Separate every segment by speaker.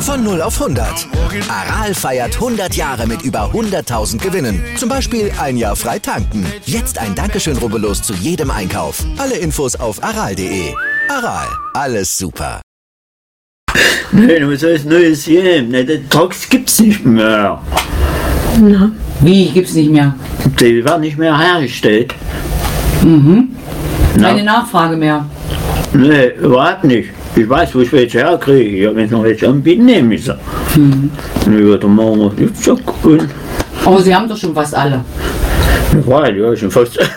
Speaker 1: Von 0 auf 100. Aral feiert 100 Jahre mit über 100.000 Gewinnen. Zum Beispiel ein Jahr frei tanken. Jetzt ein Dankeschön, rubbellos zu jedem Einkauf. Alle Infos auf aral.de. Aral, alles super.
Speaker 2: Nein, was heißt neues hier? Nein, den Trucks gibt's nicht mehr.
Speaker 3: Wie gibt's nicht mehr?
Speaker 2: Die werden nicht mehr hergestellt.
Speaker 3: Keine Nachfrage mehr.
Speaker 2: Nee, überhaupt nicht. Ich weiß, wo ich welche herkriege. Ich habe jetzt noch welche anbieten nehmen müssen. Und ich werde morgen auf den Zug und
Speaker 3: Aber sie haben doch schon fast alle.
Speaker 2: weil ja schon fast.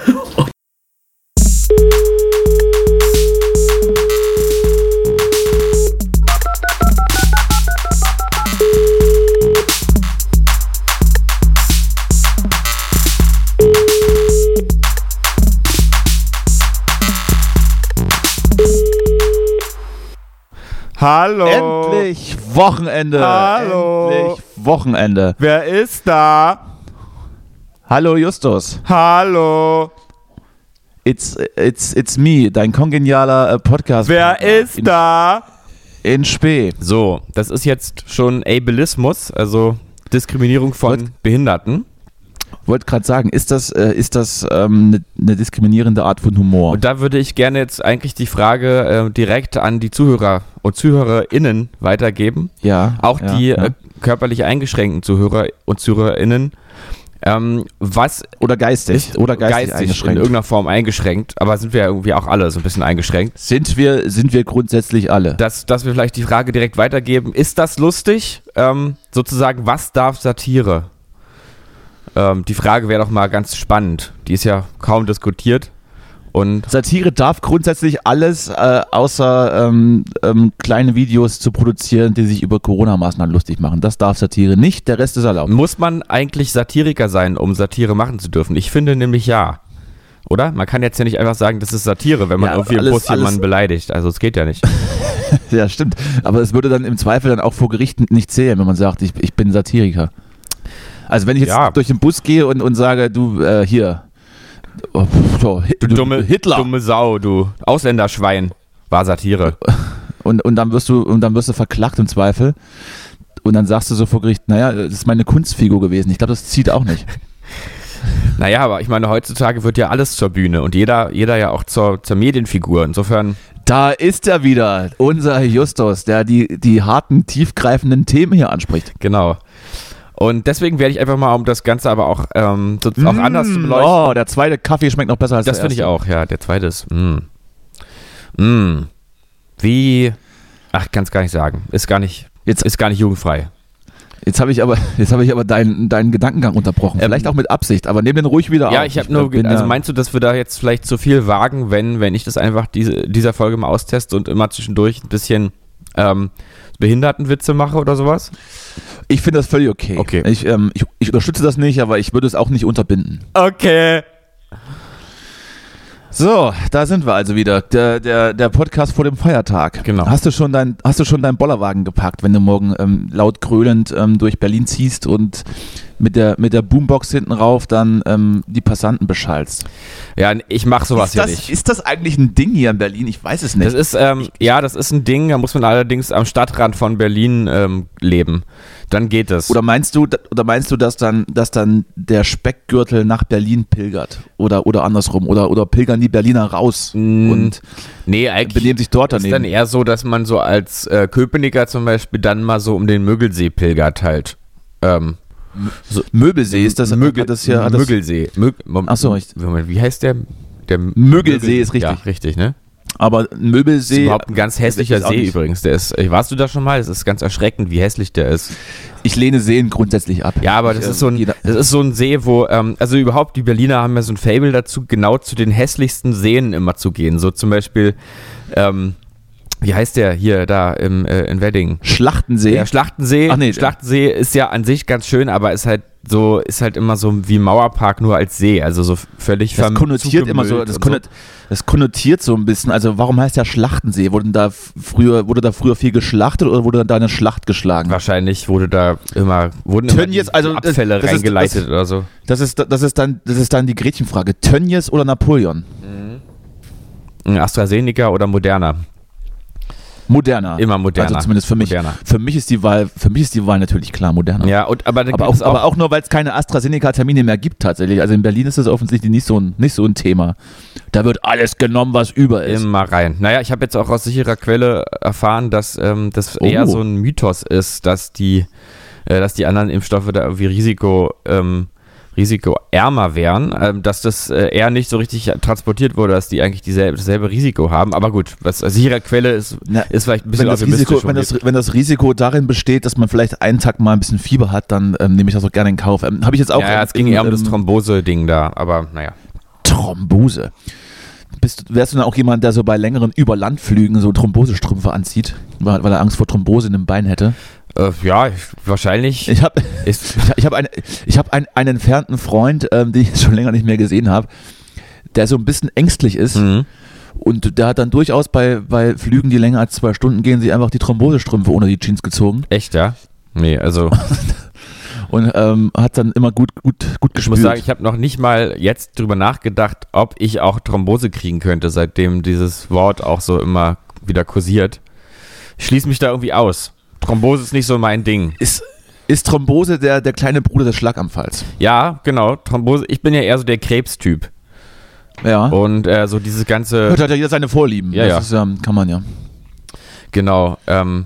Speaker 4: Hallo.
Speaker 5: Endlich Wochenende.
Speaker 4: Hallo.
Speaker 5: Endlich Wochenende.
Speaker 4: Wer ist da?
Speaker 5: Hallo Justus.
Speaker 4: Hallo.
Speaker 5: It's, it's, it's me, dein kongenialer äh, Podcast.
Speaker 4: Wer ist
Speaker 5: in,
Speaker 4: da?
Speaker 5: In Spee.
Speaker 6: So, das ist jetzt schon Ableismus, also Diskriminierung von Behinderten.
Speaker 5: Wollte gerade sagen, ist das äh, ist das ähm, ne- ne diskriminierende Art von Humor?
Speaker 6: Und da würde ich gerne jetzt eigentlich die Frage äh, direkt an die Zuhörer und ZuhörerInnen weitergeben.
Speaker 5: ja.
Speaker 6: Auch
Speaker 5: ja,
Speaker 6: die
Speaker 5: ja.
Speaker 6: Äh, körperlich eingeschränkten Zuhörer und ZuhörerInnen. Ähm, was
Speaker 5: oder geistig
Speaker 6: ist
Speaker 5: oder geistig,
Speaker 6: in
Speaker 5: eingeschränkt.
Speaker 6: irgendeiner Form eingeschränkt? Aber sind wir ja irgendwie auch alle so ein bisschen eingeschränkt?
Speaker 5: sind wir sind wir grundsätzlich alle?
Speaker 6: Dass, dass wir vielleicht die Frage direkt weitergeben, ist das lustig? Ähm, sozusagen, was darf Satire? Ähm, die Frage wäre doch mal ganz spannend. Die ist ja kaum diskutiert. Und
Speaker 5: Satire darf grundsätzlich alles äh, außer ähm, ähm, kleine Videos zu produzieren, die sich über Corona-Maßnahmen lustig machen. Das darf Satire nicht. Der Rest ist erlaubt.
Speaker 6: muss man eigentlich Satiriker sein, um Satire machen zu dürfen? Ich finde nämlich ja. Oder? Man kann jetzt ja nicht einfach sagen, das ist Satire, wenn man
Speaker 5: Ja,
Speaker 6: irgendwie im
Speaker 5: alles-
Speaker 6: Bus
Speaker 5: alles-
Speaker 6: jemanden beleidigt. Also es geht ja nicht.
Speaker 5: Ja, stimmt. Aber es würde dann im Zweifel dann auch vor Gericht nicht zählen, wenn man sagt, ich, ich bin Satiriker. Also wenn ich jetzt
Speaker 6: Ja.
Speaker 5: durch den Bus gehe und, und sage, du äh, hier, oh, pf, so, Hi-
Speaker 6: Du dumme
Speaker 5: Hitler
Speaker 6: Dumme Sau, du Ausländerschwein. War Satire.
Speaker 5: und, und dann wirst du und dann wirst du verklagt im Zweifel und dann sagst du so vor Gericht, naja, das ist meine Kunstfigur gewesen. Ich glaube, das zieht auch nicht.
Speaker 6: Naja, aber ich meine, heutzutage wird ja alles zur Bühne und jeder, jeder ja auch zur, zur Medienfigur. Insofern,
Speaker 5: Da ist er wieder, unser Justus, der die, die harten, tiefgreifenden Themen hier anspricht.
Speaker 6: genau. Und deswegen werde ich einfach mal, um das Ganze aber auch, ähm, so, auch anders zu beleuchten.
Speaker 5: Oh, der zweite Kaffee schmeckt noch besser als
Speaker 6: Das
Speaker 5: der
Speaker 6: finde ich
Speaker 5: erste.
Speaker 6: auch, ja. Der zweite ist. Mm. Mm. Wie. Ach, kann es gar nicht sagen. Ist gar nicht.
Speaker 5: Jetzt-
Speaker 6: Jetzt ist gar nicht jugendfrei.
Speaker 5: Jetzt habe ich aber, jetzt habe ich aber deinen, deinen Gedankengang unterbrochen.
Speaker 6: Ähm,
Speaker 5: Vielleicht auch mit Absicht, aber nimm den ruhig wieder auf.
Speaker 6: ja, ich habe nur.
Speaker 5: bin äh,
Speaker 6: ge- Also
Speaker 5: da-
Speaker 6: meinst du, dass wir da jetzt vielleicht zu viel wagen, wenn, wenn ich das einfach diese, dieser Folge mal austeste und immer zwischendurch ein bisschen ähm, Behindertenwitze mache oder sowas?
Speaker 5: ich finde das völlig okay.
Speaker 6: Okay.
Speaker 5: Ich, ähm, ich, ich unterstütze das nicht, aber ich würde es auch nicht unterbinden.
Speaker 6: Okay.
Speaker 5: So, da sind wir also wieder. Der, der, der Podcast vor dem Feiertag.
Speaker 6: Genau.
Speaker 5: Hast du schon dein, hast du schon deinen Bollerwagen gepackt, wenn du morgen ähm, laut gröhlend ähm, durch Berlin ziehst und mit der, mit der Boombox hinten rauf dann ähm, die Passanten beschallst?
Speaker 6: Ja, ich mache sowas
Speaker 5: ist,
Speaker 6: ja
Speaker 5: das,
Speaker 6: nicht.
Speaker 5: ist das eigentlich ein Ding hier in Berlin? Ich weiß es nicht.
Speaker 6: Das ist, ähm, ja, das ist ein Ding, da muss man allerdings am Stadtrand von Berlin ähm, leben. Dann geht es.
Speaker 5: Oder meinst du, oder meinst du, dass dann, dass dann der Speckgürtel nach Berlin pilgert? Oder, oder andersrum? Oder, oder pilgern die Berliner raus
Speaker 6: Mm.
Speaker 5: und
Speaker 6: nee, eigentlich
Speaker 5: benehmen sich dort
Speaker 6: ist dann
Speaker 5: daneben?
Speaker 6: eher so, dass man so als äh, Köpenicker zum Beispiel dann mal so um den Mögelsee pilgert halt. Ähm,
Speaker 5: Möbelsee ist das, hat das hier, hat das,
Speaker 6: Mögelsee. Mög Mom-
Speaker 5: Ach so, ich-
Speaker 6: Moment, wie heißt der? Der
Speaker 5: Mögelsee ist
Speaker 6: Ja,
Speaker 5: richtig.
Speaker 6: richtig, ne?
Speaker 5: aber ein
Speaker 6: Ist
Speaker 5: Möbelsee,
Speaker 6: überhaupt ein ganz hässlicher
Speaker 5: ist auch
Speaker 6: See
Speaker 5: nicht-
Speaker 6: übrigens. Der ist, äh, warst du da schon mal? Es ist ganz erschreckend, wie hässlich der ist.
Speaker 5: ich lehne Seen grundsätzlich ab.
Speaker 6: Ja, aber
Speaker 5: Ich,
Speaker 6: das
Speaker 5: äh,
Speaker 6: ist so ein,
Speaker 5: jeder-
Speaker 6: das ist so ein See, wo, ähm, also überhaupt, die Berliner haben ja so ein Fable dazu, genau zu den hässlichsten Seen immer zu gehen. So zum Beispiel, ähm, wie heißt der hier da im, äh, in Wedding?
Speaker 5: Schlachtensee.
Speaker 6: Ja, Schlachtensee.
Speaker 5: Ach nee.
Speaker 6: Schlachtensee ist ja an sich ganz schön, aber ist halt so, ist halt immer so wie Mauerpark nur als See, also so völlig
Speaker 5: das
Speaker 6: verm-
Speaker 5: konnotiert immer so
Speaker 6: zugemüllt
Speaker 5: das,
Speaker 6: und so.
Speaker 5: konnot, das konnotiert so ein bisschen. Also warum heißt der Schlachtensee? Wurden da f- früher, wurde da früher viel geschlachtet oder wurde da eine Schlacht geschlagen?
Speaker 6: Wahrscheinlich wurde da immer, wurden immer
Speaker 5: Tönnies, also das-
Speaker 6: Abfälle
Speaker 5: das ist-
Speaker 6: reingeleitet
Speaker 5: das-
Speaker 6: oder so.
Speaker 5: Das ist, das ist, dann, das ist dann die Gretchenfrage. Tönnies oder Napoleon?
Speaker 6: AstraZeneca oder Moderna.
Speaker 5: Moderner.
Speaker 6: Immer moderner.
Speaker 5: Also zumindest für mich.
Speaker 6: Moderner.
Speaker 5: Für mich ist die Wahl, für mich ist die Wahl natürlich klar moderner.
Speaker 6: Ja, und, aber, dann
Speaker 5: Aber,
Speaker 6: gibt
Speaker 5: auch,
Speaker 6: es
Speaker 5: aber auch nur, weil es keine AstraZeneca-Termine mehr gibt tatsächlich. Also in Berlin ist das offensichtlich nicht so ein, nicht so ein Thema. Da wird alles genommen, was über ist.
Speaker 6: Immer rein. Naja, ich habe jetzt auch aus sicherer Quelle erfahren, dass ähm, das
Speaker 5: Oh.
Speaker 6: eher so ein Mythos ist, dass die, äh, dass die anderen Impfstoffe da irgendwie Risiko, ähm, risikoärmer wären, ähm, dass das äh, eher nicht so richtig transportiert wurde, dass die eigentlich dieselbe, dasselbe Risiko haben. Aber gut, was aus sicherer Quelle ist,
Speaker 5: Na,
Speaker 6: ist vielleicht ein bisschen
Speaker 5: Wenn das,
Speaker 6: optimistisch
Speaker 5: Risiko, wenn,
Speaker 6: formuliert.
Speaker 5: das, wenn das Risiko darin besteht, dass man vielleicht einen Tag mal ein bisschen Fieber hat, dann ähm, nehme ich das auch gerne in Kauf. Ähm, Habe ich jetzt auch.
Speaker 6: ja, ja, es ging
Speaker 5: in-
Speaker 6: eher um das
Speaker 5: ähm,
Speaker 6: Thrombose-Ding da, aber naja.
Speaker 5: Thrombose. Bist, du- wärst du dann auch jemand, der so bei längeren Überlandflügen so Thrombosestrümpfe anzieht, weil, weil er Angst vor Thrombose in dem Bein hätte?
Speaker 6: Äh, ja, ich, wahrscheinlich.
Speaker 5: Ich habe
Speaker 6: ist,
Speaker 5: ich, ich hab eine, ich hab einen, einen entfernten Freund, ähm, den ich schon länger nicht mehr gesehen habe, der so ein bisschen ängstlich ist
Speaker 6: Mhm.
Speaker 5: und der hat dann durchaus bei, bei Flügen, die länger als zwei Stunden gehen, sich einfach die Thrombosestrümpfe unter die Jeans gezogen.
Speaker 6: echt, ja? Nee, also.
Speaker 5: und ähm, hat dann immer gut, gut, gut
Speaker 6: Ich
Speaker 5: gespürt.
Speaker 6: muss sagen, ich habe noch nicht mal jetzt drüber nachgedacht, ob ich auch Thrombose kriegen könnte, seitdem dieses Wort auch so immer wieder kursiert. Ich schließe mich da irgendwie aus. Thrombose ist nicht so mein Ding.
Speaker 5: ist, ist Thrombose der, der kleine Bruder des Schlaganfalls?
Speaker 6: Ja, genau, Thrombose. Ich bin ja eher so der Krebstyp.
Speaker 5: Ja.
Speaker 6: Und äh, so dieses ganze.
Speaker 5: Hört hat ja jeder seine Vorlieben.
Speaker 6: Ja,
Speaker 5: das Ist, ähm, kann man ja.
Speaker 6: Genau. Ähm,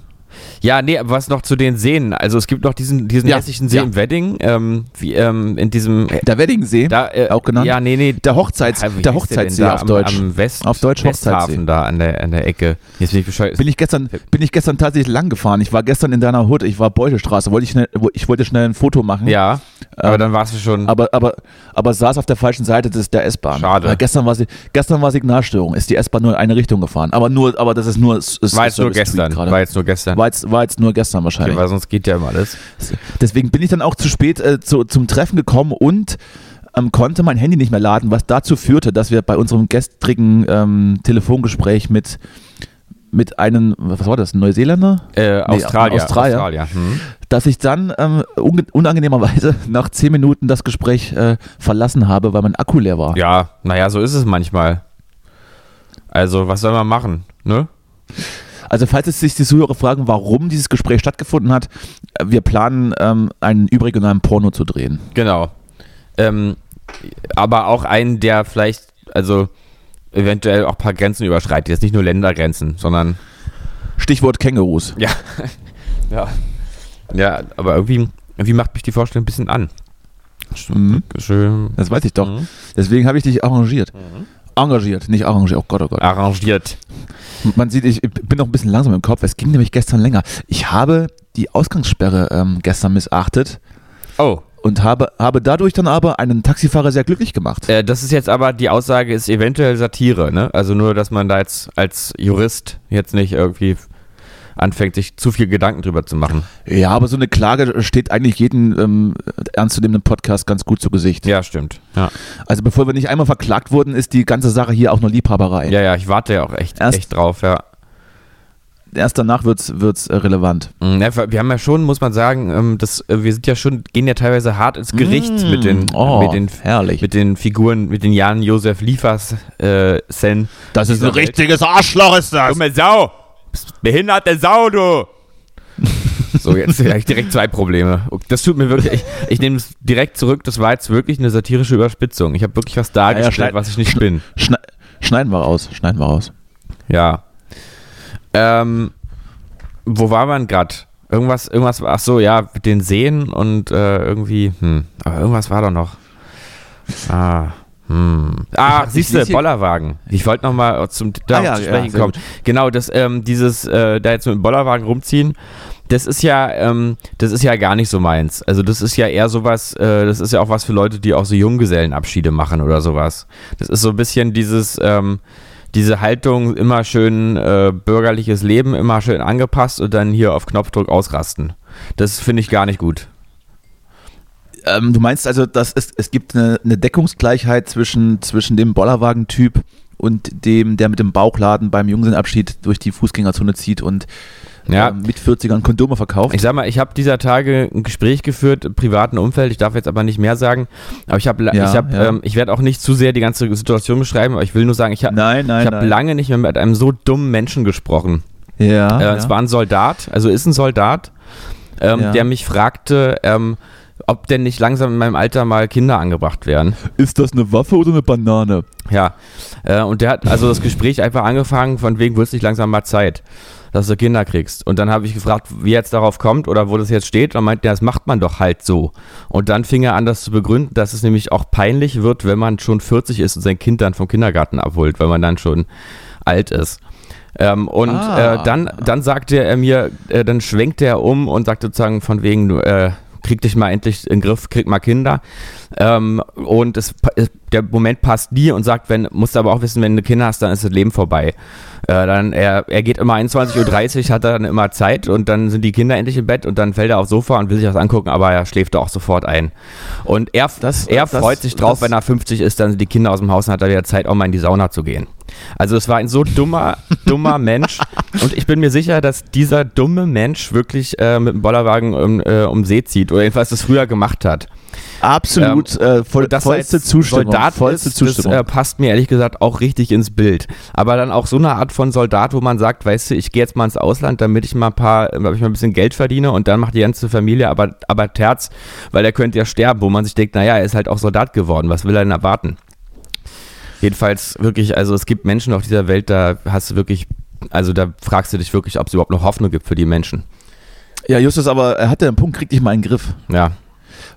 Speaker 6: ja, nee, aber was noch zu den Seen? Also es gibt noch diesen, diesen
Speaker 5: Ja,
Speaker 6: hässlichen See
Speaker 5: ja.
Speaker 6: im Wedding, ähm, wie, ähm, in diesem.
Speaker 5: Der Weddingsee,
Speaker 6: Da, äh,
Speaker 5: auch genannt.
Speaker 6: Ja, nee, nee.
Speaker 5: der Hochzeits,
Speaker 6: Ja, wie
Speaker 5: der
Speaker 6: heißt der denn
Speaker 5: Hochzeitssee
Speaker 6: da
Speaker 5: auf
Speaker 6: am,
Speaker 5: Deutsch.
Speaker 6: Am West,
Speaker 5: Auf Deutsch Hochzeitssee.
Speaker 6: Westhafen da an der, an der Ecke. Jetzt bin ich bescheuert.
Speaker 5: bin ich gestern
Speaker 6: Äh,
Speaker 5: bin ich gestern tatsächlich lang gefahren. Ich war gestern in deiner Hut. Ich war Beutestraße. Wollte ich schnell, wo- ich wollte schnell ein Foto machen.
Speaker 6: Ja, Ähm, aber dann warst du schon.
Speaker 5: Aber aber aber saß auf der falschen Seite des der S-Bahn.
Speaker 6: Schade.
Speaker 5: Weil Gestern war sie gestern war Signalstörung. Ist die S-Bahn nur in eine Richtung gefahren. Aber nur aber das ist nur ist,
Speaker 6: war jetzt nur gestern. War jetzt nur gestern.
Speaker 5: war jetzt, war jetzt nur gestern wahrscheinlich.
Speaker 6: Okay, weil sonst geht ja immer alles.
Speaker 5: Deswegen bin ich dann auch zu spät äh, zu, zum Treffen gekommen und ähm, konnte mein Handy nicht mehr laden, was dazu führte, dass wir bei unserem gestrigen ähm, Telefongespräch mit, mit einem, was war das, ein Neuseeländer?
Speaker 6: Äh, Australier.
Speaker 5: Australier.
Speaker 6: Hm.
Speaker 5: Dass ich dann ähm, unge- unangenehmerweise nach 10 Minuten das Gespräch äh, verlassen habe, weil mein Akku leer war.
Speaker 6: Ja, naja, so ist es manchmal. Also, was soll man machen? Ne?
Speaker 5: Also falls es sich die Zuhörer fragen, warum dieses Gespräch stattgefunden hat, äh, wir planen ähm, einen überregionalen Porno zu drehen.
Speaker 6: Genau. Ähm, aber auch einen, der vielleicht, also eventuell auch ein paar Grenzen überschreitet. Jetzt nicht nur Ländergrenzen, sondern.
Speaker 5: Stichwort Kängurus.
Speaker 6: Ja. ja. Ja, aber irgendwie, irgendwie macht mich die Vorstellung ein bisschen an.
Speaker 5: Mhm.
Speaker 6: Schön
Speaker 5: Das weiß ich doch. Deswegen habe ich dich arrangiert. Engagiert, nicht arrangiert. Oh Gott, oh Gott.
Speaker 6: arrangiert.
Speaker 5: Man sieht, ich bin noch ein bisschen langsam im Kopf. Es ging nämlich gestern länger. Ich habe die Ausgangssperre ähm, gestern missachtet
Speaker 6: Oh,
Speaker 5: und habe, habe dadurch dann aber einen Taxifahrer sehr glücklich gemacht.
Speaker 6: Äh, das ist jetzt aber, die Aussage ist eventuell Satire, ne? Also nur, dass man da jetzt als Jurist jetzt nicht irgendwie anfängt, sich zu viel Gedanken drüber zu machen.
Speaker 5: Ja, aber so eine Klage steht eigentlich jedem ähm, ernstzunehmenden Podcast ganz gut zu Gesicht.
Speaker 6: Ja, stimmt. Ja,
Speaker 5: Also bevor wir nicht einmal verklagt wurden, ist die ganze Sache hier auch nur Liebhaberei.
Speaker 6: ja, ja ich warte ja auch echt,
Speaker 5: Erst-
Speaker 6: echt drauf, ja.
Speaker 5: Erst danach wird's wird's äh, relevant.
Speaker 6: Mhm, ja, Wir haben ja schon, muss man sagen, ähm, das, äh, wir sind ja schon, gehen ja teilweise hart ins Gericht mit den,
Speaker 5: oh,
Speaker 6: mit den
Speaker 5: herrlich.
Speaker 6: mit den Figuren, mit den Jan Josef Liefers, äh, Sen.
Speaker 5: das ist ein
Speaker 6: dieser Welt.
Speaker 5: richtiges Arschloch, ist das.
Speaker 6: Dumme Sau! Behinderte Sau, du! So, jetzt gleich direkt zwei Probleme. Das tut mir wirklich. Ich, ich nehme es direkt zurück. Das war jetzt wirklich eine satirische Überspitzung. Ich habe wirklich was dargestellt,
Speaker 5: schneid-
Speaker 6: was ich nicht bin.
Speaker 5: Schne schneiden wir raus, schneiden wir raus.
Speaker 6: Ja. Ähm, wo war man gerade? Irgendwas, irgendwas war. Ach so, ja, mit den Seen und äh, irgendwie. Hm, aber irgendwas war doch noch. Ah. Hm. Ah,
Speaker 5: ich
Speaker 6: siehst du,
Speaker 5: lese hier-
Speaker 6: Bollerwagen. Ich wollte nochmal zum darauf
Speaker 5: Ah ja,
Speaker 6: um zu
Speaker 5: ja,
Speaker 6: sprechen
Speaker 5: sehr
Speaker 6: kommen.
Speaker 5: gut.
Speaker 6: Genau, das, ähm, dieses, äh, da jetzt mit dem Bollerwagen rumziehen, das ist ja, ähm, das ist ja gar nicht so meins. Also das ist ja eher sowas, äh, das ist ja auch was für Leute, die auch so Junggesellenabschiede machen oder sowas. Das ist so ein bisschen dieses, ähm, diese Haltung immer schön äh, bürgerliches Leben, immer schön angepasst und dann hier auf Knopfdruck ausrasten. Das finde ich gar nicht gut.
Speaker 5: Ähm, du meinst also, dass es, es gibt eine, eine Deckungsgleichheit zwischen, zwischen dem Bollerwagen-Typ und dem, der mit dem Bauchladen beim Jungsinnabschied durch die Fußgängerzone zieht und
Speaker 6: Ja.
Speaker 5: ähm, mit 40ern Kondome verkauft.
Speaker 6: Ich sag mal, ich habe dieser Tage ein Gespräch geführt im privaten Umfeld. Ich darf jetzt aber nicht mehr sagen. Aber ich habe,
Speaker 5: Ja,
Speaker 6: ich habe,
Speaker 5: ja.
Speaker 6: ähm, ich werde auch nicht zu sehr die ganze Situation beschreiben. Aber ich will nur sagen, ich habe,
Speaker 5: Nein, nein,
Speaker 6: ich habe
Speaker 5: nein.
Speaker 6: lange nicht mehr mit einem so dummen Menschen gesprochen.
Speaker 5: ja,
Speaker 6: äh,
Speaker 5: ja.
Speaker 6: Es war ein Soldat, also ist ein Soldat, ähm,
Speaker 5: Ja.
Speaker 6: der mich fragte, ähm, ob denn nicht langsam in meinem Alter mal Kinder angebracht werden.
Speaker 5: Ist das eine Waffe oder eine Banane?
Speaker 6: Ja, äh, und der hat also das Gespräch einfach angefangen, von wegen wird nicht langsam mal Zeit, dass du Kinder kriegst. Und dann habe ich gefragt, wie er jetzt darauf kommt oder wo das jetzt steht. Und meinte, ja, das macht man doch halt so. Und dann fing er an, das zu begründen, dass es nämlich auch peinlich wird, wenn man schon 40 ist und sein Kind dann vom Kindergarten abholt, weil man dann schon alt ist. Ähm, und
Speaker 5: Ah.
Speaker 6: äh, dann, dann sagte er mir, äh, dann schwenkte er um und sagte sozusagen von wegen, du, äh, krieg dich mal endlich in den Griff, krieg mal Kinder. Ähm, und es, pa- es- der Moment passt nie und sagt, wenn, musst aber auch wissen, wenn du Kinder hast, dann ist das Leben vorbei. Äh, dann, er, er geht immer 21.30 Uhr, hat er dann immer Zeit und dann sind die Kinder endlich im Bett und dann fällt er aufs Sofa und will sich was angucken, aber er schläft auch sofort ein. Und er,
Speaker 5: Das-
Speaker 6: er
Speaker 5: das-
Speaker 6: freut sich drauf,
Speaker 5: das-
Speaker 6: wenn er 50 ist, dann sind die Kinder aus dem Haus und hat er wieder Zeit, auch mal in die Sauna zu gehen. Also es war ein so dummer, dummer Mensch. Und ich bin mir sicher, dass dieser dumme Mensch wirklich äh, mit dem Bollerwagen um, äh, um See zieht oder jedenfalls das früher gemacht hat.
Speaker 5: Absolut, äh,
Speaker 6: Ähm,
Speaker 5: voll,
Speaker 6: Und dass er
Speaker 5: vollste
Speaker 6: jetzt
Speaker 5: Zustimmung.
Speaker 6: Soldat
Speaker 5: vollste
Speaker 6: ist,
Speaker 5: Zustimmung.
Speaker 6: Das äh, passt mir ehrlich gesagt auch richtig ins Bild. Aber dann auch so eine Art von Soldat, wo man sagt, weißt du, ich gehe jetzt mal ins Ausland, damit ich mal ein paar, äh, damit ich mal ein bisschen Geld verdiene und dann macht die ganze Familie aber, aber Terz, weil er könnte ja sterben, wo man sich denkt, naja, er ist halt auch Soldat geworden, was will er denn erwarten? Jedenfalls wirklich, also es gibt Menschen auf dieser Welt, da hast du wirklich, also da fragst du dich wirklich, ob es überhaupt noch Hoffnung gibt für die Menschen.
Speaker 5: ja, Justus, aber er hat ja einen Punkt, krieg dich mal in den Griff.
Speaker 6: Ja.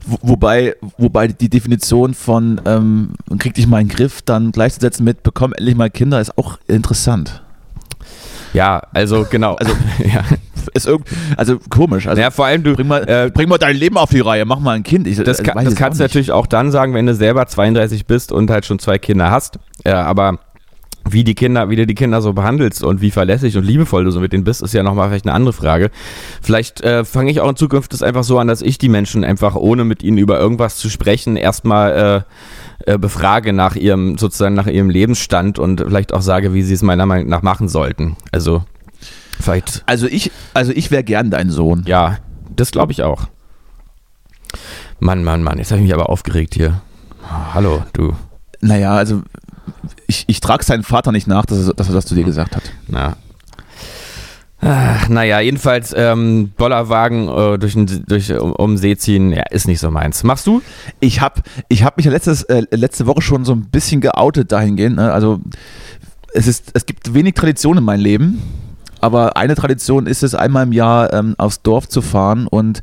Speaker 5: Wo, wobei, wobei die Definition von ähm, krieg dich mal in den Griff dann gleichzusetzen mit bekomm endlich mal Kinder ist auch interessant.
Speaker 6: Ja, also genau. Also, ja.
Speaker 5: Ist irgend, also komisch. Also
Speaker 6: ja, vor allem du
Speaker 5: bring, mal,
Speaker 6: äh,
Speaker 5: bring mal dein Leben auf die Reihe, mach mal ein Kind. Ich,
Speaker 6: Das,
Speaker 5: äh,
Speaker 6: kann,
Speaker 5: weiß
Speaker 6: das
Speaker 5: es
Speaker 6: kannst du
Speaker 5: auch nicht.
Speaker 6: natürlich auch dann sagen, wenn du selber 32 bist und halt schon zwei Kinder hast. Ja, aber wie die Kinder, wie du die Kinder so behandelst und wie verlässlich und liebevoll du so mit denen bist, ist ja nochmal vielleicht eine andere Frage. Vielleicht äh, fange ich auch in Zukunft das einfach so an, dass ich die Menschen einfach, ohne mit ihnen über irgendwas zu sprechen, erstmal äh, äh, befrage nach ihrem, sozusagen nach ihrem Lebensstand und vielleicht auch sage, wie sie es meiner Meinung nach machen sollten. Also vielleicht,
Speaker 5: Also ich, also ich wäre gern dein Sohn.
Speaker 6: ja, das glaube ich auch. Mann, Mann, Mann, jetzt habe ich mich aber aufgeregt hier. Hallo, du.
Speaker 5: Naja, also ich, ich trage seinen Vater nicht nach, dass er, dass er das
Speaker 6: Mhm.
Speaker 5: zu dir gesagt hat.
Speaker 6: Na. Ach, naja, jedenfalls ähm, Bollerwagen äh, durch, den- durch, um, um See ziehen, ja, ist nicht so meins. Machst du?
Speaker 5: Ich habe ich hab mich ja letztes, äh, letzte Woche schon so ein bisschen geoutet dahingehend. Ne? Also es, ist, es gibt wenig Tradition in meinem Leben, aber eine Tradition ist es, einmal im Jahr ähm, aufs Dorf zu fahren und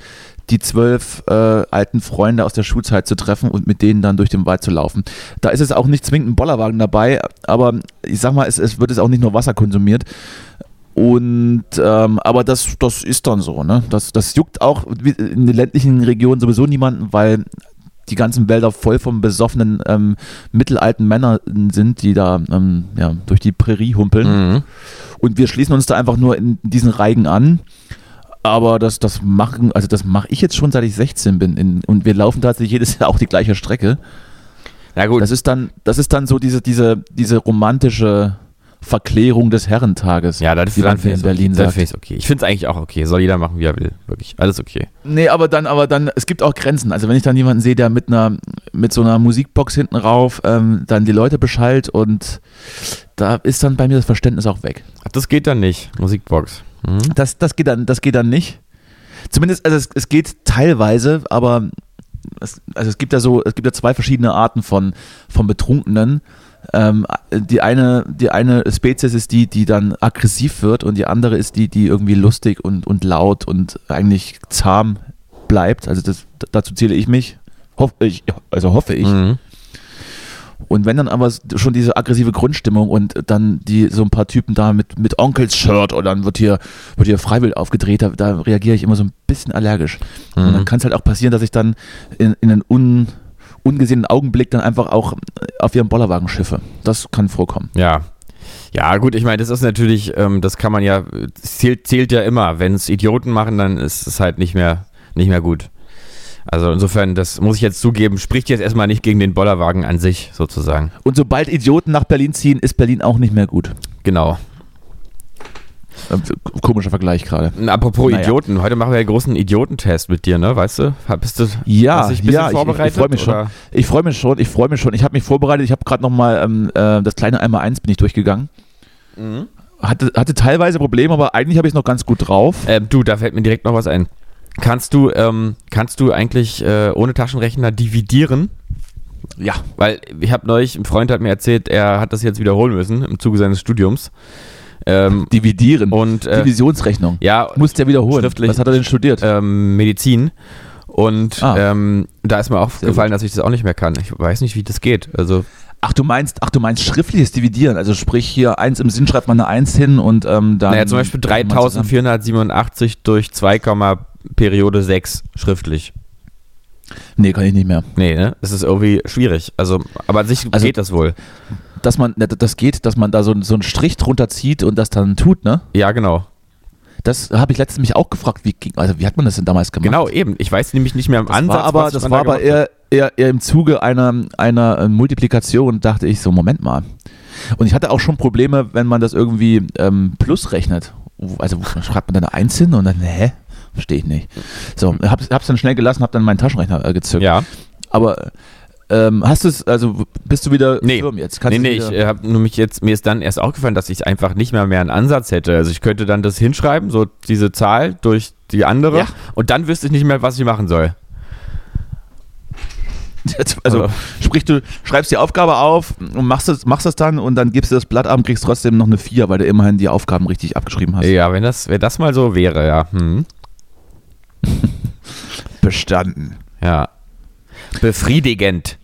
Speaker 5: die zwölf äh, alten Freunde aus der Schulzeit zu treffen und mit denen dann durch den Wald zu laufen. Da ist es auch nicht zwingend ein Bollerwagen dabei, aber ich sag mal, es, es wird es auch nicht nur Wasser konsumiert. Und ähm, aber das, das ist dann so, ne? Das, das juckt auch wie- in den ländlichen Regionen sowieso niemanden, weil die ganzen Wälder voll von besoffenen ähm, mittelalten Männern sind, die da ähm, ja, durch die Prärie humpeln.
Speaker 6: Mhm.
Speaker 5: Und wir schließen uns da einfach nur in diesen Reigen an. Aber das, das machen, also das mache ich jetzt schon, seit ich 16 bin. In, und wir laufen tatsächlich jedes Jahr auch die gleiche Strecke.
Speaker 6: Na gut,
Speaker 5: Das ist dann, das ist dann so diese, diese, diese romantische Verklärung des Herrentages,
Speaker 6: ja, das
Speaker 5: wie man hier in Berlin
Speaker 6: okay. Dann
Speaker 5: sagt.
Speaker 6: find ich's okay. Ich finde es eigentlich auch okay. Soll jeder machen, wie er will. Wirklich, alles okay.
Speaker 5: Nee, aber dann, aber dann, es gibt auch Grenzen. Also wenn ich dann jemanden sehe, der mit einer, mit so einer Musikbox hinten rauf, ähm, dann die Leute beschallt und da ist dann bei mir das Verständnis auch weg.
Speaker 6: Ach, das geht dann nicht. Musikbox. Mhm.
Speaker 5: Das, das geht dann, das geht dann nicht. Zumindest, also es, es geht teilweise, aber es, also es gibt ja so, es gibt ja zwei verschiedene Arten von, von Betrunkenen. Ähm, die eine, die eine Spezies ist die, die dann aggressiv wird und die andere ist die, die irgendwie lustig und, und laut und eigentlich zahm bleibt. Also das, dazu zähle ich mich. Hoff, ich, also hoffe ich.
Speaker 6: Mhm.
Speaker 5: Und wenn dann aber schon diese aggressive Grundstimmung und dann die so ein paar Typen da mit, mit Onkels Shirt oder dann wird hier, wird hier freiwillig aufgedreht, da, da reagiere ich immer so ein bisschen allergisch. Und dann kann es halt auch passieren, dass ich dann in, in einen un, äh, ungesehenen Augenblick dann einfach auch auf ihren Bollerwagen schiffe. Das kann vorkommen.
Speaker 6: Ja. Ja, gut, ich meine, das ist natürlich, ähm, das kann man ja, es zählt, zählt ja immer. Wenn es Idioten machen, dann ist es halt nicht mehr, nicht mehr gut. Also insofern, das muss ich jetzt zugeben, spricht jetzt erstmal nicht gegen den Bollerwagen an sich, sozusagen.
Speaker 5: Und sobald Idioten nach Berlin ziehen, ist Berlin auch nicht mehr gut.
Speaker 6: Genau.
Speaker 5: Ähm, Komischer Vergleich gerade.
Speaker 6: Und apropos
Speaker 5: Naja.
Speaker 6: Idioten, heute machen wir einen großen Idiotentest mit dir, ne? Weißt du? Hab- Bist du
Speaker 5: Ja,
Speaker 6: hast dich ein bisschen
Speaker 5: ja, ich- ich-
Speaker 6: vorbereitet?
Speaker 5: Ich, freue mich schon.
Speaker 6: oder?
Speaker 5: Ich freue mich schon. Ich freue mich schon. Ich habe mich vorbereitet. Ich habe gerade noch mal ähm, äh, das kleine einmal eins bin ich durchgegangen.
Speaker 6: Mhm.
Speaker 5: Hatte, hatte teilweise Probleme, aber eigentlich habe ich es noch ganz gut drauf.
Speaker 6: Ähm, du, da fällt mir direkt noch was ein. Kannst du, ähm, kannst du eigentlich äh, ohne Taschenrechner dividieren? Ja. Weil ich habe neulich, ein Freund hat mir erzählt, er hat das jetzt wiederholen müssen im Zuge seines Studiums. Ähm,
Speaker 5: Dividieren.
Speaker 6: und äh,
Speaker 5: Divisionsrechnung.
Speaker 6: ja,
Speaker 5: Muss der wiederholen.
Speaker 6: Schriftlich.
Speaker 5: Was hat er denn studiert?
Speaker 6: ähm, Medizin. Und
Speaker 5: Ah.
Speaker 6: ähm, da ist mir aufgefallen, dass ich das auch nicht mehr kann. Ich weiß nicht, wie das geht. Also
Speaker 5: Ach, du meinst, ach, du meinst schriftliches Dividieren. Also sprich hier eins im Sinn schreibt man eine Eins hin und ähm, dann.
Speaker 6: Naja, zum Beispiel 3487 durch 2, Komma Periode 6 schriftlich.
Speaker 5: Nee, kann ich nicht mehr.
Speaker 6: Nee, ne? Es ist irgendwie schwierig. Also, aber an sich
Speaker 5: Also-
Speaker 6: geht das wohl.
Speaker 5: Dass man, ne, das geht, dass man da so, so einen Strich drunter zieht und das dann tut, ne?
Speaker 6: Ja, genau.
Speaker 5: Das habe ich letztens mich auch gefragt, wie ging, also wie hat man das denn damals gemacht?
Speaker 6: Genau, eben. Ich weiß nämlich nicht mehr im
Speaker 5: Das
Speaker 6: Ansatz.
Speaker 5: war aber,
Speaker 6: was
Speaker 5: das
Speaker 6: man
Speaker 5: war
Speaker 6: da
Speaker 5: aber
Speaker 6: gemacht hat.
Speaker 5: eher, eher, eher im Zuge einer, einer äh, Multiplikation, dachte ich so, Moment mal. Und ich hatte auch schon Probleme, wenn man das irgendwie ähm, plus rechnet. Also wo- schreibt man dann eine Eins hin und dann, hä? Verstehe ich nicht. So, hab's, hab's dann schnell gelassen, hab dann meinen Taschenrechner äh,
Speaker 6: Hm.
Speaker 5: gezückt.
Speaker 6: Ja.
Speaker 5: Aber ähm, hast du es, also bist du wieder
Speaker 6: Nee.
Speaker 5: firm jetzt?
Speaker 6: nee,
Speaker 5: du
Speaker 6: nee,
Speaker 5: wieder,
Speaker 6: ich äh, hab nur mich jetzt, mir ist dann erst aufgefallen, dass ich einfach nicht mehr mehr einen Ansatz hätte. Also ich könnte dann das hinschreiben, so diese Zahl durch die andere
Speaker 5: Ja.
Speaker 6: und dann wüsste ich nicht mehr, was ich machen soll.
Speaker 5: Also sprich, du schreibst die Aufgabe auf und machst das, machst das dann und dann gibst du das Blatt ab und kriegst trotzdem noch eine 4, weil du immerhin die Aufgaben richtig abgeschrieben hast.
Speaker 6: Ja, wenn das, wenn das mal so wäre, ja. Hm.
Speaker 5: Bestanden.
Speaker 6: Ja. Befriedigend.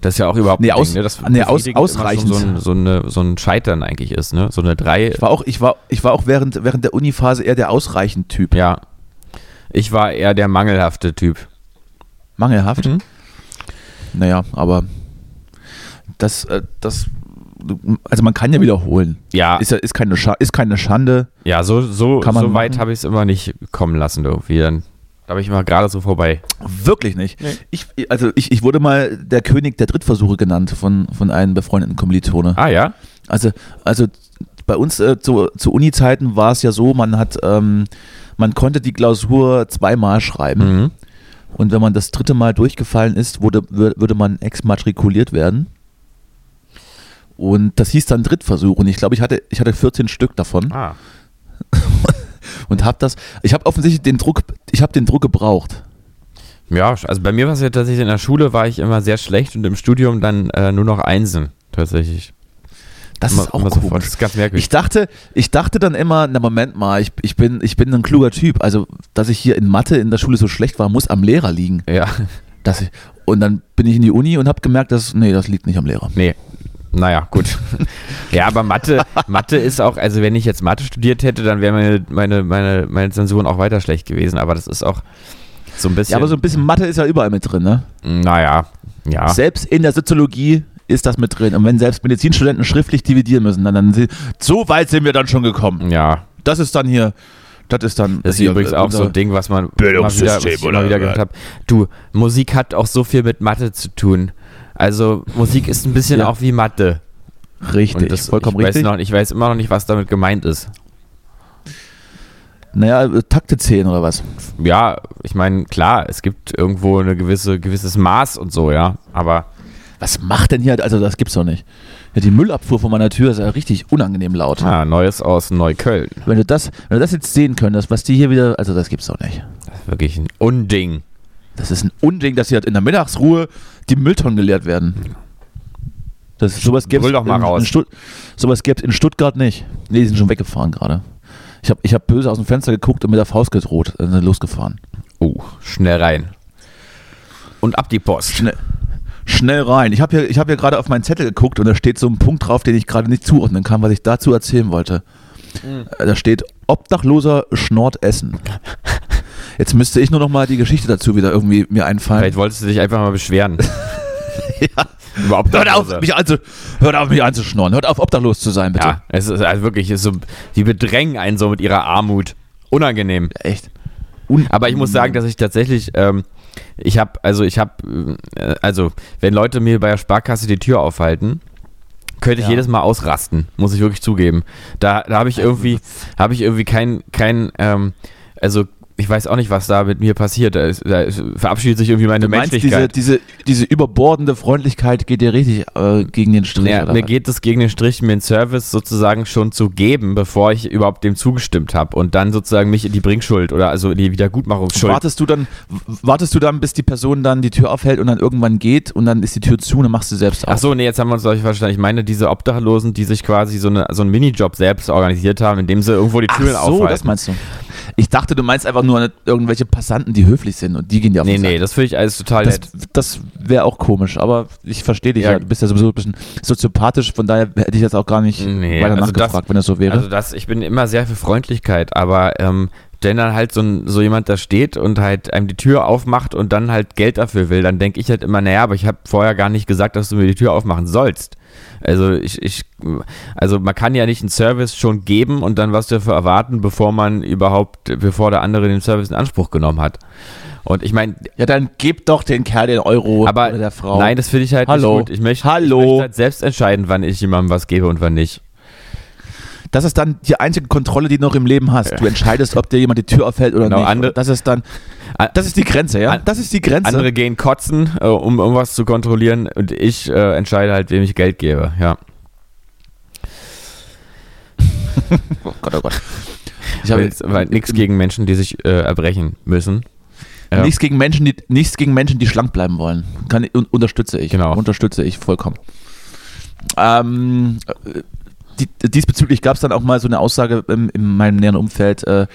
Speaker 6: Das ist ja auch überhaupt
Speaker 5: Nee,
Speaker 6: ein
Speaker 5: aus-
Speaker 6: Ding, ne? Das
Speaker 5: nee, aus-
Speaker 6: befriedigend immer schon
Speaker 5: ausreichend.
Speaker 6: So, ein- so, eine, so ein Scheitern eigentlich ist, ne? So eine drei.
Speaker 5: Ich war auch, ich war, ich war auch während, während der Uni-Phase eher der ausreichend Typ.
Speaker 6: Ja. Ich war eher der mangelhafte Typ.
Speaker 5: Mangelhaft.
Speaker 6: Mhm.
Speaker 5: Naja, aber das, äh, das, also man kann ja wiederholen.
Speaker 6: Ja,
Speaker 5: Ist ja, ist keine, Scha ist keine Schande.
Speaker 6: ja so, so,
Speaker 5: Kann man
Speaker 6: so weit
Speaker 5: machen.
Speaker 6: habe ich es immer nicht kommen lassen irgendwie. Dann, da bin ich immer gerade so vorbei.
Speaker 5: Wirklich nicht. Ich, also ich, ich wurde mal der König der Drittversuche genannt von, von einem befreundeten Kommilitone.
Speaker 6: Ah ja?
Speaker 5: Also, also bei uns äh, zu, zu Uni-Zeiten war es ja so, man hat, ähm, man konnte die Klausur zweimal schreiben.
Speaker 6: Mhm.
Speaker 5: Und wenn man das dritte Mal durchgefallen ist, wurde, wür- würde man exmatrikuliert werden. Und das hieß dann Drittversuch. Und ich glaube, ich hatte, ich hatte 14 Stück davon
Speaker 6: Ah.
Speaker 5: und habe das. Ich habe offensichtlich den Druck, ich habe den Druck gebraucht.
Speaker 6: Ja, also bei mir war es ja tatsächlich in der Schule war ich immer sehr schlecht und im Studium dann äh, nur noch Einsen tatsächlich.
Speaker 5: Das
Speaker 6: Immer-
Speaker 5: ist auch
Speaker 6: immer sofort.
Speaker 5: komisch.
Speaker 6: Das ist ganz merkwürdig.
Speaker 5: Ich dachte, ich dachte dann immer, na Moment mal, ich, ich, bin, ich bin ein kluger Typ. Also, dass ich hier in Mathe in der Schule so schlecht war, muss am Lehrer liegen.
Speaker 6: Ja,
Speaker 5: Dass ich, und dann bin ich in die Uni und habe gemerkt, dass, nee, das liegt nicht am Lehrer.
Speaker 6: nee. Naja, gut. ja, aber Mathe, Mathe ist auch, also wenn ich jetzt Mathe studiert hätte, dann wären meine, meine, meine, meine Zensuren auch weiter schlecht gewesen, aber das ist auch so ein bisschen.
Speaker 5: Ja, aber so ein bisschen Mathe ist ja überall mit drin, ne?
Speaker 6: Naja, ja.
Speaker 5: Selbst in der Soziologie ist das mit drin. Und wenn selbst Medizinstudenten schriftlich dividieren müssen, dann, dann sie- so weit sind wir dann schon gekommen.
Speaker 6: ja.
Speaker 5: Das ist dann hier, das ist dann.
Speaker 6: Mhm. Das ist
Speaker 5: hier
Speaker 6: übrigens auch
Speaker 5: unser-
Speaker 6: so ein Ding, was man Bildungssystem wieder, was ich immer wieder gehabt habe. Du, Musik hat auch so viel mit Mathe zu tun. Also Musik ist ein bisschen
Speaker 5: Ja.
Speaker 6: auch wie Mathe.
Speaker 5: Richtig, vollkommen
Speaker 6: ich
Speaker 5: richtig.
Speaker 6: Weiß noch, ich weiß immer noch nicht, was damit gemeint ist.
Speaker 5: Naja, äh, Takte zählen oder was?
Speaker 6: Ja, ich meine, klar, es gibt irgendwo eine gewisse gewisses Maß und so, ja. Aber
Speaker 5: Was macht denn hier? Also, das gibt's doch nicht. Ja, die Müllabfuhr vor meiner Tür ist ja richtig unangenehm laut.
Speaker 6: ah, Neues aus Neukölln.
Speaker 5: Wenn du das, wenn du das jetzt sehen könntest, was die hier wieder, also das gibt's doch nicht.
Speaker 6: Das ist wirklich ein Unding.
Speaker 5: Das ist ein Unding, dass hier halt in der Mittagsruhe die Mülltonnen geleert werden. Das, sowas gäbe
Speaker 6: Brüll doch mal
Speaker 5: in,
Speaker 6: raus.
Speaker 5: In Stutt, sowas gäbe in Stuttgart nicht. Nee, die sind schon weggefahren gerade. Ich habe ich hab böse aus dem Fenster geguckt und mit der Faust gedroht. Dann sind losgefahren.
Speaker 6: Oh, schnell rein. Und ab die Post.
Speaker 5: Schnell, schnell rein. Ich habe hier, ich hab hier gerade auf meinen Zettel geguckt und da steht so ein Punkt drauf, den ich gerade nicht zuordnen kann, was ich dazu erzählen wollte.
Speaker 6: Hm.
Speaker 5: Äh, Da steht Obdachloser schnort Essen. Jetzt müsste ich nur noch mal die Geschichte dazu wieder irgendwie mir einfallen.
Speaker 6: Vielleicht wolltest du dich einfach mal beschweren.
Speaker 5: Ja,
Speaker 6: Überhaupt
Speaker 5: Hört auf,
Speaker 6: Obdachlose.
Speaker 5: mich anzu, hört auf, mich anzuschnorren. Hört auf, obdachlos zu sein, bitte.
Speaker 6: Ja, es ist also wirklich, es ist so, die bedrängen einen so mit ihrer Armut. Unangenehm.
Speaker 5: Echt. Un
Speaker 6: Aber ich muss
Speaker 5: Mhm.
Speaker 6: sagen, dass ich tatsächlich, ähm, ich habe, also ich habe, äh, also wenn Leute mir bei der Sparkasse die Tür aufhalten, könnte ich jedes Mal ausrasten, muss ich wirklich zugeben. Da, da habe ich irgendwie, habe ich irgendwie kein, kein, ähm, also ich weiß auch nicht, was da mit mir passiert. Da, ist, da ist, verabschiedet sich irgendwie meine
Speaker 5: du meinst, diese,
Speaker 6: Menschlichkeit.
Speaker 5: diese, diese überbordende Freundlichkeit geht dir richtig äh, gegen den Strich.
Speaker 6: Ja,
Speaker 5: oder
Speaker 6: mir
Speaker 5: was?
Speaker 6: geht es gegen den Strich, mir einen Service sozusagen schon zu geben, bevor ich überhaupt dem zugestimmt habe und dann sozusagen mich in die Bringschuld oder also in die Wiedergutmachungsschuld
Speaker 5: wartest du dann, w- wartest du dann, bis die Person dann die Tür aufhält und dann irgendwann geht und dann ist die Tür zu und dann machst du selbst auf.
Speaker 6: Ach so, nee, jetzt haben wir uns glaube ich verstanden. Ich meine diese Obdachlosen, die sich quasi so, eine, so einen Minijob selbst organisiert haben, indem sie irgendwo die Türen
Speaker 5: Ach so,
Speaker 6: aufhalten.
Speaker 5: das meinst du. Ich dachte, du meinst einfach nur irgendwelche Passanten, die höflich sind und die gehen dir auf
Speaker 6: nee,
Speaker 5: den Sack.
Speaker 6: nee, das finde ich alles total
Speaker 5: Das,
Speaker 6: nett.
Speaker 5: das wäre auch komisch, aber ich verstehe dich
Speaker 6: Ja.
Speaker 5: ja. Du bist ja sowieso ein bisschen soziopathisch, von daher hätte ich jetzt auch gar nicht
Speaker 6: Nee,
Speaker 5: weiter
Speaker 6: also
Speaker 5: nachgefragt,
Speaker 6: das-
Speaker 5: wenn das so wäre.
Speaker 6: Also das, ich bin immer sehr für Freundlichkeit, aber ähm, wenn dann halt so, ein, so jemand da steht und halt einem die Tür aufmacht und dann halt Geld dafür will, dann denke ich halt immer, naja, aber ich habe vorher gar nicht gesagt, dass du mir die Tür aufmachen sollst. Also ich, ich, also man kann ja nicht einen Service schon geben und dann was dafür erwarten, bevor man überhaupt, bevor der andere den Service in Anspruch genommen hat. Und ich meine,
Speaker 5: ja, dann gib doch den Kerl den Euro
Speaker 6: aber
Speaker 5: oder der Frau.
Speaker 6: nein, das finde ich halt
Speaker 5: Hallo.
Speaker 6: nicht gut. Ich möchte,
Speaker 5: Hallo.
Speaker 6: ich möchte halt selbst entscheiden, wann ich jemandem was gebe und wann nicht.
Speaker 5: Das ist dann die einzige Kontrolle, die du noch im Leben hast. Du entscheidest, ob dir jemand die Tür aufhält oder
Speaker 6: Genau,
Speaker 5: nicht.
Speaker 6: andere-
Speaker 5: das ist dann, das ist die Grenze, ja?
Speaker 6: An-
Speaker 5: Das ist die Grenze.
Speaker 6: Andere gehen kotzen, äh, um irgendwas zu kontrollieren und ich äh, entscheide halt, wem ich Geld gebe. Ja.
Speaker 5: oh Gott, oh Gott. Ich
Speaker 6: Ich
Speaker 5: habe
Speaker 6: habe jetzt weil nichts gegen Menschen, die sich äh, erbrechen müssen. Ja.
Speaker 5: nichts gegen Menschen, die nichts gegen Menschen, die schlank bleiben wollen. Kann un, unterstütze ich.
Speaker 6: Genau.
Speaker 5: Unterstütze ich vollkommen. Ähm, äh, die, diesbezüglich gab es dann auch mal so eine Aussage im, in meinem näheren Umfeld, äh,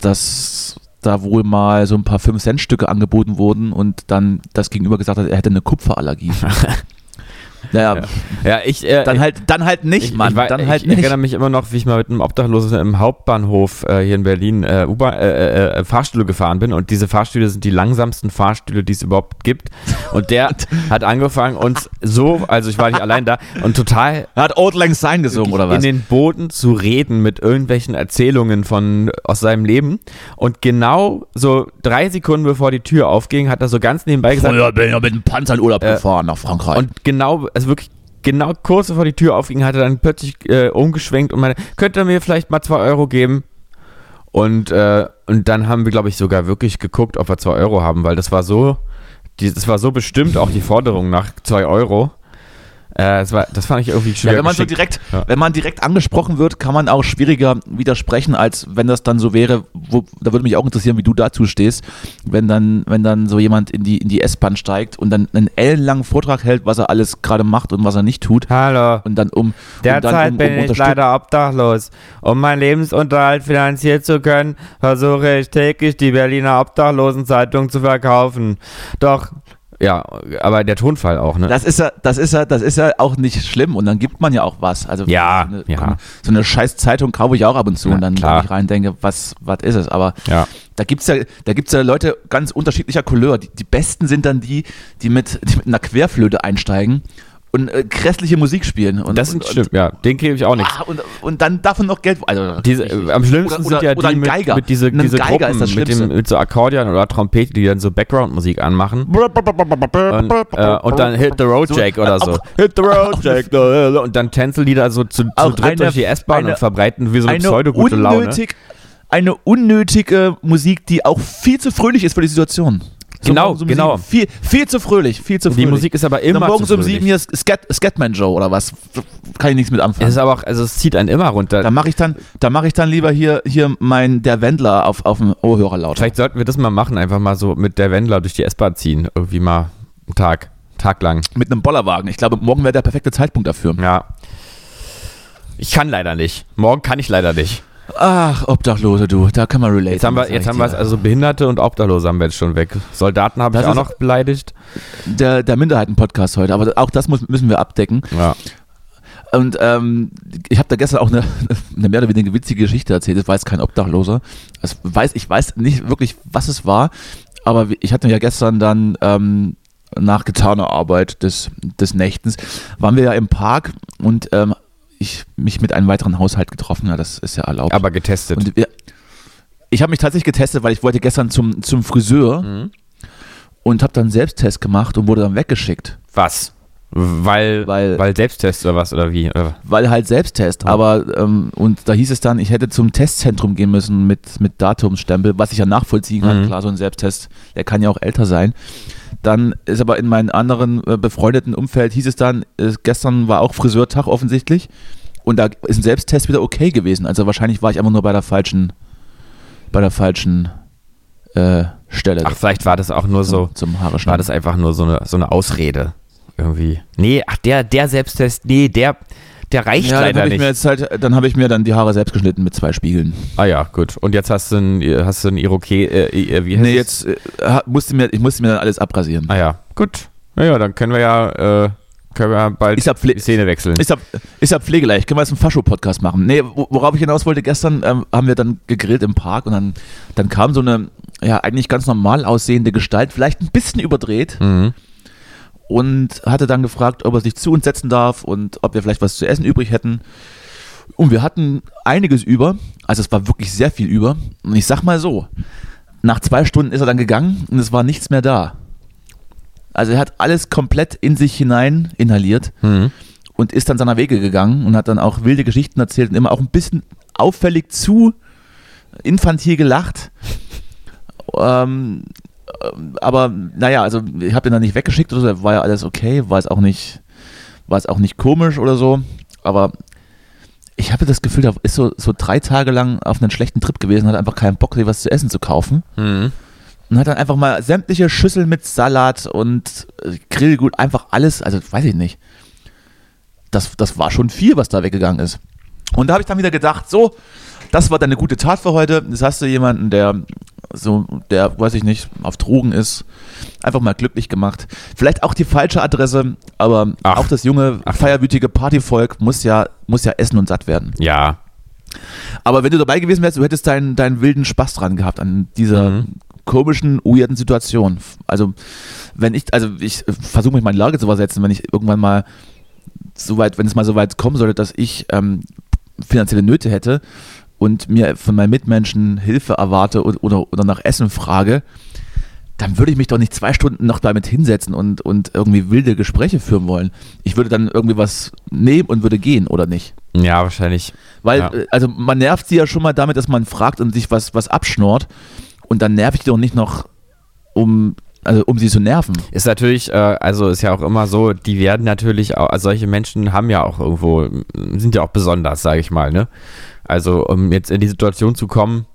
Speaker 5: dass da wohl mal so ein paar 5-Cent-Stücke angeboten wurden und dann das Gegenüber gesagt hat, er hätte eine Kupferallergie. naja,
Speaker 6: Ja, ich, äh,
Speaker 5: dann halt, dann halt nicht, Mann.
Speaker 6: Ich, ich,
Speaker 5: dann halt
Speaker 6: ich
Speaker 5: nicht.
Speaker 6: erinnere mich immer noch, wie ich mal mit einem Obdachlosen im Hauptbahnhof äh, hier in Berlin äh, U-Bahn- äh, äh, äh, Fahrstühle gefahren bin und diese Fahrstühle sind die langsamsten Fahrstühle, die es überhaupt gibt. Und der hat angefangen, uns so, also ich war nicht allein da, und total
Speaker 5: Er hat Old Lang Syne gesungen, oder was?
Speaker 6: in den Boden zu reden mit irgendwelchen Erzählungen von aus seinem Leben. Und genau so drei Sekunden bevor die Tür aufging, hat er so ganz nebenbei gesagt,
Speaker 5: Früher bin ich Oh ja mit einem Panzer in Urlaub
Speaker 6: Äh,
Speaker 5: gefahren nach Frankreich.
Speaker 6: und genau, also wirklich genau kurz bevor die Tür aufging, hat er dann plötzlich äh, umgeschwenkt und meinte, könnt ihr mir vielleicht mal 2 Euro geben? Und, äh, und dann haben wir, glaube ich, sogar wirklich geguckt, ob wir 2 Euro haben, weil das war so, die, das war so bestimmt auch die Forderung nach 2 Euro. Äh, das, war, das fand ich irgendwie schwer.
Speaker 5: Ja, wenn man so
Speaker 6: geschickt.
Speaker 5: direkt,
Speaker 6: Ja.
Speaker 5: wenn man direkt angesprochen wird, kann man auch schwieriger widersprechen, als wenn das dann so wäre, wo, da würde mich auch interessieren, wie du dazu stehst, wenn dann, wenn dann so jemand in die, in die S-Bahn steigt und dann einen ellenlangen Vortrag hält, was er alles gerade macht und was er nicht tut.
Speaker 6: Hallo.
Speaker 5: Und dann um und dann
Speaker 6: Derzeit
Speaker 5: um,
Speaker 6: bin ich
Speaker 5: unterstüt-
Speaker 6: leider obdachlos. Um meinen Lebensunterhalt finanzieren zu können, versuche ich täglich die Berliner Obdachlosenzeitung zu verkaufen. Doch. Ja, aber der Tonfall auch, ne?
Speaker 5: Das ist ja, das ist ja, das ist ja auch nicht schlimm und dann gibt man ja auch was. Also
Speaker 6: Ja,
Speaker 5: so eine,
Speaker 6: ja.
Speaker 5: so eine scheiß Zeitung kaufe ich auch ab und zu
Speaker 6: Na,
Speaker 5: und dann
Speaker 6: klar.
Speaker 5: wenn ich rein denke, was, was ist es? Aber
Speaker 6: Ja.
Speaker 5: da gibt's ja, da gibt's ja Leute ganz unterschiedlicher Couleur. Die, die besten sind dann die, die mit, die mit einer Querflöte einsteigen und äh, grässliche Musik spielen. Und,
Speaker 6: das
Speaker 5: und,
Speaker 6: sind stimmt, ja. Den gebe ich auch nichts.
Speaker 5: Ah, und, und dann davon noch Geld. Also,
Speaker 6: Diese, äh, am schlimmsten
Speaker 5: Oder- oder-
Speaker 6: sind ja
Speaker 5: oder
Speaker 6: die
Speaker 5: ein
Speaker 6: mit,
Speaker 5: Geiger.
Speaker 6: mit diese,
Speaker 5: Ein
Speaker 6: diese
Speaker 5: Geiger
Speaker 6: Gruppen
Speaker 5: ist das
Speaker 6: mit, dem,
Speaker 5: Schlimmste.
Speaker 6: mit so Akkordeon oder Trompete, die dann so Background-Musik anmachen. Und, äh, und dann Hit the Road
Speaker 5: So,
Speaker 6: Jack oder so.
Speaker 5: auch-
Speaker 6: Hit the Road Jack. Und dann tänzeln die da so zu, zu
Speaker 5: Auch
Speaker 6: dritt
Speaker 5: eine-
Speaker 6: durch die S-Bahn
Speaker 5: eine-
Speaker 6: und verbreiten wie so eine,
Speaker 5: eine
Speaker 6: pseudo-gute Laune.
Speaker 5: unnötig, eine unnötige Musik, die auch viel zu fröhlich ist für die Situation. So
Speaker 6: Genau,
Speaker 5: morgens um
Speaker 6: genau.
Speaker 5: sieben, Viel, viel zu fröhlich, viel zu
Speaker 6: Die
Speaker 5: fröhlich.
Speaker 6: Musik ist aber immer
Speaker 5: Dann morgens
Speaker 6: zu
Speaker 5: um
Speaker 6: fröhlich.
Speaker 5: sieben hier Scat, Scatman Joe oder was? Kann ich nichts mit
Speaker 6: Es ist
Speaker 5: anfangen.
Speaker 6: aber auch, also es zieht einen immer runter.
Speaker 5: Da mache ich dann, da mache ich dann lieber hier, hier mein der Wendler auf, auf dem Ohrhörer laut.
Speaker 6: Vielleicht sollten wir das mal machen, einfach mal so mit der Wendler durch die S-Bahn ziehen, irgendwie mal einen Tag, Tag lang.
Speaker 5: Mit einem Bollerwagen. Ich glaube, morgen wäre der perfekte Zeitpunkt dafür.
Speaker 6: Ja. Ich kann leider nicht. Morgen kann ich leider nicht.
Speaker 5: Ach, Obdachlose, du, da kann man relate.
Speaker 6: Jetzt haben wir, jetzt haben wir es, also Behinderte und Obdachlose haben wir jetzt schon weg. Soldaten habe ich
Speaker 5: Das
Speaker 6: auch
Speaker 5: ist-
Speaker 6: noch beleidigt.
Speaker 5: der, der Minderheiten-Podcast heute, aber auch das muss, müssen wir abdecken.
Speaker 6: Ja.
Speaker 5: Und ähm, ich habe da gestern auch eine, eine mehr oder weniger witzige Geschichte erzählt. Das war jetzt kein Obdachloser. Das weiß, ich weiß nicht wirklich, was es war, aber wie- ich hatte ja gestern dann ähm, nach getaner Arbeit des, des Nächtens waren wir ja im Park und ähm, ich mich mit einem weiteren Haushalt getroffen. Ja, das ist ja erlaubt.
Speaker 6: Aber getestet.
Speaker 5: Und wir, ich habe mich tatsächlich getestet, weil ich wollte gestern zum, zum Friseur und habe dann Selbsttest gemacht und wurde dann weggeschickt.
Speaker 6: was? Weil, weil,
Speaker 5: Weil-
Speaker 6: Selbsttest oder was oder wie? Oder?
Speaker 5: Weil halt Selbsttest, aber ähm, und da hieß es dann, ich hätte zum Testzentrum gehen müssen mit, mit Datumsstempel, was ich ja nachvollziehen kann.
Speaker 6: Mhm.
Speaker 5: Klar, so ein Selbsttest, der kann ja auch älter sein. Dann ist aber in meinem anderen äh, befreundeten Umfeld hieß es dann, äh, gestern war auch Friseurtag offensichtlich und da ist ein Selbsttest wieder okay gewesen. Also wahrscheinlich war ich einfach nur bei der falschen, bei der falschen äh, Stelle
Speaker 6: Ach, vielleicht war das auch nur so,
Speaker 5: zum Haare
Speaker 6: war
Speaker 5: schneiden.
Speaker 6: das einfach nur so eine, so eine Ausrede irgendwie. Nee, ach, der, der Selbsttest, nee, der, der reicht
Speaker 5: Ja, dann
Speaker 6: leider
Speaker 5: habe ich
Speaker 6: nicht.
Speaker 5: mir jetzt halt, dann habe ich mir dann die Haare selbst geschnitten mit zwei Spiegeln.
Speaker 6: ah ja, gut. Und jetzt hast du einen, hast du einen Iroquet, äh, äh, wie heißt
Speaker 5: Nee,
Speaker 6: es?
Speaker 5: jetzt äh, ha- musste mir, ich musste mir dann alles abrasieren.
Speaker 6: Ah ja, gut. Naja, dann können wir ja, äh, können wir ja bald
Speaker 5: Ich hab Fle-
Speaker 6: die Szene wechseln.
Speaker 5: Ist ja, ist ja pflegeleicht. Können wir jetzt einen Fascho-Podcast machen? Nee, wo- worauf ich hinaus wollte, gestern ähm, haben wir dann gegrillt im Park und dann, dann kam so eine, ja, eigentlich ganz normal aussehende Gestalt, vielleicht ein bisschen überdreht
Speaker 6: Mhm.
Speaker 5: und hatte dann gefragt, ob er sich zu uns setzen darf und ob wir vielleicht was zu essen übrig hätten. Und wir hatten einiges über, also es war wirklich sehr viel über. Und ich sag mal so, nach zwei Stunden ist er dann gegangen und es war nichts mehr da. Also er hat alles komplett in sich hinein inhaliert und ist dann seiner Wege gegangen und hat dann auch wilde Geschichten erzählt und immer auch ein bisschen auffällig zu infantil gelacht. Ähm, ähm, aber naja, also ich habe ihn dann nicht weggeschickt oder so, war ja alles okay, war es auch nicht, war es auch nicht komisch oder so. Aber ich hatte das Gefühl, da ist so, so drei Tage lang auf einen schlechten Trip gewesen, hat einfach keinen Bock, sich was zu essen zu kaufen. Und hat dann einfach mal sämtliche Schüsseln mit Salat und äh, Grillgut, einfach alles, also weiß ich nicht das, das war schon viel, was da weggegangen ist. Und da habe ich dann wieder gedacht, so, das war deine gute Tat für heute. Jetzt hast du jemanden, der so, der, weiß ich nicht, auf Drogen ist, einfach mal glücklich gemacht. Vielleicht auch die falsche Adresse, aber
Speaker 6: Ach.
Speaker 5: auch das junge, feierwütige Partyvolk muss ja, muss ja essen und satt werden.
Speaker 6: ja,
Speaker 5: Aber wenn du dabei gewesen wärst, du hättest deinen, deinen wilden Spaß dran gehabt an dieser komischen, weirden Situation. Also, wenn ich, also ich äh, versuche mich mal in Lage zu versetzen, wenn ich irgendwann mal so weit, wenn es mal so weit kommen sollte, dass ich ähm, finanzielle Nöte hätte und mir von meinen Mitmenschen Hilfe erwarte oder, oder, oder nach Essen frage, dann würde ich mich doch nicht zwei Stunden noch damit hinsetzen und, und irgendwie wilde Gespräche führen wollen. Ich würde dann irgendwie was nehmen und würde gehen, oder nicht?
Speaker 6: ja, wahrscheinlich.
Speaker 5: Weil,
Speaker 6: Ja.
Speaker 5: äh, also man nervt sie ja schon mal damit, dass man fragt und sich was, was abschnort. Und dann nerv ich die doch nicht noch, um, also um sie zu nerven.
Speaker 6: Ist natürlich, äh, also ist ja auch immer so, die werden natürlich auch, also solche Menschen haben ja auch irgendwo, sind ja auch besonders, sage ich mal, ne? Also, um jetzt in die Situation zu kommen,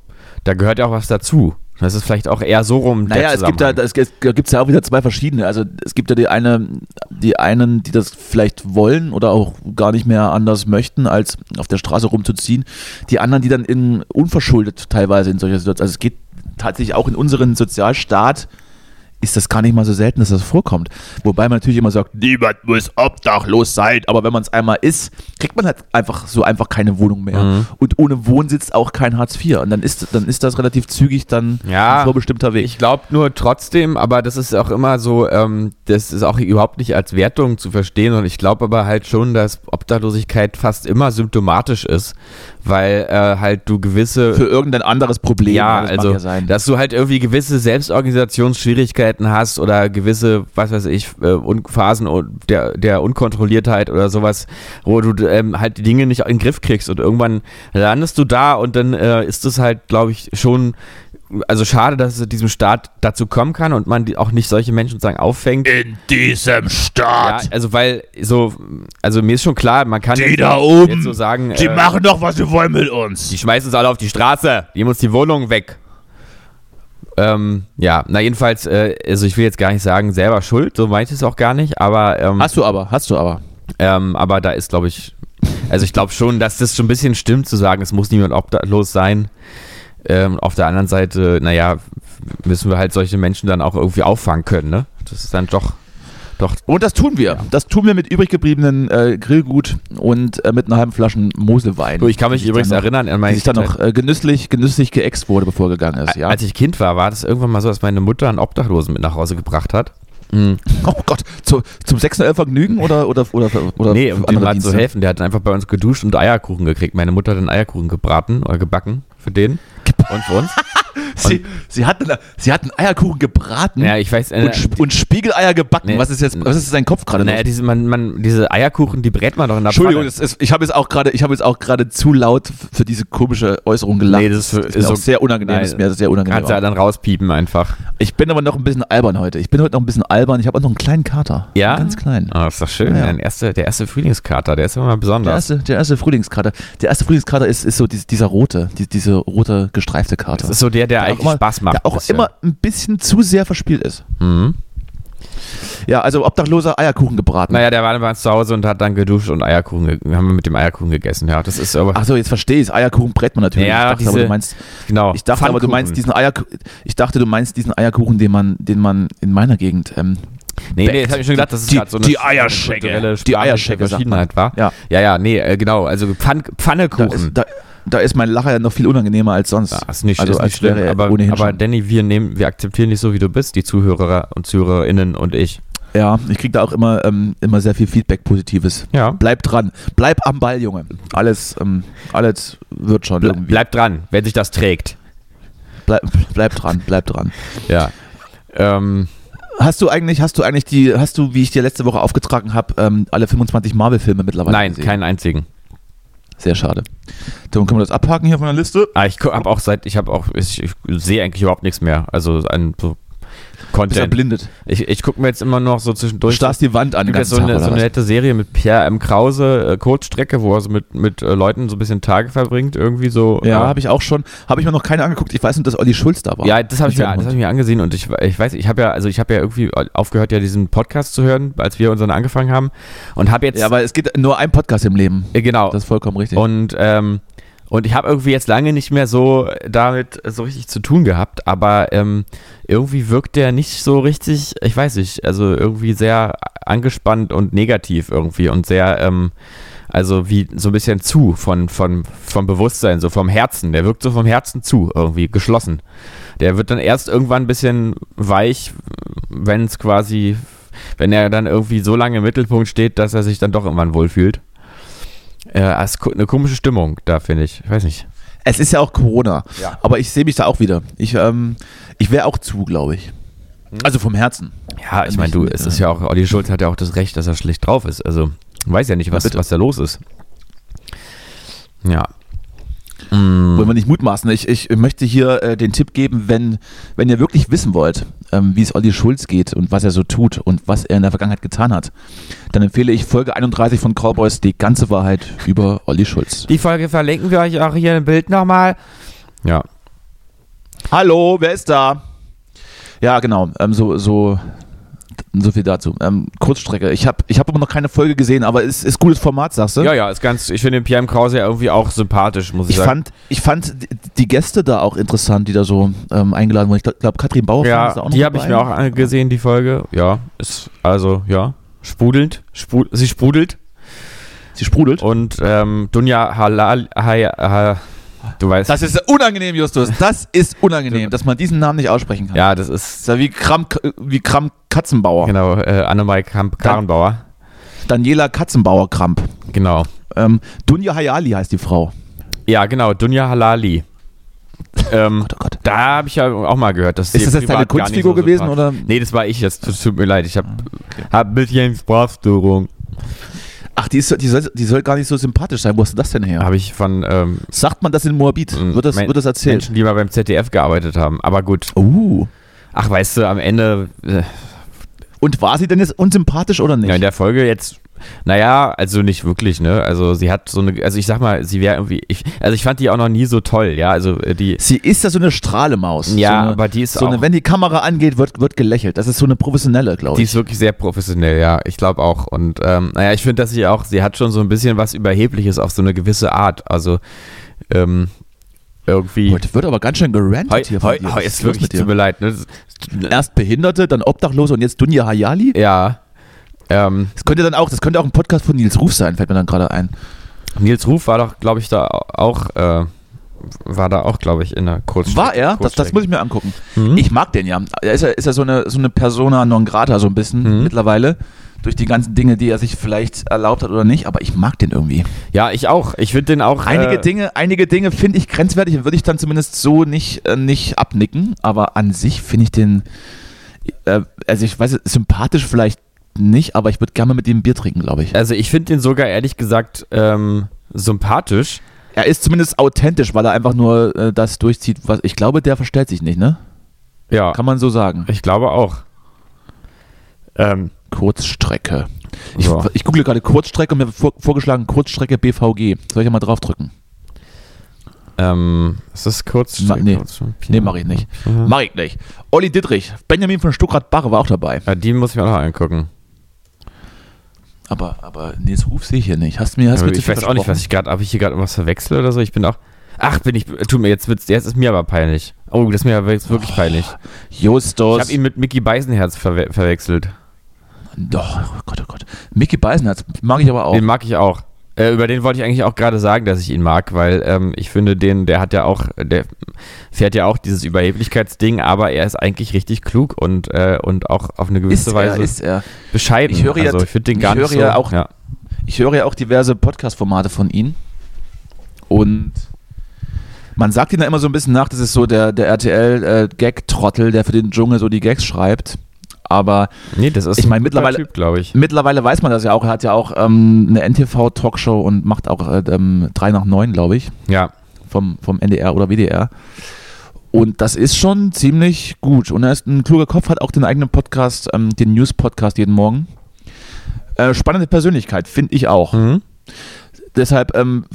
Speaker 6: da gehört ja auch was dazu. Das ist vielleicht auch eher so rum. der
Speaker 5: Naja, es gibt da,
Speaker 6: Zusammenhang.
Speaker 5: es, es gibt's ja auch wieder zwei verschiedene. Also es gibt ja die eine, die einen, die das vielleicht wollen oder auch gar nicht mehr anders möchten, als auf der Straße rumzuziehen. Die anderen, die dann in unverschuldet teilweise in solcher Situation. Also es geht tatsächlich auch in unseren Sozialstaat ist das gar nicht mal so selten, dass das vorkommt. Wobei man natürlich immer sagt, niemand muss obdachlos sein, aber wenn man es einmal ist, kriegt man halt einfach so einfach keine Wohnung mehr.
Speaker 6: Mhm.
Speaker 5: Und ohne Wohnsitz auch kein Hartz IV. Und dann ist, dann ist das relativ zügig dann
Speaker 6: Ja,
Speaker 5: ein vorbestimmter Weg.
Speaker 6: Ich glaube nur trotzdem, aber das ist auch immer so, ähm, das ist auch überhaupt nicht als Wertung zu verstehen und ich glaube aber halt schon, dass Obdachlosigkeit fast immer symptomatisch ist, weil äh, halt du gewisse
Speaker 5: für irgendein anderes Problem.
Speaker 6: ja,
Speaker 5: das mag
Speaker 6: also,
Speaker 5: ja sein.
Speaker 6: dass du halt irgendwie gewisse Selbstorganisationsschwierigkeiten hast oder gewisse, was weiß ich, äh, Un- Phasen un- der, der Unkontrolliertheit oder sowas, wo du ähm, halt die Dinge nicht in den Griff kriegst und irgendwann landest du da und dann äh, ist es halt, glaube ich, schon, also schade, dass es in diesem Staat dazu kommen kann und man die, auch nicht solche Menschen sozusagen auffängt.
Speaker 5: in diesem
Speaker 6: Ja,
Speaker 5: Staat,
Speaker 6: also weil so, also mir ist schon klar, man kann jetzt, jetzt so sagen, äh,
Speaker 5: doch, was sie wollen mit uns.
Speaker 6: die schmeißen uns alle auf die Straße. Die nehmen uns die Wohnung weg. Ähm, ja, na jedenfalls, äh, also ich will jetzt gar nicht sagen, selber schuld, so meinte ich es auch gar nicht, aber, ähm,
Speaker 5: Hast du aber, hast du aber.
Speaker 6: ähm, aber da ist, glaube ich, also ich glaube schon, dass das schon ein bisschen stimmt zu sagen, es muss niemand obdachlos sein. Ähm, auf der anderen Seite, naja, müssen wir halt solche Menschen dann auch irgendwie auffangen können, ne? Das ist dann doch, doch,
Speaker 5: Und das tun wir. Das tun wir mit übrig gebliebenen äh, Grillgut und äh, mit einer halben Flasche Moselwein.
Speaker 6: du, ich kann mich
Speaker 5: Die sich
Speaker 6: übrigens
Speaker 5: dann noch-
Speaker 6: erinnern an
Speaker 5: Die
Speaker 6: meine
Speaker 5: sich dann noch äh, genüsslich, genüsslich geäxt wurde, bevor er gegangen ist. Ja.
Speaker 6: Als ich Kind war, war das irgendwann mal so, dass meine Mutter einen Obdachlosen mit nach Hause gebracht hat.
Speaker 5: Oh Gott, zu, zum sexuellen Vergnügen oder oder oder oder
Speaker 6: nee, um
Speaker 5: für
Speaker 6: dem
Speaker 5: andere
Speaker 6: Mann zu
Speaker 5: Dienste?
Speaker 6: helfen. Der hat einfach bei uns geduscht und Eierkuchen gekriegt. Meine Mutter hat einen Eierkuchen gebraten oder gebacken für den und für uns.
Speaker 5: Sie, sie hatten sie hatten Eierkuchen gebraten
Speaker 6: Ja, ich weiß. Äh,
Speaker 5: und, Sp- und Spiegeleier gebacken.
Speaker 6: Nee.
Speaker 5: was ist jetzt was ist in seinem Kopf gerade?
Speaker 6: naja,
Speaker 5: los?
Speaker 6: diese, man, man, diese Eierkuchen, die brät man doch in der
Speaker 5: Entschuldigung,
Speaker 6: Pfanne.
Speaker 5: es ist, ich habe jetzt auch gerade ich habe jetzt auch gerade zu laut f- für diese komische Äußerung gelacht.
Speaker 6: Nee, das ist-
Speaker 5: mir
Speaker 6: ist
Speaker 5: auch
Speaker 6: so-
Speaker 5: sehr unangenehm.
Speaker 6: Nein.
Speaker 5: ist mir sehr unangenehm.
Speaker 6: Kannst du ja dann rauspiepen einfach.
Speaker 5: Ich bin aber noch ein bisschen albern heute. Ich bin heute noch ein bisschen albern. Ich habe auch noch einen kleinen Kater.
Speaker 6: Ja?
Speaker 5: Ganz klein.
Speaker 6: Ah, ist doch schön.
Speaker 5: Ja.
Speaker 6: Ein erster, der erste Frühlingskater, der ist immer mal
Speaker 5: Der
Speaker 6: besonders.
Speaker 5: erste, der erste Frühlingskater. Der erste Frühlingskater ist, ist so dies- dieser rote, die, diese rote gestreifte Karte.
Speaker 6: Das ist so der, der,
Speaker 5: auch
Speaker 6: eigentlich
Speaker 5: immer-
Speaker 6: Spaß macht.
Speaker 5: Der auch
Speaker 6: ein bisschen.
Speaker 5: immer ein bisschen zu sehr verspielt ist.
Speaker 6: Mhm.
Speaker 5: Ja, also obdachloser Eierkuchen gebraten.
Speaker 6: Naja, der war bei uns zu Hause und hat dann geduscht und Eierkuchen, ge- haben wir mit dem Eierkuchen gegessen. Ja, das ist aber.
Speaker 5: Achso, jetzt verstehe ich. Eierkuchen brät man natürlich.
Speaker 6: Ja,
Speaker 5: ich dachte, aber,
Speaker 6: diese-
Speaker 5: du meinst,
Speaker 6: genau.
Speaker 5: ich dachte aber du
Speaker 6: Pfannkuchen.
Speaker 5: meinst diesen Eierkuchen. Ich dachte, du meinst diesen Eierkuchen, den man, den man in meiner Gegend. Ähm,
Speaker 6: Nee, nee, das hab ich schon gedacht, das ist
Speaker 5: Die-
Speaker 6: gerade so eine
Speaker 5: die Eierschecke.
Speaker 6: kulturelle
Speaker 5: Die Eierschecke, sagt man.
Speaker 6: Verschiedenheit, war.
Speaker 5: Ja.
Speaker 6: ja, ja, nee, äh, genau. Also Pfann
Speaker 5: da,
Speaker 6: Pfannekuchen.
Speaker 5: ist, da, da ist mein Lacher ja noch viel unangenehmer als sonst.
Speaker 6: Ja, Ah, ist nicht,
Speaker 5: also
Speaker 6: ist
Speaker 5: als
Speaker 6: nicht schlimm,
Speaker 5: wäre er
Speaker 6: aber,
Speaker 5: ohnehin
Speaker 6: aber
Speaker 5: schon-
Speaker 6: Danny, wir nehmen, wir akzeptieren dich so, wie du bist, die Zuhörer und ZuhörerInnen und ich.
Speaker 5: Ja, ich kriege da auch immer, ähm, immer sehr viel Feedback Positives.
Speaker 6: Ja.
Speaker 5: Bleib dran, bleib am Ball, Junge. Alles, ähm, alles wird schon
Speaker 6: Ble
Speaker 5: irgendwie.
Speaker 6: bleib dran, wenn sich das trägt.
Speaker 5: Bleib, bleib dran, bleib dran.
Speaker 6: Ja. Ähm,
Speaker 5: Hast du eigentlich, hast du eigentlich die, hast du, wie ich dir letzte Woche aufgetragen habe, ähm, alle 25 Marvel-Filme mittlerweile
Speaker 6: nein,
Speaker 5: gesehen?
Speaker 6: keinen einzigen.
Speaker 5: Sehr schade. Dann können wir das abhaken hier von der Liste.
Speaker 6: Ah, ich habe auch seit, ich habe auch, ich, ich sehe eigentlich überhaupt nichts mehr. Also an so
Speaker 5: Bist ja
Speaker 6: Content.
Speaker 5: blindet.
Speaker 6: Ich, ich gucke mir jetzt immer noch so
Speaker 5: Du
Speaker 6: zwischendurch.
Speaker 5: starrst die Wand an. den
Speaker 6: gibt es so
Speaker 5: ganzen
Speaker 6: eine,
Speaker 5: Tag,
Speaker 6: so eine
Speaker 5: oder
Speaker 6: nette Serie mit Pierre M. Krause, äh, Kurzstrecke, wo er so mit, mit äh, Leuten so ein bisschen Tage verbringt, irgendwie so.
Speaker 5: was? Ja,
Speaker 6: äh,
Speaker 5: habe ich auch schon. Habe ich mir noch keine angeguckt. Ich weiß nur, dass Olli Schulz da war.
Speaker 6: Ja, das habe ich,
Speaker 5: Mit
Speaker 6: mir-
Speaker 5: seinem
Speaker 6: das hab
Speaker 5: Hund.
Speaker 6: ich mir angesehen und ich, ich weiß, ich habe ja, also ich habe ja irgendwie aufgehört, ja diesen Podcast zu hören, als wir unseren angefangen haben und habe jetzt,
Speaker 5: ja, aber es gibt nur einen Podcast im Leben.
Speaker 6: äh, genau,
Speaker 5: Das ist vollkommen richtig.
Speaker 6: und, ähm, und ich habe irgendwie jetzt lange nicht mehr so damit so richtig zu tun gehabt, aber ähm, irgendwie wirkt der nicht so richtig, ich weiß nicht, also irgendwie sehr angespannt und negativ irgendwie und sehr, ähm, also wie so ein bisschen zu von, von, vom Bewusstsein, so vom Herzen. Der wirkt so vom Herzen zu irgendwie, geschlossen. Der wird dann erst irgendwann ein bisschen weich, wenn es quasi, wenn er dann irgendwie so lange im Mittelpunkt steht, dass er sich dann doch irgendwann wohlfühlt. Äh, ist ko- eine komische Stimmung da, finde ich. Ich weiß nicht.
Speaker 5: Es ist ja auch Corona.
Speaker 6: Ja.
Speaker 5: Aber ich sehe mich da auch wieder. Ich, ähm, ich wäre auch zu, glaube ich. Also vom Herzen.
Speaker 6: Ja, ich meine, du, es ist ja auch, Olli Schulz hat ja auch das Recht, dass er schlecht drauf ist. Also, weiß ja nicht, was,
Speaker 5: bitte.
Speaker 6: was da los ist. Ja.
Speaker 5: Wollen wir nicht mutmaßen. Ich, ich möchte hier äh, den Tipp geben, wenn, wenn ihr wirklich wissen wollt, ähm, wie es Olli Schulz geht und was er so tut und was er in der Vergangenheit getan hat, dann empfehle ich Folge 31 von Cowboys die ganze Wahrheit über Olli Schulz.
Speaker 6: Die Folge verlinken wir euch auch hier im Bild nochmal. Ja.
Speaker 5: Hallo, wer ist da? Ja, genau. Ähm, so, so, so viel dazu. Ähm, Kurzstrecke. Ich habe ich hab aber noch keine Folge gesehen, aber es ist, ist gutes Format, sagst du?
Speaker 6: Ja, ja, ist ganz, ich finde den PM Krause ja irgendwie auch sympathisch, muss ich,
Speaker 5: Ich
Speaker 6: sagen.
Speaker 5: fand, ich fand die- die Gäste da auch interessant, die da so ähm, eingeladen wurden. Ich glaube, Katrin Bauer ist da
Speaker 6: Ja,
Speaker 5: auch
Speaker 6: die
Speaker 5: noch
Speaker 6: habe ich
Speaker 5: dabei.
Speaker 6: mir auch angesehen, die Folge. Ja, ist, also, ja, sprudelnd. Spru sie sprudelt.
Speaker 5: Sie sprudelt.
Speaker 6: Und ähm, Dunja Halal, Hai, ha, du weißt.
Speaker 5: Das ist unangenehm, Justus. Das ist unangenehm, dass man diesen Namen nicht aussprechen kann.
Speaker 6: ja, das ist,
Speaker 5: Das ist ja wie Kram, wie Kram Katzenbauer.
Speaker 6: genau, äh, Annemai Kamp Karrenbauer.
Speaker 5: Daniela Katzenbauer Kramp.
Speaker 6: Genau.
Speaker 5: Ähm, Dunja Hayali heißt die Frau.
Speaker 6: Ja, genau, Dunja Halali. ähm,
Speaker 5: Oh Gott.
Speaker 6: da habe ich ja auch mal gehört, dass
Speaker 5: Ist
Speaker 6: sie
Speaker 5: das jetzt
Speaker 6: privat
Speaker 5: deine
Speaker 6: gar nicht
Speaker 5: Kunstfigur gewesen,
Speaker 6: sympathisch-
Speaker 5: oder?
Speaker 6: Nee, das war ich jetzt. Das tut mir leid. Ich habe hab ein bisschen Sprachstörung.
Speaker 5: Ach, die, ist, die, soll, die soll gar nicht so sympathisch sein. Wo hast du das denn her?
Speaker 6: Habe ich von ähm,
Speaker 5: Sagt man das in Moabit? Wird das,
Speaker 6: Men-
Speaker 5: wird das erzählt?
Speaker 6: Mm, Menschen, die mal beim ZDF gearbeitet haben. Aber gut.
Speaker 5: Uh.
Speaker 6: Ach, weißt du, am Ende, äh,
Speaker 5: Und war sie denn jetzt unsympathisch oder nicht?
Speaker 6: ja, in der Folge jetzt, naja, also nicht wirklich, ne? Also sie hat so eine, also ich sag mal, sie wäre irgendwie, ich, also ich fand die auch noch nie so toll, ja? Also äh, die,
Speaker 5: Sie ist ja so eine Strahlemaus.
Speaker 6: Ja,
Speaker 5: so eine,
Speaker 6: aber die ist
Speaker 5: so
Speaker 6: auch-
Speaker 5: Eine, wenn die Kamera angeht, wird, wird gelächelt. Das ist so eine professionelle, glaube
Speaker 6: die
Speaker 5: ich.
Speaker 6: ist wirklich sehr professionell, ja, ich glaube auch. Und ähm, naja, ich finde, dass sie auch, sie hat schon so ein bisschen was Überhebliches auf so eine gewisse Art. Also, ähm, irgendwie.
Speaker 5: Heute wird aber ganz schön gerantet
Speaker 6: Heu,
Speaker 5: hier von
Speaker 6: heu,
Speaker 5: dir.
Speaker 6: heu,
Speaker 5: Was
Speaker 6: ist
Speaker 5: los
Speaker 6: wirklich,
Speaker 5: mit
Speaker 6: tut mir
Speaker 5: dir?
Speaker 6: leid, ne? Das-
Speaker 5: Erst Behinderte, dann Obdachlose und jetzt Dunja Hayali.
Speaker 6: Ja. Ähm,
Speaker 5: Das könnte dann auch, das könnte auch ein Podcast von Nils Ruf sein, fällt mir dann gerade ein.
Speaker 6: Nils Ruf war doch, glaube ich, da auch äh, war da auch, glaube ich, in der Kurzstrecke.
Speaker 5: War er? Das, das muss ich mir angucken.
Speaker 6: Mhm.
Speaker 5: Ich mag den ja. Er ist ja, ist ja so, eine, so eine Persona non grata so ein bisschen
Speaker 6: Mhm.
Speaker 5: mittlerweile. Durch die ganzen Dinge, die er sich vielleicht erlaubt hat oder nicht. Aber ich mag den irgendwie.
Speaker 6: Ja, ich auch. Ich finde den auch.
Speaker 5: Einige
Speaker 6: äh,
Speaker 5: Dinge, einige Dinge finde ich grenzwertig und würde ich dann zumindest so nicht, äh, nicht abnicken. Aber an sich finde ich den, äh, also ich weiß, sympathisch vielleicht nicht, aber ich würde gerne mal mit ihm Bier trinken, glaube ich.
Speaker 6: Also ich finde den sogar ehrlich gesagt ähm, sympathisch.
Speaker 5: Er ist zumindest authentisch, weil er einfach nur äh, das durchzieht, was ich glaube, der verstellt sich nicht, ne?
Speaker 6: Ja,
Speaker 5: Kann man so sagen.
Speaker 6: ich glaube auch. Ähm,
Speaker 5: Kurzstrecke. Ich,
Speaker 6: So.
Speaker 5: ich google gerade Kurzstrecke und mir wird vor, vorgeschlagen Kurzstrecke BVG. Soll ich ja mal draufdrücken?
Speaker 6: ähm, ist das kurz? ne? Mhm.
Speaker 5: Ma- nee. Nee, mach ich nicht. Mach ich nicht. Olli Dittrich, Benjamin von Stuckrad-Barre war auch dabei.
Speaker 6: Ja, Ah, die muss ich mir auch noch angucken.
Speaker 5: Aber, aber Nils Ruf sehe ich hier nicht. Hast du mir, hast
Speaker 6: Aber
Speaker 5: du mir zu
Speaker 6: ich
Speaker 5: viel
Speaker 6: weiß auch nicht, was
Speaker 5: versprochen?
Speaker 6: ich gerade, ob ich hier gerade was verwechsel oder so. Ich bin auch. Ach, bin ich. Tu mir jetzt Witz. Jetzt ist mir aber peinlich. Oh, das ist mir aber jetzt wirklich peinlich.
Speaker 5: Oh,
Speaker 6: Ich
Speaker 5: Justus.
Speaker 6: habe ihn mit Mickey Beisenherz verwe verwechselt.
Speaker 5: Doch, oh Gott, oh Gott. Mickey Beisenherz mag ich aber auch.
Speaker 6: Den mag ich auch. Äh, über den wollte ich eigentlich auch gerade sagen, dass ich ihn mag, weil ähm, ich finde, den, der hat ja auch, der fährt ja auch dieses Überheblichkeitsding, aber er ist eigentlich richtig klug und, äh, und auch auf eine gewisse
Speaker 5: Ist
Speaker 6: Weise
Speaker 5: er, ist er.
Speaker 6: bescheiden.
Speaker 5: Ich höre ja-
Speaker 6: also ich finde den
Speaker 5: ich
Speaker 6: gar
Speaker 5: höre
Speaker 6: nicht so.
Speaker 5: ja auch-
Speaker 6: ja.
Speaker 5: Ich höre ja auch diverse Podcast-Formate von ihm. Und man sagt ihn da immer so ein bisschen nach, das ist so der, der RTL-Gag-Trottel, äh, der für den Dschungel so die Gags schreibt. Aber
Speaker 6: Nee, das ist
Speaker 5: Ich meine,
Speaker 6: ein guter
Speaker 5: mittlerweile-
Speaker 6: Typ, glaube ich.
Speaker 5: mittlerweile weiß man das ja auch. Er hat ja auch ähm, eine NTV-Talkshow und macht auch äh, ähm, 3 nach 9, glaube ich.
Speaker 6: Ja.
Speaker 5: vom, vom NDR oder WDR. Und das ist schon ziemlich gut. Und er ist ein kluger Kopf, hat auch den eigenen Podcast, ähm, den News-Podcast jeden Morgen. Äh, spannende Persönlichkeit, finde ich auch.
Speaker 6: Mhm.
Speaker 5: Deshalb ähm,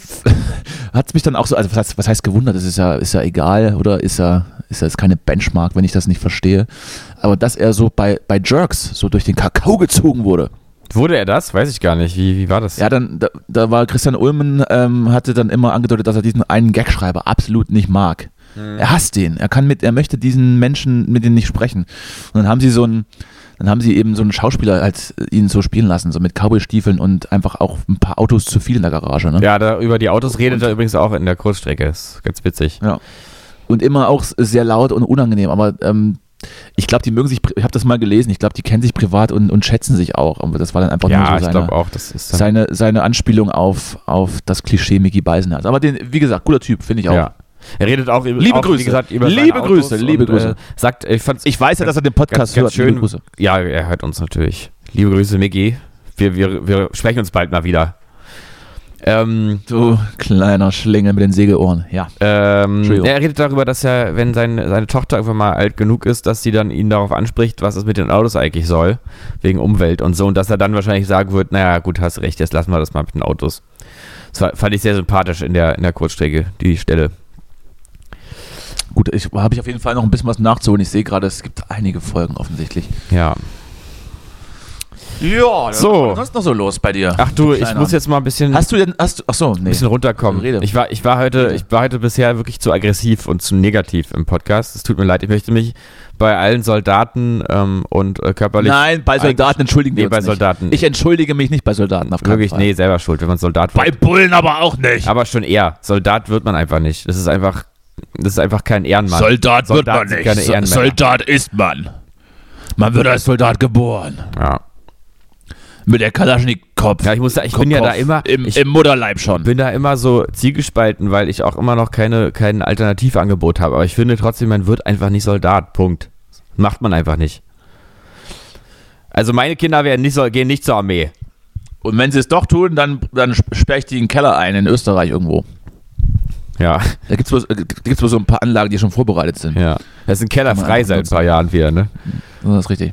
Speaker 5: hat es mich dann auch so, also was heißt, was heißt gewundert, das ist ja, ist ja egal oder ist ja, ist ja ist keine Benchmark, wenn ich das nicht verstehe. Aber dass er so bei, bei Jerks so durch den Kakao gezogen wurde,
Speaker 6: Wurde er das? Weiß ich gar nicht. Wie, wie war das?
Speaker 5: ja, dann, da, da war Christian Ulmen, ähm, hatte dann immer angedeutet, dass er diesen einen Gagschreiber absolut nicht mag.
Speaker 6: Hm.
Speaker 5: Er hasst den. Er kann mit, er möchte diesen Menschen mit denen nicht sprechen. Und dann haben sie so einen, dann haben sie eben so einen Schauspieler halt äh, ihn so spielen lassen, so mit Cowboy-Stiefeln und einfach auch ein paar Autos zu viel in der Garage, ne?
Speaker 6: Ja, da über die Autos redet er übrigens auch in der Kurzstrecke. Ist ganz witzig.
Speaker 5: Und immer auch s- sehr laut und unangenehm, aber ähm, ich glaube, die mögen sich, pri- ich habe das mal gelesen, ich glaube, die kennen sich privat und, und schätzen sich auch. Aber das war dann einfach nur so
Speaker 6: Ja, ich
Speaker 5: seine-
Speaker 6: glaube auch, das ist dann,
Speaker 5: seine, seine Anspielung auf, auf das Klischee Mickey Beisenherz. Aber den, wie gesagt, guter Typ, finde ich auch.
Speaker 6: ja. Er redet auch, über-
Speaker 5: Liebe
Speaker 6: auch
Speaker 5: Grüße.
Speaker 6: wie gesagt, über
Speaker 5: Liebe
Speaker 6: seine Autos
Speaker 5: Grüße, liebe
Speaker 6: und,
Speaker 5: Grüße.
Speaker 6: Äh, sagt, ich fand's
Speaker 5: Ich weiß ja, dass er den Podcast
Speaker 6: ganz, ganz
Speaker 5: hört. Liebe
Speaker 6: schön.
Speaker 5: Grüße.
Speaker 6: Ja, er hört uns natürlich. Liebe Grüße, Micky. Wir, wir, wir sprechen uns bald mal wieder. Ähm,
Speaker 5: Du kleiner Schlingel mit den Segelohren. Ja.
Speaker 6: ähm,
Speaker 5: Entschuldigung.
Speaker 6: er redet darüber, dass er, wenn seine, seine Tochter irgendwann mal alt genug ist, dass sie dann ihn darauf anspricht, was es mit den Autos eigentlich soll, wegen Umwelt und so, und dass er dann wahrscheinlich sagen wird, naja, gut, hast recht, jetzt lassen wir das mal mit den Autos. Das war, fand ich sehr sympathisch in der, in der Kurzstrecke, die Stelle.
Speaker 5: Gut, ich habe ich auf jeden Fall noch ein bisschen was nachzuholen. Ich sehe gerade, es gibt einige Folgen offensichtlich.
Speaker 6: Ja.
Speaker 5: Ja,
Speaker 6: So.
Speaker 5: was ist noch so los bei dir?
Speaker 6: Ach du, ich
Speaker 5: Kleiner.
Speaker 6: muss jetzt mal ein bisschen,
Speaker 5: Hast du denn, hast du, ach so, nee.
Speaker 6: bisschen runterkommen.
Speaker 5: Rede.
Speaker 6: Ich war, ich war heute, ich war heute bisher wirklich zu aggressiv und zu negativ im Podcast. Es tut mir leid. Ich möchte mich bei allen Soldaten ähm, und äh, körperlich
Speaker 5: Nein, bei Soldaten entschuldigen wir
Speaker 6: Nee,
Speaker 5: uns
Speaker 6: bei
Speaker 5: nicht.
Speaker 6: Soldaten.
Speaker 5: Ich entschuldige mich nicht bei Soldaten auf keinen
Speaker 6: wirklich,
Speaker 5: Fall.
Speaker 6: nee, selber schuld, wenn man Soldat
Speaker 5: Bei
Speaker 6: wird.
Speaker 5: Bullen aber auch nicht.
Speaker 6: Aber schon eher. Soldat wird man einfach nicht. Das ist einfach, das ist einfach kein Ehrenmann.
Speaker 5: Soldat, wird
Speaker 6: Ah, Soldaten
Speaker 5: man
Speaker 6: sind
Speaker 5: nicht.
Speaker 6: keine
Speaker 5: So-
Speaker 6: Ehrenmänner.
Speaker 5: Soldat ist man. Man wird als Soldat geboren.
Speaker 6: Ja.
Speaker 5: Mit der Kalaschnikow.
Speaker 6: Ja, ich muss sagen, ich bin ja da immer-
Speaker 5: Im,
Speaker 6: ich-
Speaker 5: Im Mutterleib schon.
Speaker 6: bin da immer so zielgespalten, weil ich auch immer noch keine, kein Alternativangebot habe. Aber ich finde trotzdem, man wird einfach nicht Soldat. Punkt. Macht man einfach nicht. Also meine Kinder werden nicht, so- gehen nicht zur Armee.
Speaker 5: Und wenn sie es doch tun, dann, dann sperre ich die in den Keller ein, in Österreich irgendwo.
Speaker 6: Ja,
Speaker 5: Da gibt es bloß, äh, da gibt's bloß so ein paar Anlagen, die schon vorbereitet sind.
Speaker 6: ja. Das ist ein Keller
Speaker 5: Kann man
Speaker 6: frei
Speaker 5: einfach
Speaker 6: seit ein paar Jahren wieder, ne?
Speaker 5: Das ist richtig.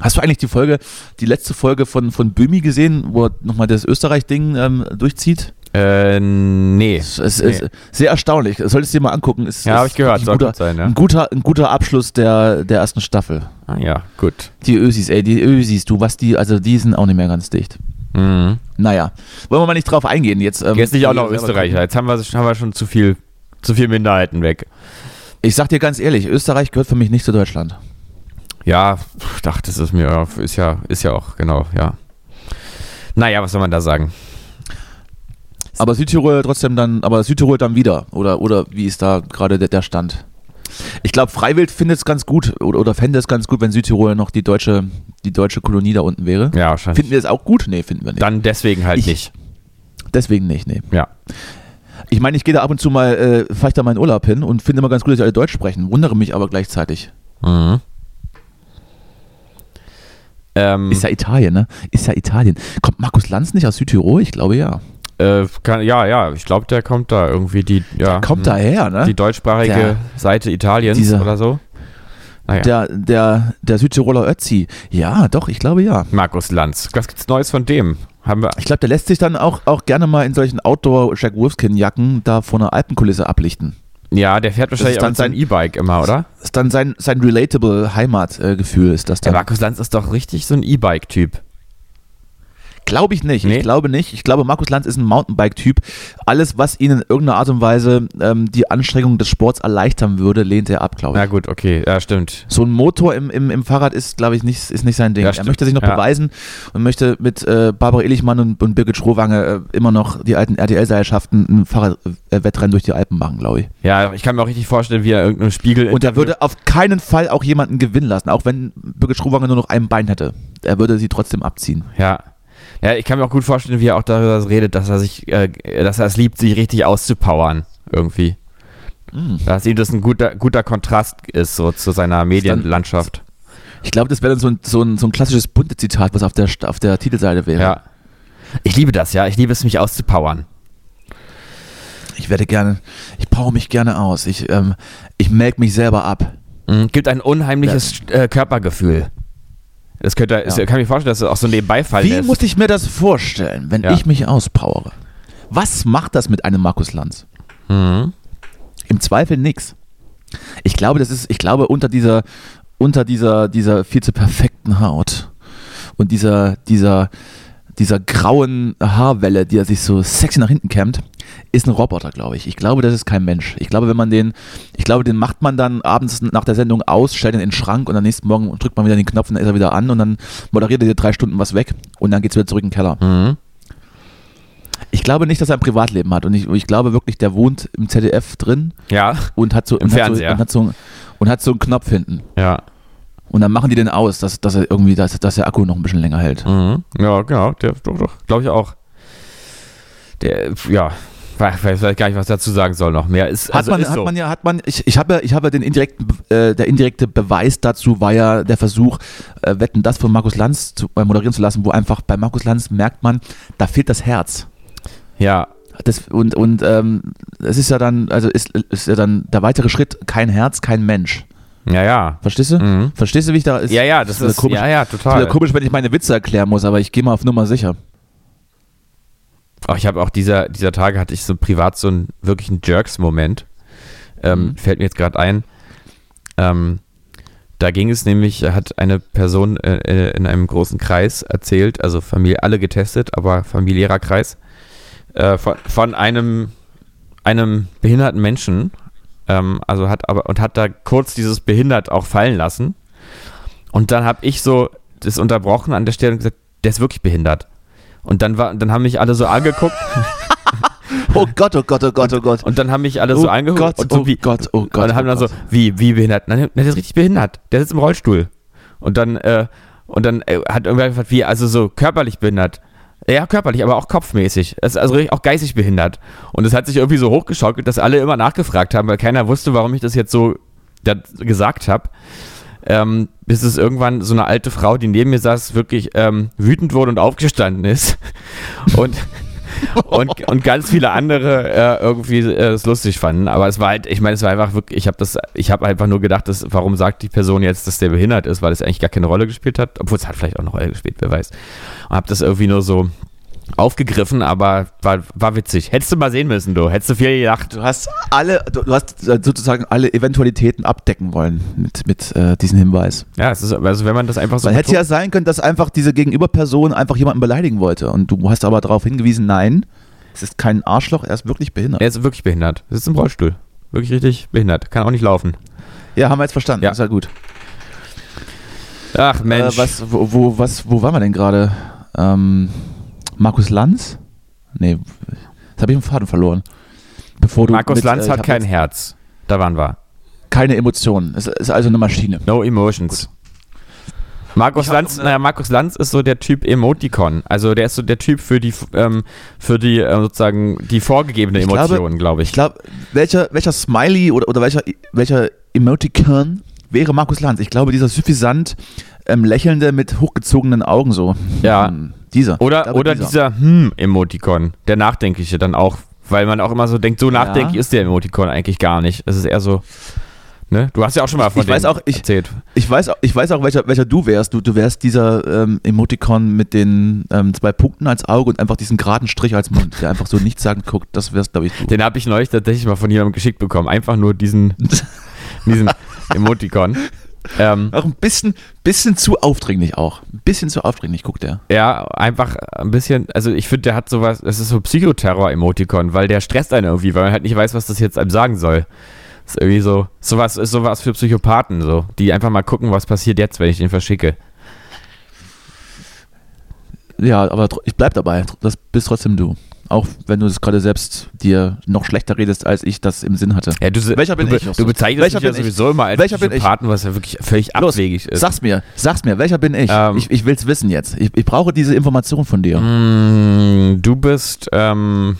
Speaker 5: Hast du eigentlich die Folge, die letzte Folge von, von Böhmi gesehen, wo er nochmal das Österreich-Ding ähm, durchzieht?
Speaker 6: Äh, nee.
Speaker 5: Es es ist sehr erstaunlich. Das Solltest du dir mal angucken. Es-
Speaker 6: Ja,
Speaker 5: es
Speaker 6: hab ich gehört.
Speaker 5: ist
Speaker 6: Soll
Speaker 5: Ein guter,
Speaker 6: gut sein, ja.
Speaker 5: ein guter, ein guter Abschluss der, der ersten Staffel.
Speaker 6: Ah, ja, gut.
Speaker 5: Die Ösis, ey, die Ösis, du, was die, also die sind auch nicht mehr ganz dicht.
Speaker 6: Mhm.
Speaker 5: Naja, wollen wir mal nicht drauf eingehen jetzt. Ähm,
Speaker 6: Jetzt nicht auch noch halt.
Speaker 5: selber
Speaker 6: Österreicher. Jetzt haben wir, haben wir schon zu viel, zu viel Minderheiten weg.
Speaker 5: Ich sag dir ganz ehrlich, Österreich gehört für mich nicht zu Deutschland.
Speaker 6: Ja, pf, ach, das ist mir, ist ja, ist ja auch, genau, ja. Naja, was soll man da sagen?
Speaker 7: jetzt.
Speaker 5: Aber Südtirol trotzdem dann, aber Südtirol dann wieder. Oder, oder wie ist da gerade der, der Stand? Ich glaube, Freiwild findet es ganz gut oder, oder fände es ganz gut, wenn Südtirol noch die deutsche, die deutsche Kolonie da unten wäre.
Speaker 6: Ja, wahrscheinlich.
Speaker 5: Finden wir es auch gut? Nee, finden wir nicht.
Speaker 6: Dann deswegen halt
Speaker 5: Ich-
Speaker 6: nicht.
Speaker 5: Deswegen nicht, nee.
Speaker 6: Ja.
Speaker 5: Ich meine, ich gehe da ab und zu mal, äh, fahre ich da mal in Urlaub hin und finde immer ganz gut, dass die alle Deutsch sprechen. Wundere mich aber gleichzeitig.
Speaker 6: Mhm. Ähm,
Speaker 5: Ist ja Italien, ne? Ist ja Italien. Kommt Markus Lanz nicht aus Südtirol? Ich glaube ja.
Speaker 6: äh, kann, ja, ja, ich glaube, der kommt da irgendwie die, ja,
Speaker 5: Kommt
Speaker 6: hm,
Speaker 5: daher, ne?
Speaker 6: die deutschsprachige Seite Italiens
Speaker 5: Dieser-
Speaker 6: oder so. Naja,
Speaker 5: Der, der, der Südtiroler Ötzi. Ja, doch, ich glaube ja.
Speaker 6: Markus Lanz. Was gibt's Neues von dem? Haben wir
Speaker 5: Ich glaube, der lässt sich dann auch, auch gerne mal in solchen Outdoor-Jack Wolfskin-Jacken da vor einer Alpenkulisse ablichten.
Speaker 6: Ja, der fährt wahrscheinlich
Speaker 5: ist dann
Speaker 6: auch sein
Speaker 5: sein-
Speaker 6: E-Bike immer, oder?
Speaker 5: Das ist dann sein, sein relatable Heimatgefühl, äh, ist das
Speaker 6: Der
Speaker 5: dann.
Speaker 6: Markus Lanz ist doch richtig so ein E-Bike-Typ.
Speaker 5: Glaube ich nicht.
Speaker 6: Nee.
Speaker 5: Ich glaube nicht. Ich glaube, Markus Lanz ist ein Mountainbike-Typ. Alles, was ihn in irgendeiner Art und Weise ähm, die Anstrengung des Sports erleichtern würde, lehnt er ab, glaube
Speaker 6: Na
Speaker 5: ich.
Speaker 6: gut, okay, ja, stimmt.
Speaker 5: So ein Motor im, im, im Fahrrad ist, glaube ich, nicht, ist nicht sein Ding.
Speaker 6: Ja,
Speaker 5: er
Speaker 6: stimmt.
Speaker 5: möchte sich noch
Speaker 6: Ja.
Speaker 5: beweisen und möchte mit äh, Barbara Illichmann und, und Birgit Schrowange äh, immer noch die alten RTL-Seilschaften ein Fahrradwettrennen durch die Alpen machen, glaube ich.
Speaker 6: Ja, ich kann mir auch richtig vorstellen, wie er irgendeinem Spiegel.
Speaker 5: Und er würde auf keinen Fall auch jemanden gewinnen lassen, auch wenn Birgit Schrowange nur noch ein Bein hätte. Er würde sie trotzdem abziehen.
Speaker 6: Ja. Ja, ich kann mir auch gut vorstellen, wie er auch darüber redet, dass er sich, äh, dass er es liebt, sich richtig auszupowern, irgendwie. Dass ihm das ein guter, guter Kontrast Hm. ist, so zu seiner Medienlandschaft.
Speaker 5: Ich glaube, das wäre dann so ein, so, ein, so ein klassisches bunte Zitat, was auf der, St- auf der Titelseite wäre.
Speaker 6: Ja. Ich liebe das, ja. Ich liebe es, mich auszupowern.
Speaker 5: Ich werde gerne, ich baue mich gerne aus. Ich, ähm, ich melk mich selber ab.
Speaker 6: Mhm. Gibt ein unheimliches äh, Körpergefühl. Das könnte, ja. kann ich mir vorstellen, dass es auch so ein Nebenbeifall
Speaker 5: Wie
Speaker 6: ist.
Speaker 5: muss ich mir das vorstellen, wenn
Speaker 6: Ja.
Speaker 5: ich mich auspowere? Was macht das mit einem Markus Lanz? Im Zweifel nix. Ich glaube, das ist, ich glaube, unter dieser, unter dieser, dieser viel zu perfekten Haut und dieser, dieser, dieser grauen Haarwelle, die er sich so sexy nach hinten kämmt, ist ein Roboter, glaube ich. Ich glaube, das ist kein Mensch. Ich glaube, wenn man den, ich glaube, den macht man dann abends nach der Sendung aus, stellt ihn in den Schrank und am nächsten Morgen drückt man wieder den Knopf und dann ist er wieder an und dann moderiert er dir drei Stunden was weg und dann geht's wieder zurück in den Keller.
Speaker 6: Mhm.
Speaker 5: Ich glaube nicht, dass er ein Privatleben hat und ich, ich glaube wirklich, der wohnt im ZDF drin
Speaker 6: ja,
Speaker 5: und hat so
Speaker 6: Im
Speaker 5: und hat so,
Speaker 6: Fernseher.
Speaker 5: und, hat so, und hat so einen Knopf hinten.
Speaker 6: ja.
Speaker 5: Und dann machen die den aus, dass, dass er irgendwie, dass, dass der Akku noch ein bisschen länger hält.
Speaker 6: Mhm. Ja, genau, der, doch, doch, glaube ich auch. Der, ja, ich weiß vielleicht gar nicht, was ich dazu sagen soll noch mehr. Ist, also
Speaker 5: Hat, man,
Speaker 6: ist
Speaker 5: hat
Speaker 6: so.
Speaker 5: man ja, hat man, ich, ich habe ja, ich habe ja den indirekten, Be- äh, der indirekte Beweis dazu war ja der Versuch, äh, Wetten, das von Markus Lanz zu, äh, moderieren zu lassen, wo einfach bei Markus Lanz merkt man, da fehlt das Herz.
Speaker 6: ja,
Speaker 5: Das, und und ähm, es ist ja dann, also ist, ist ja dann der weitere Schritt, kein Herz, kein Mensch.
Speaker 6: ja, ja.
Speaker 5: Verstehst du?
Speaker 6: Mhm.
Speaker 5: Verstehst du, wie ich da ist?
Speaker 6: Ja, ja, das
Speaker 5: wieder
Speaker 6: ist,
Speaker 5: komisch,
Speaker 6: ja, ja,
Speaker 5: ist wieder
Speaker 6: total.
Speaker 5: komisch, wenn ich meine Witze erklären muss, aber ich gehe mal auf Nummer sicher.
Speaker 6: Ach, ich habe auch dieser, dieser Tage hatte ich so privat so einen wirklichen Jerks-Moment. Ähm, Fällt mir jetzt gerade ein. Ähm, da ging es nämlich, hat eine Person äh, äh, in einem großen Kreis erzählt, also Familie, alle getestet, aber familiärer Kreis, äh, von, von einem, einem behinderten Menschen, ähm, also hat aber, und hat da kurz dieses behindert auch fallen lassen. Und dann habe ich so das unterbrochen an der Stelle und gesagt, der ist wirklich behindert. Und dann war, dann haben mich alle so angeguckt
Speaker 5: Oh Gott, oh Gott, oh Gott, oh Gott.
Speaker 6: und dann haben mich alle so
Speaker 5: oh
Speaker 6: angeguckt
Speaker 5: Gott,
Speaker 6: und so
Speaker 5: oh
Speaker 6: wie
Speaker 5: Gott, oh Gott.
Speaker 6: und dann haben
Speaker 5: oh
Speaker 6: dann so
Speaker 5: Gott.
Speaker 6: wie wie behindert, nein, der ist richtig behindert, der sitzt im Rollstuhl und dann äh, und dann äh, hat irgendwer gefragt, wie also so körperlich behindert. Ja, körperlich, aber auch kopfmäßig. Das ist also richtig auch geistig behindert. Und es hat sich irgendwie so hochgeschaukelt, dass alle immer nachgefragt haben, weil keiner wusste, warum ich das jetzt so da gesagt habe. Ähm, bis es irgendwann so eine alte Frau, die neben mir saß, wirklich ähm, wütend wurde und aufgestanden ist. Und und, und ganz viele andere äh, irgendwie äh, es lustig fanden. Aber es war halt, ich meine, es war einfach wirklich, ich habe das, ich habe einfach nur gedacht, dass, warum sagt die Person jetzt, dass der behindert ist, weil es eigentlich gar keine Rolle gespielt hat, obwohl es hat vielleicht auch eine Rolle gespielt, wer weiß. Und habe das irgendwie nur so aufgegriffen, aber war, war witzig. Hättest du mal sehen müssen, du. Hättest du viel gelacht.
Speaker 5: Du hast alle, du, du hast sozusagen alle Eventualitäten abdecken wollen mit, mit äh, diesem Hinweis.
Speaker 6: Ja, es ist, also wenn man das einfach so.
Speaker 5: Man hätte ja sein können, dass einfach diese Gegenüberperson einfach jemanden beleidigen wollte. Und du hast aber darauf hingewiesen, nein, es ist kein Arschloch, er ist wirklich behindert.
Speaker 6: er ist wirklich behindert. Sitzt im Rollstuhl. Wirklich richtig behindert. Kann auch nicht laufen.
Speaker 5: Ja, haben wir jetzt verstanden,
Speaker 6: Ja.
Speaker 5: ist ja gut.
Speaker 6: Ach
Speaker 5: Äh,
Speaker 6: Mensch.
Speaker 5: was, wo, wo, was, wo waren wir denn gerade? Ähm, Markus Lanz? Nee, Jetzt habe ich den Faden verloren. Bevor du
Speaker 6: Markus
Speaker 5: mit,
Speaker 6: Lanz
Speaker 5: äh, ich
Speaker 6: hat
Speaker 5: hab
Speaker 6: kein
Speaker 5: jetzt
Speaker 6: Herz. Da waren wir.
Speaker 5: keine Emotionen. Es ist also eine Maschine.
Speaker 6: No emotions. Markus
Speaker 5: Ich hab
Speaker 6: Lanz,
Speaker 5: noch eine-
Speaker 6: naja, Markus Lanz ist so der Typ Emoticon. Also der ist so der Typ für die, ähm, für die äh, sozusagen die vorgegebene
Speaker 5: Ich glaube-
Speaker 6: Emotion, glaube glaub ich.
Speaker 5: Ich glaube, welcher, welcher Smiley oder, oder welcher, welcher Emoticon wäre Markus Lanz? Ich glaube, dieser suffisant ähm, lächelnde mit hochgezogenen Augen so.
Speaker 6: Ja.
Speaker 5: Hm, Dieser. Ich
Speaker 6: Oder,
Speaker 5: glaube,
Speaker 6: oder dieser Hm-Emoticon, der Nachdenkliche dann auch, weil man auch immer so denkt, so nachdenklich ist der Emoticon eigentlich gar nicht. Es ist eher so, ne? Du hast ja auch schon mal von
Speaker 5: Ich weiß
Speaker 6: dem
Speaker 5: auch, ich-
Speaker 6: erzählt.
Speaker 5: Ich weiß, auch- ich weiß auch, welcher, welcher du wärst. Du, du wärst dieser ähm, Emoticon mit den ähm, zwei Punkten als Auge und einfach diesen geraden Strich als Mund, der einfach so nichts sagen guckt. Das wärst, glaube ich, du.
Speaker 6: Den habe ich neulich tatsächlich mal von jemandem geschickt bekommen. Einfach nur diesen, diesen Emoticon. Ähm,
Speaker 5: Auch ein bisschen, bisschen zu aufdringlich auch. Ein bisschen zu aufdringlich guckt er.
Speaker 6: ja, einfach ein bisschen, also ich finde, der hat sowas, das ist so Psychoterror-Emoticon, weil der stresst einen irgendwie, weil man halt nicht weiß, was das jetzt einem sagen soll. Ist irgendwie so, sowas ist sowas für Psychopathen, so, die einfach mal gucken, was passiert jetzt, wenn ich den verschicke.
Speaker 5: Ja, aber tr- ich bleib dabei. Tr- Das bist trotzdem du. Auch wenn du es gerade selbst dir noch schlechter redest, als ich das im Sinn hatte.
Speaker 6: Ja, du, se-
Speaker 5: Welcher bin
Speaker 6: du, be-
Speaker 5: ich noch
Speaker 6: Du
Speaker 5: so?
Speaker 6: bezeichnest
Speaker 5: Welcher
Speaker 6: mich ja
Speaker 5: bin ich?
Speaker 6: sowieso immer als
Speaker 5: Welcher bin ich?
Speaker 6: Psychopathen, was ja wirklich völlig abwegig ist.
Speaker 5: Sag's mir, sag's mir, welcher bin ich?
Speaker 6: Ähm. Mhm.
Speaker 5: ich ich will's wissen jetzt. Ich, ich brauche diese Information von dir.
Speaker 6: Mm, du bist, ähm,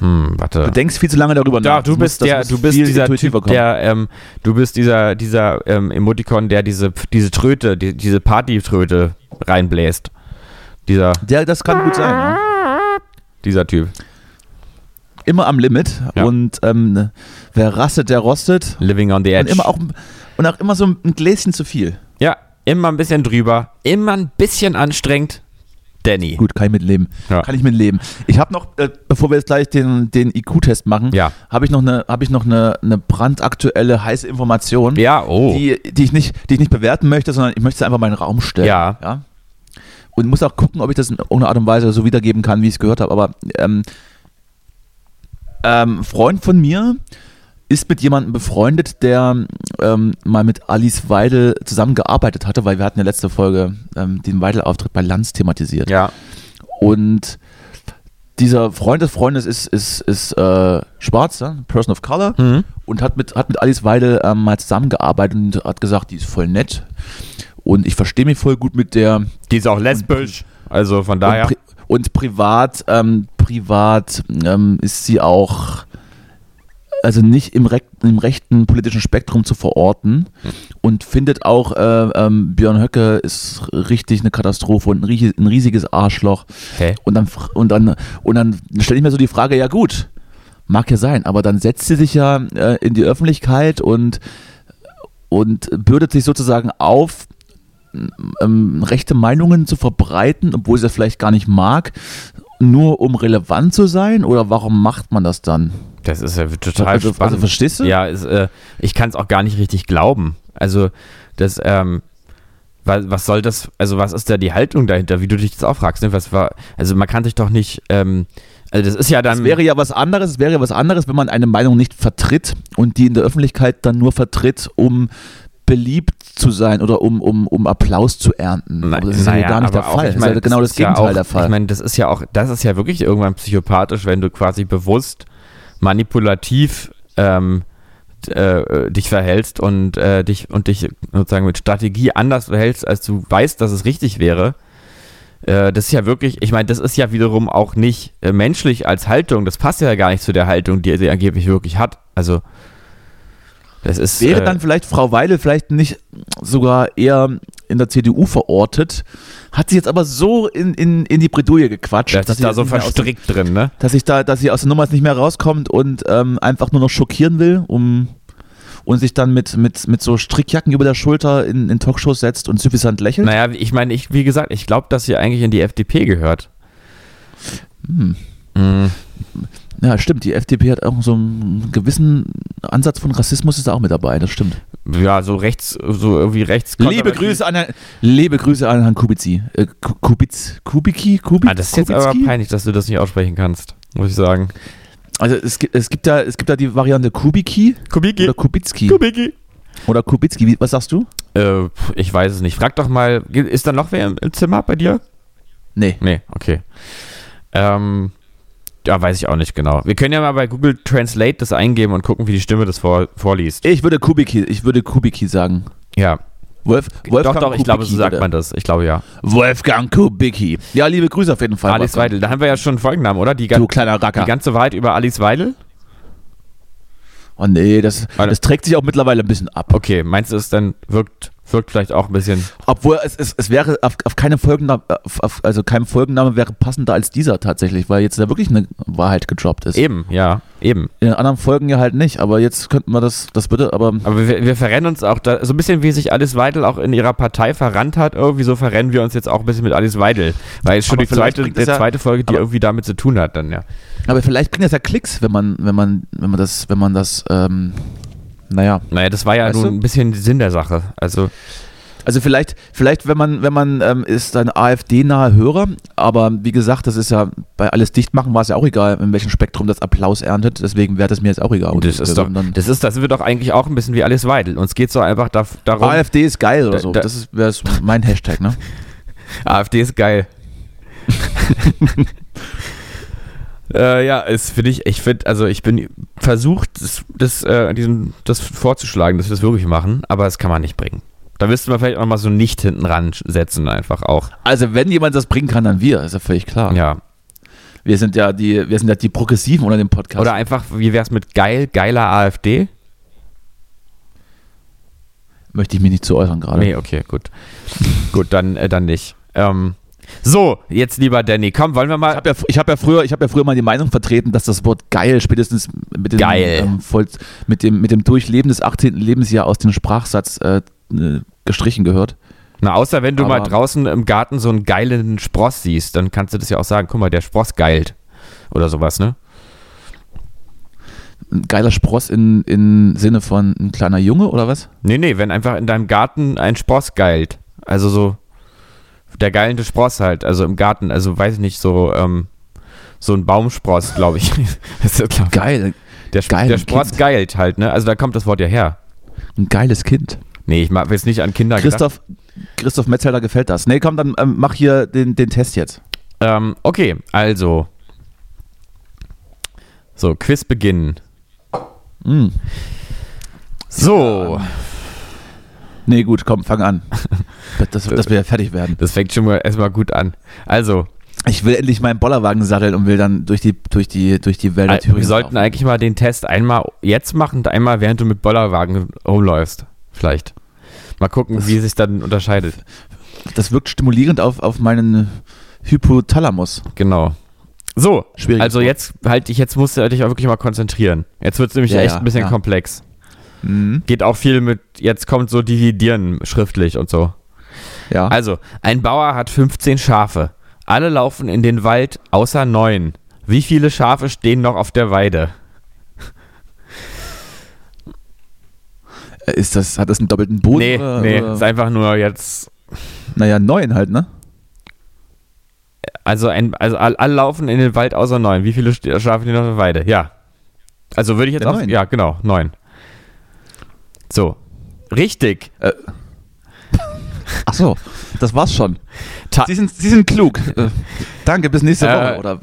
Speaker 6: hm, warte.
Speaker 5: Du denkst viel zu lange darüber
Speaker 6: Ja,
Speaker 5: nach.
Speaker 6: du
Speaker 5: Das
Speaker 6: bist
Speaker 5: muss- das
Speaker 6: der,
Speaker 5: muss
Speaker 6: du bist
Speaker 5: viel
Speaker 6: dieser
Speaker 5: intuitiver
Speaker 6: Typ, der, ähm, du bist dieser, dieser ähm, Emoticon, der diese, diese Tröte, die, diese Partytröte reinbläst. Dieser,
Speaker 5: der, das kann gut sein. Ja.
Speaker 6: dieser Typ.
Speaker 5: Immer am Limit
Speaker 6: Ja.
Speaker 5: und ähm, wer rastet, der rostet.
Speaker 6: Living on the
Speaker 5: Und
Speaker 6: Edge.
Speaker 5: immer auch und auch immer so ein Gläschen zu viel.
Speaker 6: ja, immer ein bisschen drüber, immer ein bisschen anstrengend. Danny.
Speaker 5: Gut, kann ich mitleben.
Speaker 6: Ja.
Speaker 5: Kann ich mitleben. Ich habe noch, äh, bevor wir jetzt gleich den, den IQ-Test machen,
Speaker 6: Ja.
Speaker 5: habe ich noch eine, habe ich noch eine, eine brandaktuelle heiße Information,
Speaker 6: Ja, oh.
Speaker 5: die, die ich nicht, die ich nicht bewerten möchte, sondern ich möchte sie einfach in meinen Raum stellen.
Speaker 6: Ja.
Speaker 5: ja? Und muss auch gucken, ob ich das in irgendeiner Art und Weise so wiedergeben kann, wie ich es gehört habe. Aber ähm, ähm, Freund von mir ist mit jemandem befreundet, der ähm, mal mit Alice Weidel zusammengearbeitet hatte, weil wir hatten ja letzte Folge ähm, den Weidel-Auftritt bei Lanz thematisiert.
Speaker 6: ja.
Speaker 5: Und dieser Freund des Freundes ist, ist, ist äh, schwarz, ja? Person of Color, und hat mit, hat mit Alice Weidel ähm, mal zusammengearbeitet und hat gesagt, die ist voll nett. Und ich verstehe mich voll gut mit der.
Speaker 6: Die ist auch lesbisch. Also von daher.
Speaker 5: Und, pri und privat, ähm, privat ähm, ist sie auch, also nicht im, rek- im rechten politischen Spektrum zu verorten und findet auch, äh, ähm, Björn Höcke ist richtig eine Katastrophe und ein, rie ein riesiges Arschloch.
Speaker 6: Hä?
Speaker 5: Und dann, fr- und dann, und dann stelle ich mir so die Frage, ja gut, mag ja sein, aber dann setzt sie sich ja äh, in die Öffentlichkeit und, und bürdet sich sozusagen auf, ähm, rechte Meinungen zu verbreiten, obwohl sie das vielleicht gar nicht mag, nur um relevant zu sein? Oder warum macht man das dann?
Speaker 6: Das ist ja total
Speaker 5: Also- also
Speaker 6: spannend.
Speaker 5: verstehst du?
Speaker 6: Ja, es, äh, ich kann es auch gar nicht richtig glauben. Also das, ähm, was, was soll das, also was ist da die Haltung dahinter, wie du dich das auch fragst, ne? Was war, also man kann sich doch nicht, ähm, also das ist ja dann,
Speaker 5: Es wäre ja was anderes, es wäre ja was anderes, wenn man eine Meinung nicht vertritt und die in der Öffentlichkeit dann nur vertritt, um beliebt zu sein oder um, um, um Applaus zu ernten.
Speaker 6: Na-
Speaker 5: aber das ist ja
Speaker 6: naja,
Speaker 5: hier gar nicht
Speaker 6: aber
Speaker 5: der
Speaker 6: auch,
Speaker 5: Fall.
Speaker 6: ich
Speaker 5: das
Speaker 6: mein,
Speaker 5: ist ja genau das
Speaker 6: ist ja
Speaker 5: Gegenteil
Speaker 6: auch,
Speaker 5: der Fall.
Speaker 6: Ich meine, das ist ja auch, das ist ja wirklich irgendwann psychopathisch, wenn du quasi bewusst manipulativ ähm, d- äh, dich verhältst und äh, dich und dich sozusagen mit Strategie anders verhältst, als du weißt, dass es richtig wäre. Äh, Das ist ja wirklich, ich meine, das ist ja wiederum auch nicht äh, menschlich als Haltung. Das passt ja gar nicht zu der Haltung, die sie angeblich wirklich hat. Also, das ist.
Speaker 5: Wäre
Speaker 6: äh,
Speaker 5: dann vielleicht Frau Weile vielleicht nicht sogar eher in der CDU verortet, hat sie jetzt aber so in, in, in die Bredouille gequatscht,
Speaker 6: das ist
Speaker 5: sie
Speaker 6: da
Speaker 5: jetzt
Speaker 6: so
Speaker 5: nicht mehr aus dem-
Speaker 6: verstrickt drin, ne?
Speaker 5: dass ich da, dass sie aus der Nummer jetzt nicht mehr rauskommt und ähm, einfach nur noch schockieren will, um und sich dann mit, mit, mit so Strickjacken über der Schulter in, in Talkshows setzt und süffisant lächelt.
Speaker 6: Naja, ich meine, ich, wie gesagt, ich glaube, dass sie eigentlich in die FDP gehört.
Speaker 5: Hm.
Speaker 6: Hm,
Speaker 5: Ja, stimmt, die FDP hat auch so einen gewissen Ansatz von Rassismus ist da auch mit dabei, das stimmt.
Speaker 6: Ja, so rechts, so irgendwie rechts.
Speaker 5: Liebe Grüße an Herrn, liebe Grüße an Herrn Kubici. Äh, Ku- Kubitz, Kubicki, Kubicki?
Speaker 6: Ah, das ist jetzt aber peinlich, dass du das nicht aussprechen kannst, muss ich sagen.
Speaker 5: Also es gibt, es gibt da, es gibt da die Variante Kubicki
Speaker 6: Kubicki.
Speaker 5: oder Kubicki.
Speaker 6: Kubicki.
Speaker 5: Oder Kubicki, wie, was sagst du?
Speaker 6: Äh, pf, ich weiß es nicht. Frag doch mal, ge- ist da noch wer im, im Zimmer bei dir?
Speaker 5: Nee.
Speaker 6: Nee, okay. Ähm, Ja, weiß ich auch nicht genau. Wir können ja mal bei Google Translate das eingeben und gucken, wie die Stimme das vor, vorliest.
Speaker 5: Ich würde Kubicki, ich würde Kubicki sagen.
Speaker 6: Ja.
Speaker 5: Wolf,
Speaker 6: Doch,
Speaker 5: Wolfgang
Speaker 6: doch, ich glaube, so
Speaker 5: Kubicki
Speaker 6: sagt
Speaker 5: würde-
Speaker 6: man das. Ich glaube ja.
Speaker 5: Wolfgang Kubicki. Ja, liebe Grüße auf jeden Fall.
Speaker 6: Alice
Speaker 5: Wolfgang.
Speaker 6: Weidel. Da haben wir ja schon einen Folgennamen, oder? Die, gan
Speaker 5: Du kleiner
Speaker 6: die
Speaker 5: Racker.
Speaker 6: ganze Wahrheit über Alice Weidel?
Speaker 5: Oh nee, das,
Speaker 6: Warte.
Speaker 5: das trägt sich auch mittlerweile ein bisschen ab.
Speaker 6: Okay, meinst du es dann wirkt, wirkt vielleicht auch ein bisschen.
Speaker 5: Obwohl es, es, es wäre auf, auf keine Folgenname, auf, auf, also kein Folgenname wäre passender als dieser tatsächlich, weil jetzt da wirklich eine Wahrheit gedroppt ist.
Speaker 6: Eben, ja, eben.
Speaker 5: In den anderen Folgen ja halt nicht, aber jetzt könnten wir das, das bitte, aber
Speaker 6: Aber wir, wir verrennen uns auch da, so ein bisschen wie sich Alice Weidel auch in ihrer Partei verrannt hat, irgendwie so verrennen wir uns jetzt auch ein bisschen mit Alice Weidel. Weil es schon
Speaker 5: Aber
Speaker 6: die
Speaker 5: vielleicht
Speaker 6: zweite,
Speaker 5: bringt es
Speaker 6: die
Speaker 5: ja-
Speaker 6: zweite Folge, die
Speaker 5: aber-
Speaker 6: irgendwie damit zu tun hat, dann ja.
Speaker 5: Aber vielleicht bringt das ja Klicks, wenn man, wenn man, wenn man das, wenn man das, ähm, naja.
Speaker 6: Naja, das war ja
Speaker 5: Weißt
Speaker 6: nun
Speaker 5: du?
Speaker 6: ein bisschen Sinn der Sache. Also,
Speaker 5: Also vielleicht, vielleicht, wenn man, wenn man ähm, ist ein AfD-naher Hörer, aber wie gesagt, das ist ja bei alles dicht machen war es ja auch egal, in welchem Spektrum das Applaus erntet, deswegen wäre das mir jetzt auch egal. Also
Speaker 6: das ist doch,
Speaker 5: Sondern-
Speaker 6: das ist, das sind wir doch eigentlich auch ein bisschen wie Alice Weidel. Uns geht es doch einfach da, darum.
Speaker 5: AfD ist geil oder
Speaker 6: Da-
Speaker 5: so.
Speaker 6: da-
Speaker 5: Das ist wär's mein Hashtag, ne?
Speaker 6: AfD ist geil. äh, ja, es finde ich, ich finde, also ich bin versucht, das, das, äh, diesen, das vorzuschlagen, dass wir das wirklich machen, aber das kann man nicht bringen. Da müssten wir vielleicht auch mal so nicht hinten ran setzen, einfach auch.
Speaker 5: Also wenn jemand das bringen kann, dann wir, ist ja völlig klar.
Speaker 6: Ja.
Speaker 5: Wir sind ja die, wir sind ja die Progressiven unter dem Podcast.
Speaker 6: Oder einfach, wie wär's mit geil, geiler AfD?
Speaker 5: möchte ich mich nicht zu äußern gerade.
Speaker 6: Nee, okay, gut. gut, dann, äh, dann nicht. Ähm, so, jetzt lieber Danny, komm, wollen wir mal.
Speaker 5: Ich habe ja, ich hab ja, früher- ich hab ja früher mal die Meinung vertreten, dass das Wort geil spätestens mit dem,
Speaker 6: Geil.
Speaker 5: Ähm, voll, mit dem, mit dem Durchleben des 18. Lebensjahr aus dem Sprachsatz äh, äh, gestrichen gehört.
Speaker 6: Na, außer wenn du mal
Speaker 5: Aber-
Speaker 6: draußen im Garten so einen geilen Spross siehst, dann kannst du das ja auch sagen, guck mal, der Spross geilt. Oder sowas, ne?
Speaker 5: Ein geiler Spross in, in Sinne von ein kleiner Junge oder was?
Speaker 6: Nee, nee, wenn einfach in deinem Garten ein Spross geilt. Also so der geilende Spross halt, also im Garten, also weiß ich nicht, so, ähm, so ein Baumspross, glaube ich. Das ist, glaub,
Speaker 5: Geil,
Speaker 6: der, Sp-
Speaker 5: geil,
Speaker 6: der
Speaker 5: ein
Speaker 6: Spross
Speaker 5: Kind.
Speaker 6: geilt halt, ne? Also da kommt das Wort ja her.
Speaker 5: ein geiles Kind.
Speaker 6: Nee, ich will es nicht an Kinder gedacht.
Speaker 5: Christoph, Christoph Metzelder gefällt das. Nee, komm, dann ähm, mach hier den, den Test jetzt.
Speaker 6: Ähm, okay, also. So, Quiz beginnen.
Speaker 5: Mm.
Speaker 6: So.
Speaker 5: Ähm, Nee, gut, komm, fang an. Dass, dass wir ja fertig werden.
Speaker 6: Das fängt schon mal erstmal gut an. Also,
Speaker 5: Ich will endlich meinen Bollerwagen satteln und will dann durch die, durch die, durch die Wälder
Speaker 6: äh, wir
Speaker 5: Thüringens
Speaker 6: sollten
Speaker 5: laufen.
Speaker 6: eigentlich mal den Test einmal jetzt machen und einmal während du mit Bollerwagen rumläufst. Vielleicht. Mal gucken, wie sich dann unterscheidet.
Speaker 5: Das wirkt stimulierend auf, auf meinen Hypothalamus.
Speaker 6: Genau. So,
Speaker 5: Schwieriges
Speaker 6: also
Speaker 5: Wort.
Speaker 6: jetzt halt ich, jetzt musst du dich auch wirklich mal konzentrieren. Jetzt wird es nämlich
Speaker 5: Ja,
Speaker 6: echt
Speaker 5: ja, Mhm.
Speaker 6: ein bisschen
Speaker 5: ja.
Speaker 6: komplex. Geht auch viel mit, jetzt kommt so dividieren schriftlich und so.
Speaker 5: Ja.
Speaker 6: Also, ein Bauer hat 15 Schafe. Alle laufen in den Wald, außer neun. Wie viele Schafe stehen noch auf der Weide?
Speaker 5: äh, Ist das, hat das einen doppelten Boden?
Speaker 6: Nee,
Speaker 5: oder,
Speaker 6: nee, ist
Speaker 5: Oder?
Speaker 6: einfach nur jetzt
Speaker 5: Naja, neun halt, ne?
Speaker 6: Also, ein, also all- alle laufen in den Wald außer neun. Wie viele ste- Schafe stehen auf der Weide? Ja. Also würde ich jetzt
Speaker 5: Ja,
Speaker 6: auch.
Speaker 5: neun.
Speaker 6: Ja, genau, neun. So. Richtig.
Speaker 5: Ach so, das war's schon.
Speaker 6: Ta-
Speaker 5: Sie sind, Sie sind klug. Äh, Danke, bis nächste
Speaker 6: Äh,
Speaker 5: Woche. Oder,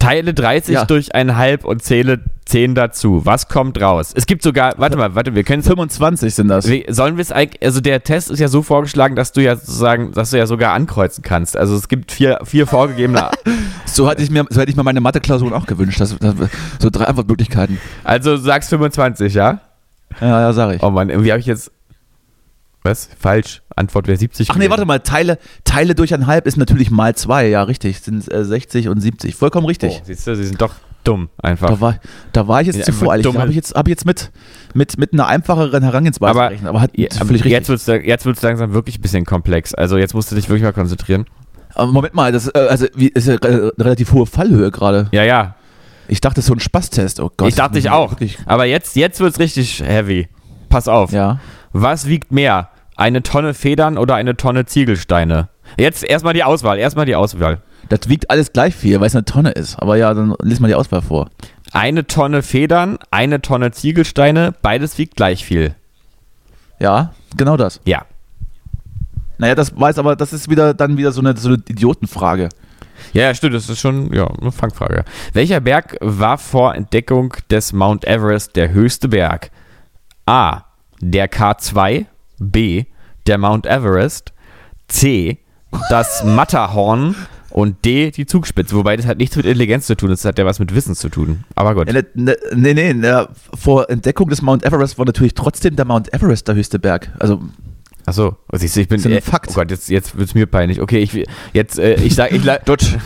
Speaker 6: Teile 30
Speaker 5: Ja.
Speaker 6: durch ein halb und zähle 10 dazu. Was kommt raus? Es gibt sogar, warte mal, warte, wir können
Speaker 5: 25 sind das.
Speaker 6: Wie- Sollen wir es eigentlich, also der Test ist ja so vorgeschlagen, dass du ja sozusagen, dass du ja sogar ankreuzen kannst. Also es gibt vier, vier vorgegebene,
Speaker 5: So, hatte ich mir, so hätte ich mir meine Mathe-Klausuren auch gewünscht. Das, das, so drei Antwortmöglichkeiten.
Speaker 6: also du sagst 25, ja?
Speaker 5: Ja, ja, sag ich.
Speaker 6: Oh Mann, irgendwie habe ich jetzt, was? Falsch. Antwort wäre 70.
Speaker 5: Ach nee,
Speaker 6: gewesen.
Speaker 5: warte mal, Teile, Teile durch ein Halb ist natürlich mal zwei, ja richtig, sind äh, 60 und 70, vollkommen richtig.
Speaker 6: Oh, siehst du, sie sind doch dumm einfach.
Speaker 5: Da, war, da war ich jetzt
Speaker 6: Ja,
Speaker 5: zu
Speaker 6: einfach
Speaker 5: voreilig, da
Speaker 6: dumme-
Speaker 5: habe ich jetzt, hab ich jetzt mit, mit, mit einer einfacheren Herangehensweise
Speaker 6: Aber-
Speaker 5: gerechnet, aber hat
Speaker 6: Ja,
Speaker 5: ist
Speaker 6: aber
Speaker 5: völlig
Speaker 6: jetzt
Speaker 5: richtig.
Speaker 6: wird es jetzt wird's langsam wirklich ein bisschen komplex. Also jetzt musst du dich wirklich mal konzentrieren.
Speaker 5: Aber Moment mal, das äh, also, wie, ist ja re- eine relativ hohe Fallhöhe gerade.
Speaker 6: Ja, ja.
Speaker 5: Ich dachte, es ist so ein Spaßtest, oh Gott.
Speaker 6: ich dachte ich
Speaker 5: bin
Speaker 6: auch.
Speaker 5: wirklich-
Speaker 6: Aber jetzt, jetzt wird es richtig heavy. Pass auf.
Speaker 5: Ja,
Speaker 6: Was wiegt mehr? Eine Tonne Federn oder eine Tonne Ziegelsteine? Jetzt erstmal die Auswahl, erstmal die Auswahl.
Speaker 5: das wiegt alles gleich viel, weil es eine Tonne ist, aber ja, dann lies mal die Auswahl vor.
Speaker 6: Eine Tonne Federn, eine Tonne Ziegelsteine, beides wiegt gleich viel.
Speaker 5: Ja, genau das.
Speaker 6: Ja.
Speaker 5: Naja, das weiß aber, das ist wieder dann wieder so eine, so eine Idiotenfrage.
Speaker 6: Ja, ja, stimmt, das ist schon ja, eine Fangfrage. Welcher Berg war vor Entdeckung des Mount Everest der höchste Berg? A. Der K2, B. Der Mount Everest, C. Das Matterhorn und D. Die Zugspitze. Wobei das hat nichts mit Intelligenz zu tun, das hat ja was mit Wissen zu tun. Aber gut.
Speaker 5: Ja, ne, ne, nee, nee, ne, vor Entdeckung des Mount Everest war natürlich trotzdem der Mount Everest der höchste Berg. Also
Speaker 6: Achso, siehst du, ich bin.
Speaker 5: Ist ein
Speaker 6: äh,
Speaker 5: Fakt.
Speaker 6: Oh Gott, jetzt, jetzt wird es mir peinlich. Okay, ich will- jetzt, äh, ich sag, ich la-
Speaker 5: Dutsch.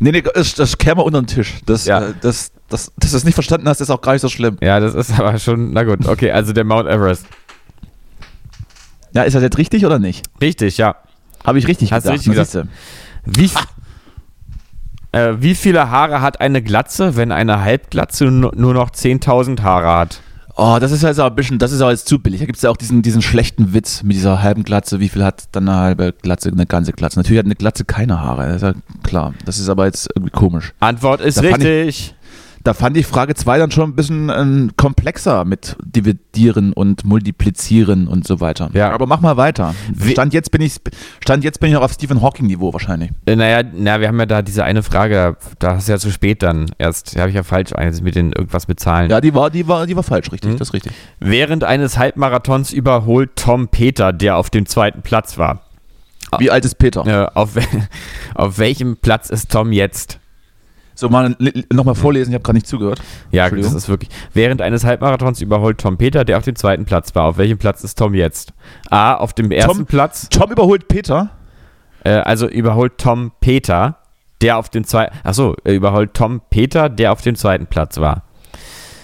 Speaker 5: Nee, nee, das, das käme unter den Tisch. Das,
Speaker 6: Ja.
Speaker 5: äh, das, das, dass du es nicht verstanden hast, ist auch gar nicht so schlimm.
Speaker 6: Ja, das ist aber schon. Na gut, okay, also der Mount Everest.
Speaker 5: Ja, ist das jetzt richtig oder nicht?
Speaker 6: Richtig, ja.
Speaker 5: Habe ich richtig
Speaker 6: Hast du
Speaker 5: gesagt.
Speaker 6: richtig
Speaker 5: na,
Speaker 6: gesagt. Wie, f- äh, wie viele Haare hat eine Glatze, wenn eine Halbglatze nu- nur noch 10.000 Haare hat?
Speaker 5: siehste. Oh, das ist ja also ein bisschen, das ist ja jetzt zu billig. Da gibt es ja auch diesen, diesen schlechten Witz mit dieser halben Glatze. Wie viel hat dann eine halbe Glatze, eine ganze Glatze? Natürlich hat eine Glatze keine Haare, das ist ja klar. Das ist aber jetzt irgendwie komisch.
Speaker 6: Antwort ist
Speaker 5: Da fand ich-
Speaker 6: richtig.
Speaker 5: Da fand ich Frage 2 dann schon ein bisschen ähm, komplexer mit Dividieren und Multiplizieren und so weiter.
Speaker 6: Ja.
Speaker 5: Aber mach mal weiter.
Speaker 6: Wie-
Speaker 5: Stand jetzt bin ich, Stand jetzt bin ich noch auf Stephen Hawking-Niveau wahrscheinlich.
Speaker 6: Äh, naja, na, wir haben ja da diese eine Frage, da ist ja zu spät dann erst. Da habe ich ja falsch eins mit den irgendwas bezahlen.
Speaker 5: Ja, die war, die war, die war falsch, richtig, das ist richtig.
Speaker 6: Während eines Halbmarathons überholt Tom Peter, der auf dem zweiten Platz war.
Speaker 5: Wie alt ist Peter?
Speaker 6: Äh, auf, wel- auf welchem Platz ist Tom jetzt?
Speaker 5: So, mal nochmal vorlesen, ich habe gerade nicht zugehört.
Speaker 6: Ja,
Speaker 5: Entschuldigung.
Speaker 6: das ist wirklich. Während eines Halbmarathons überholt Tom Peter, der auf dem zweiten Platz war. Auf welchem Platz ist Tom jetzt? A, auf dem ersten Platz,
Speaker 5: Tom überholt Peter.
Speaker 6: äh, also überholt Tom Peter, der auf dem zweiten. Achso, äh, überholt Tom Peter, der auf dem zweiten Platz war.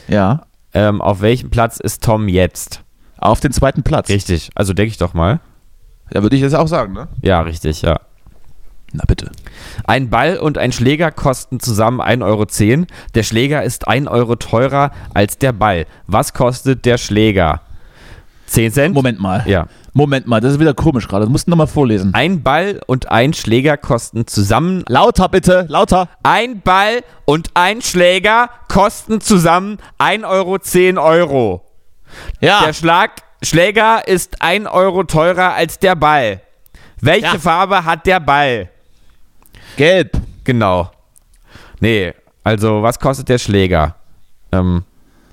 Speaker 5: Ja.
Speaker 6: Ähm, auf welchem Platz ist Tom jetzt?
Speaker 5: Auf den zweiten Platz.
Speaker 6: Richtig, also denke ich doch mal.
Speaker 5: Da würde ich das auch sagen, ne?
Speaker 6: Ja, richtig, ja.
Speaker 5: Na bitte.
Speaker 6: Ein Ball und ein Schläger kosten zusammen 1,10 Euro. Der Schläger ist 1 Euro teurer als der Ball. Was kostet der Schläger? 10 Cent?
Speaker 5: Moment mal.
Speaker 6: Ja.
Speaker 5: Moment mal, das ist wieder komisch gerade. Du musst nochmal vorlesen.
Speaker 6: Ein Ball und ein Schläger kosten zusammen.
Speaker 5: Lauter bitte, lauter.
Speaker 6: Ein Ball und ein Schläger kosten zusammen 1 Euro 10 Euro.
Speaker 5: Ja.
Speaker 6: Der Schlag, Schläger ist 1 Euro teurer als der Ball. Welche
Speaker 5: Ja.
Speaker 6: Farbe hat der Ball?
Speaker 5: Gelb.
Speaker 6: Genau. Nee, also was kostet der Schläger? Ähm,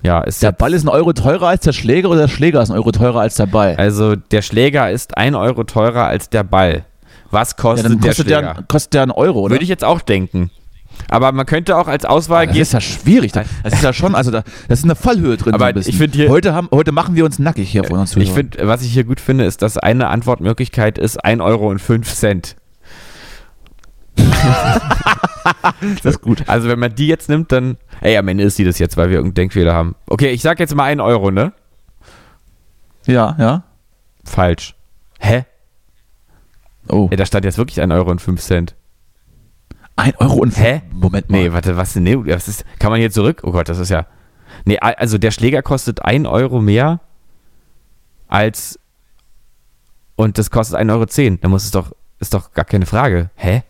Speaker 6: ja, ist
Speaker 5: Der
Speaker 6: der
Speaker 5: Ball ist ein Euro teurer als der Schläger oder der Schläger ist ein Euro teurer als der Ball?
Speaker 6: also der Schläger ist 1 Euro teurer als der Ball. Was
Speaker 5: Ja,
Speaker 6: kostet,
Speaker 5: dann kostet
Speaker 6: der
Speaker 5: der,
Speaker 6: Schläger?
Speaker 5: kostet der einen Euro, oder?
Speaker 6: Würde ich jetzt auch denken. Aber man könnte auch als Auswahl
Speaker 5: das
Speaker 6: geben.
Speaker 5: ist ja schwierig. Da- Das ist ja schon, also da, das ist eine Fallhöhe drin.
Speaker 6: Aber
Speaker 5: so ein bisschen.
Speaker 6: ich find hier-
Speaker 5: heute, haben, heute machen wir uns nackig hier vor uns
Speaker 6: Ich finde, was ich hier gut finde, ist, dass eine Antwortmöglichkeit ist 1 Euro und 5 Cent.
Speaker 5: das gut.
Speaker 6: Also wenn man die jetzt nimmt, dann. Ey, am Ende ist die das jetzt, weil wir irgendeinen Denkfehler haben. Okay, ich sag jetzt mal 1 Euro, ne?
Speaker 5: Ja, ja.
Speaker 6: Falsch. Hä?
Speaker 5: Oh.
Speaker 6: Ey, da stand jetzt wirklich 1 Euro und 5 Cent.
Speaker 5: Ein Euro und
Speaker 6: Hä?
Speaker 5: Moment mal.
Speaker 6: Nee, warte, was denn? Nee, das ist. Kann man hier zurück? Oh Gott, das ist ja. Nee, a- also der Schläger kostet 1 Euro mehr als. Und das kostet 1,10 Euro. zehn. Da muss es doch. Ist doch gar keine Frage. Hä?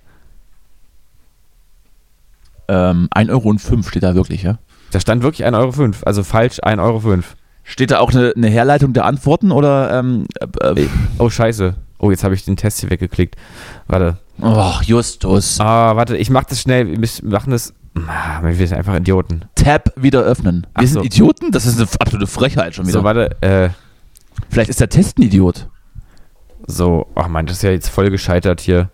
Speaker 5: Ähm, 1 Euro und 5 steht da wirklich, ja?
Speaker 6: Da stand wirklich 1,05 Euro. fünf. Also falsch 1,05 Euro. fünf.
Speaker 5: Steht da auch eine, eine Herleitung der Antworten oder ähm, äh, äh,
Speaker 6: Oh, scheiße. Oh, jetzt habe ich den Test hier weggeklickt. Warte.
Speaker 5: oh, Justus.
Speaker 6: Ah, warte, ich mache das schnell. Wir müssen- wir machen das. Ah, wir sind einfach Idioten.
Speaker 5: Tab wieder öffnen.
Speaker 6: Ach
Speaker 5: Wir sind
Speaker 6: so.
Speaker 5: Idioten? Das ist eine absolute Frechheit schon wieder.
Speaker 6: So, warte. Äh,
Speaker 5: Vielleicht ist der Test ein Idiot.
Speaker 6: so, ach man, das ist ja jetzt voll gescheitert hier.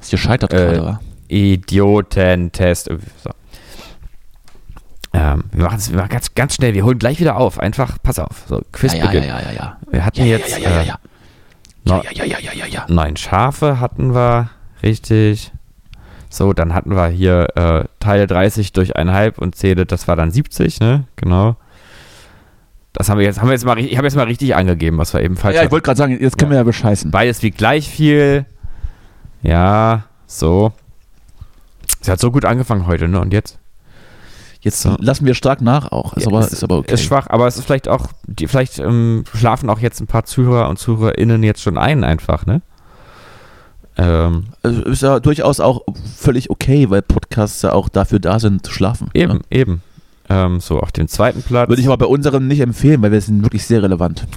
Speaker 5: Das hier scheitert
Speaker 6: Äh,
Speaker 5: gerade, wa?
Speaker 6: Idiotentest. So. Ähm, wir machen es wir machen ganz, ganz schnell. Wir holen gleich wieder auf. Einfach, pass auf. So, Quiz
Speaker 5: Ja, ja, ja,
Speaker 6: beginnt.
Speaker 5: ja, ja, ja.
Speaker 6: Wir hatten
Speaker 5: Ja, ja,
Speaker 6: jetzt
Speaker 5: ja, ja, ja,
Speaker 6: äh,
Speaker 5: ja.
Speaker 6: neu-
Speaker 5: Ja, ja, ja, ja, ja, ja.
Speaker 6: neun Schafe hatten wir. Richtig. So, dann hatten wir hier äh, Teil 30 durch 1,5 und zähle, das war dann 70, ne? Genau. Das haben wir jetzt, haben wir jetzt mal, richtig- ich habe jetzt mal richtig angegeben, was wir eben falsch
Speaker 5: Ja, ich
Speaker 6: hatten.
Speaker 5: wollte gerade sagen, jetzt können wir halt ja bescheißen.
Speaker 6: Beides wiegt gleich viel. Ja, so. Sie hat so gut angefangen heute, ne? Und jetzt?
Speaker 5: Jetzt
Speaker 6: So.
Speaker 5: lassen wir stark nach auch. Ist,
Speaker 6: Ja,
Speaker 5: aber,
Speaker 6: es-
Speaker 5: ist aber okay.
Speaker 6: Ist schwach, aber es ist vielleicht auch, die, vielleicht ähm, schlafen auch jetzt ein paar Zuhörer und ZuhörerInnen jetzt schon ein, einfach, ne? Ähm,
Speaker 5: Also ist ja durchaus auch völlig okay, weil Podcasts ja auch dafür da sind, zu schlafen.
Speaker 6: eben,
Speaker 5: Ne?
Speaker 6: eben. Ähm, so, auf dem zweiten Platz.
Speaker 5: Würde ich aber bei unserem nicht empfehlen, weil wir sind wirklich sehr relevant.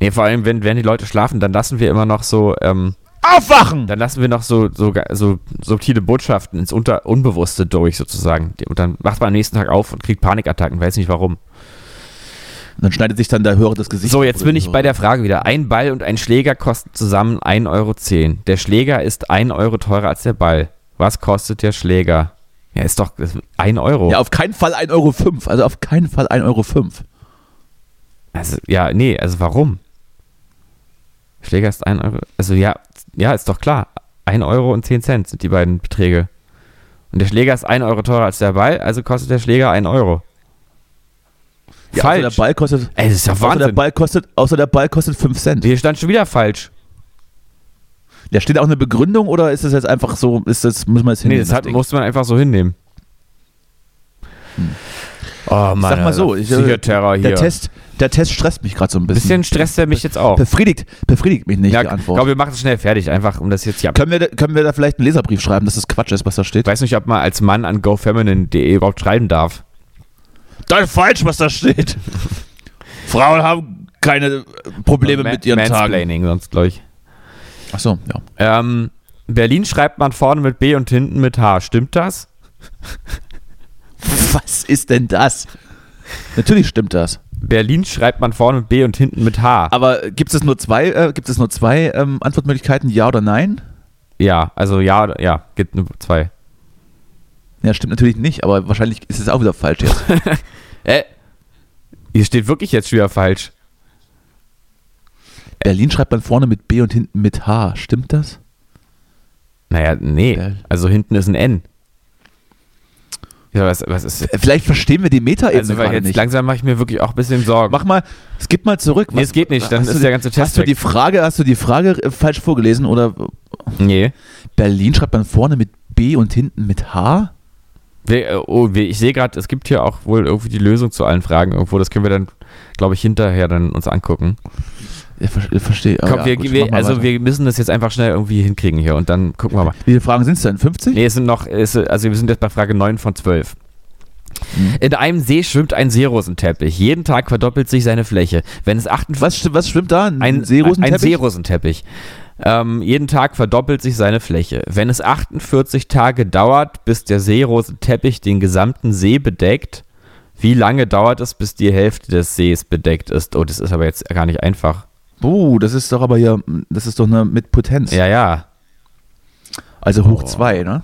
Speaker 6: Nee, vor allem, wenn, wenn die Leute schlafen, dann lassen wir immer noch so ähm,
Speaker 5: Aufwachen!
Speaker 6: Dann lassen wir noch so, so, ge- so subtile Botschaften ins Unter Unbewusste durch sozusagen. Die- Und dann wacht man am nächsten Tag auf und kriegt Panikattacken, weiß nicht warum.
Speaker 5: Und dann schneidet sich dann der Hörer das Gesicht.
Speaker 6: So,
Speaker 5: ab
Speaker 6: jetzt
Speaker 5: oder
Speaker 6: bin ich
Speaker 5: so.
Speaker 6: bei der Frage wieder. Ein Ball und ein Schläger kosten zusammen 1,10 Euro. Der Schläger ist 1 Euro teurer als der Ball. Was kostet der Schläger? Ja, ist doch ist 1 Euro.
Speaker 5: Ja, auf keinen Fall 1,05 Euro. Also auf keinen Fall 1,05 Euro.
Speaker 6: Also, ja, nee, also warum? Schläger ist 1 Euro. Also ja, ja, ist doch klar. 1 Euro und 10 Cent sind die beiden Beträge. Und der Schläger ist 1 Euro teurer als der Ball, also kostet der Schläger 1 Euro.
Speaker 5: Ja,
Speaker 6: falsch.
Speaker 5: Außer der Ball kostet,
Speaker 6: Ey, das ist ja
Speaker 5: außer der
Speaker 6: Wahnsinn.
Speaker 5: Ball kostet, außer der Ball kostet 5 Cent.
Speaker 6: Hier stand schon wieder falsch.
Speaker 5: Ja, steht auch eine Begründung oder ist das jetzt einfach so, ist das, muss man jetzt
Speaker 6: Nee,
Speaker 5: hinnehmen?
Speaker 6: das hat, musste man einfach so hinnehmen. Oh Mann,
Speaker 5: Hm. Sag mal
Speaker 6: Alter.
Speaker 5: so, ich- äh,
Speaker 6: Psychoterror hier.
Speaker 5: der, Test, der Test stresst mich gerade so ein bisschen.
Speaker 6: bisschen stresst er mich jetzt auch.
Speaker 5: Befriedigt, befriedigt mich nicht,
Speaker 6: Ja,
Speaker 5: die
Speaker 6: ich
Speaker 5: Antwort.
Speaker 6: glaube, wir machen es schnell fertig, einfach um das jetzt hier ab.
Speaker 5: können, wir, da- können wir da vielleicht einen Leserbrief schreiben, dass das Quatsch ist, was da steht?
Speaker 6: Ich weiß nicht, ob man als Mann an gofeminine.de überhaupt schreiben darf.
Speaker 5: Das ist falsch, was da steht. Frauen haben keine äh, Probleme mit ihren Tagen.
Speaker 6: Mansplaining sonst gleich.
Speaker 5: Achso, ja.
Speaker 6: Ähm, Berlin schreibt man vorne mit B und hinten mit H. Stimmt das?
Speaker 5: Was ist denn das? Natürlich stimmt das.
Speaker 6: Berlin schreibt man vorne mit B und hinten mit H.
Speaker 5: Aber gibt es nur zwei, äh, gibt es nur zwei ähm, Antwortmöglichkeiten, ja oder nein?
Speaker 6: Ja, also ja, ja, gibt nur zwei.
Speaker 5: Ja, stimmt natürlich nicht, aber wahrscheinlich ist es auch wieder falsch jetzt.
Speaker 6: Äh, hier steht wirklich jetzt schon wieder falsch.
Speaker 5: Berlin schreibt man vorne mit B und hinten mit H. Stimmt das?
Speaker 6: Naja, nee.
Speaker 5: Geil.
Speaker 6: Also hinten ist ein N. Ja, was, was ist.
Speaker 5: Äh, Vielleicht verstehen wir die Meta-Ebene
Speaker 6: Also weil
Speaker 5: gerade
Speaker 6: jetzt
Speaker 5: nicht.
Speaker 6: langsam mache ich mir wirklich auch ein bisschen Sorgen.
Speaker 5: Mach mal, skip mal zurück.
Speaker 6: Nee, es geht nicht, dann
Speaker 5: hast
Speaker 6: ist
Speaker 5: du-
Speaker 6: der ganze Test
Speaker 5: Hast du
Speaker 6: weg.
Speaker 5: die Frage, hast du die Frage äh, falsch vorgelesen oder
Speaker 6: nee.
Speaker 5: Berlin schreibt man vorne mit B und hinten mit H?
Speaker 6: Wir, äh, oh, wir, ich sehe gerade, es gibt hier auch wohl irgendwie die Lösung zu allen Fragen irgendwo. Das können wir dann, glaube ich, hinterher dann uns angucken.
Speaker 5: Ja, ver- verstehe. ah
Speaker 6: Komm,
Speaker 5: ja,
Speaker 6: wir,
Speaker 5: gut, mach
Speaker 6: wir,
Speaker 5: mal
Speaker 6: also
Speaker 5: weiter.
Speaker 6: wir müssen das jetzt einfach schnell irgendwie hinkriegen hier und dann gucken wir mal.
Speaker 5: Wie viele Fragen sind es denn? 50?
Speaker 6: Nee, es sind noch, es, also wir sind jetzt bei Frage 9 von 12.
Speaker 5: Mhm.
Speaker 6: In einem See schwimmt ein Seerosenteppich. Jeden Tag verdoppelt sich seine Fläche. Wenn es 58
Speaker 5: Was, schw- was schwimmt da?
Speaker 6: Ein
Speaker 5: Seerosenteppich?
Speaker 6: Ein Seerosenteppich. Ähm, jeden Tag verdoppelt sich seine Fläche. Wenn es 48 Tage dauert, bis der Seerosenteppich den gesamten See bedeckt, wie lange dauert es, bis die Hälfte des Sees bedeckt ist? Oh, das ist aber jetzt gar nicht einfach.
Speaker 5: Oh, das ist doch aber hier, das ist doch eine mit Potenz.
Speaker 6: Ja, Oh. ja.
Speaker 5: Also hoch zwei, ne?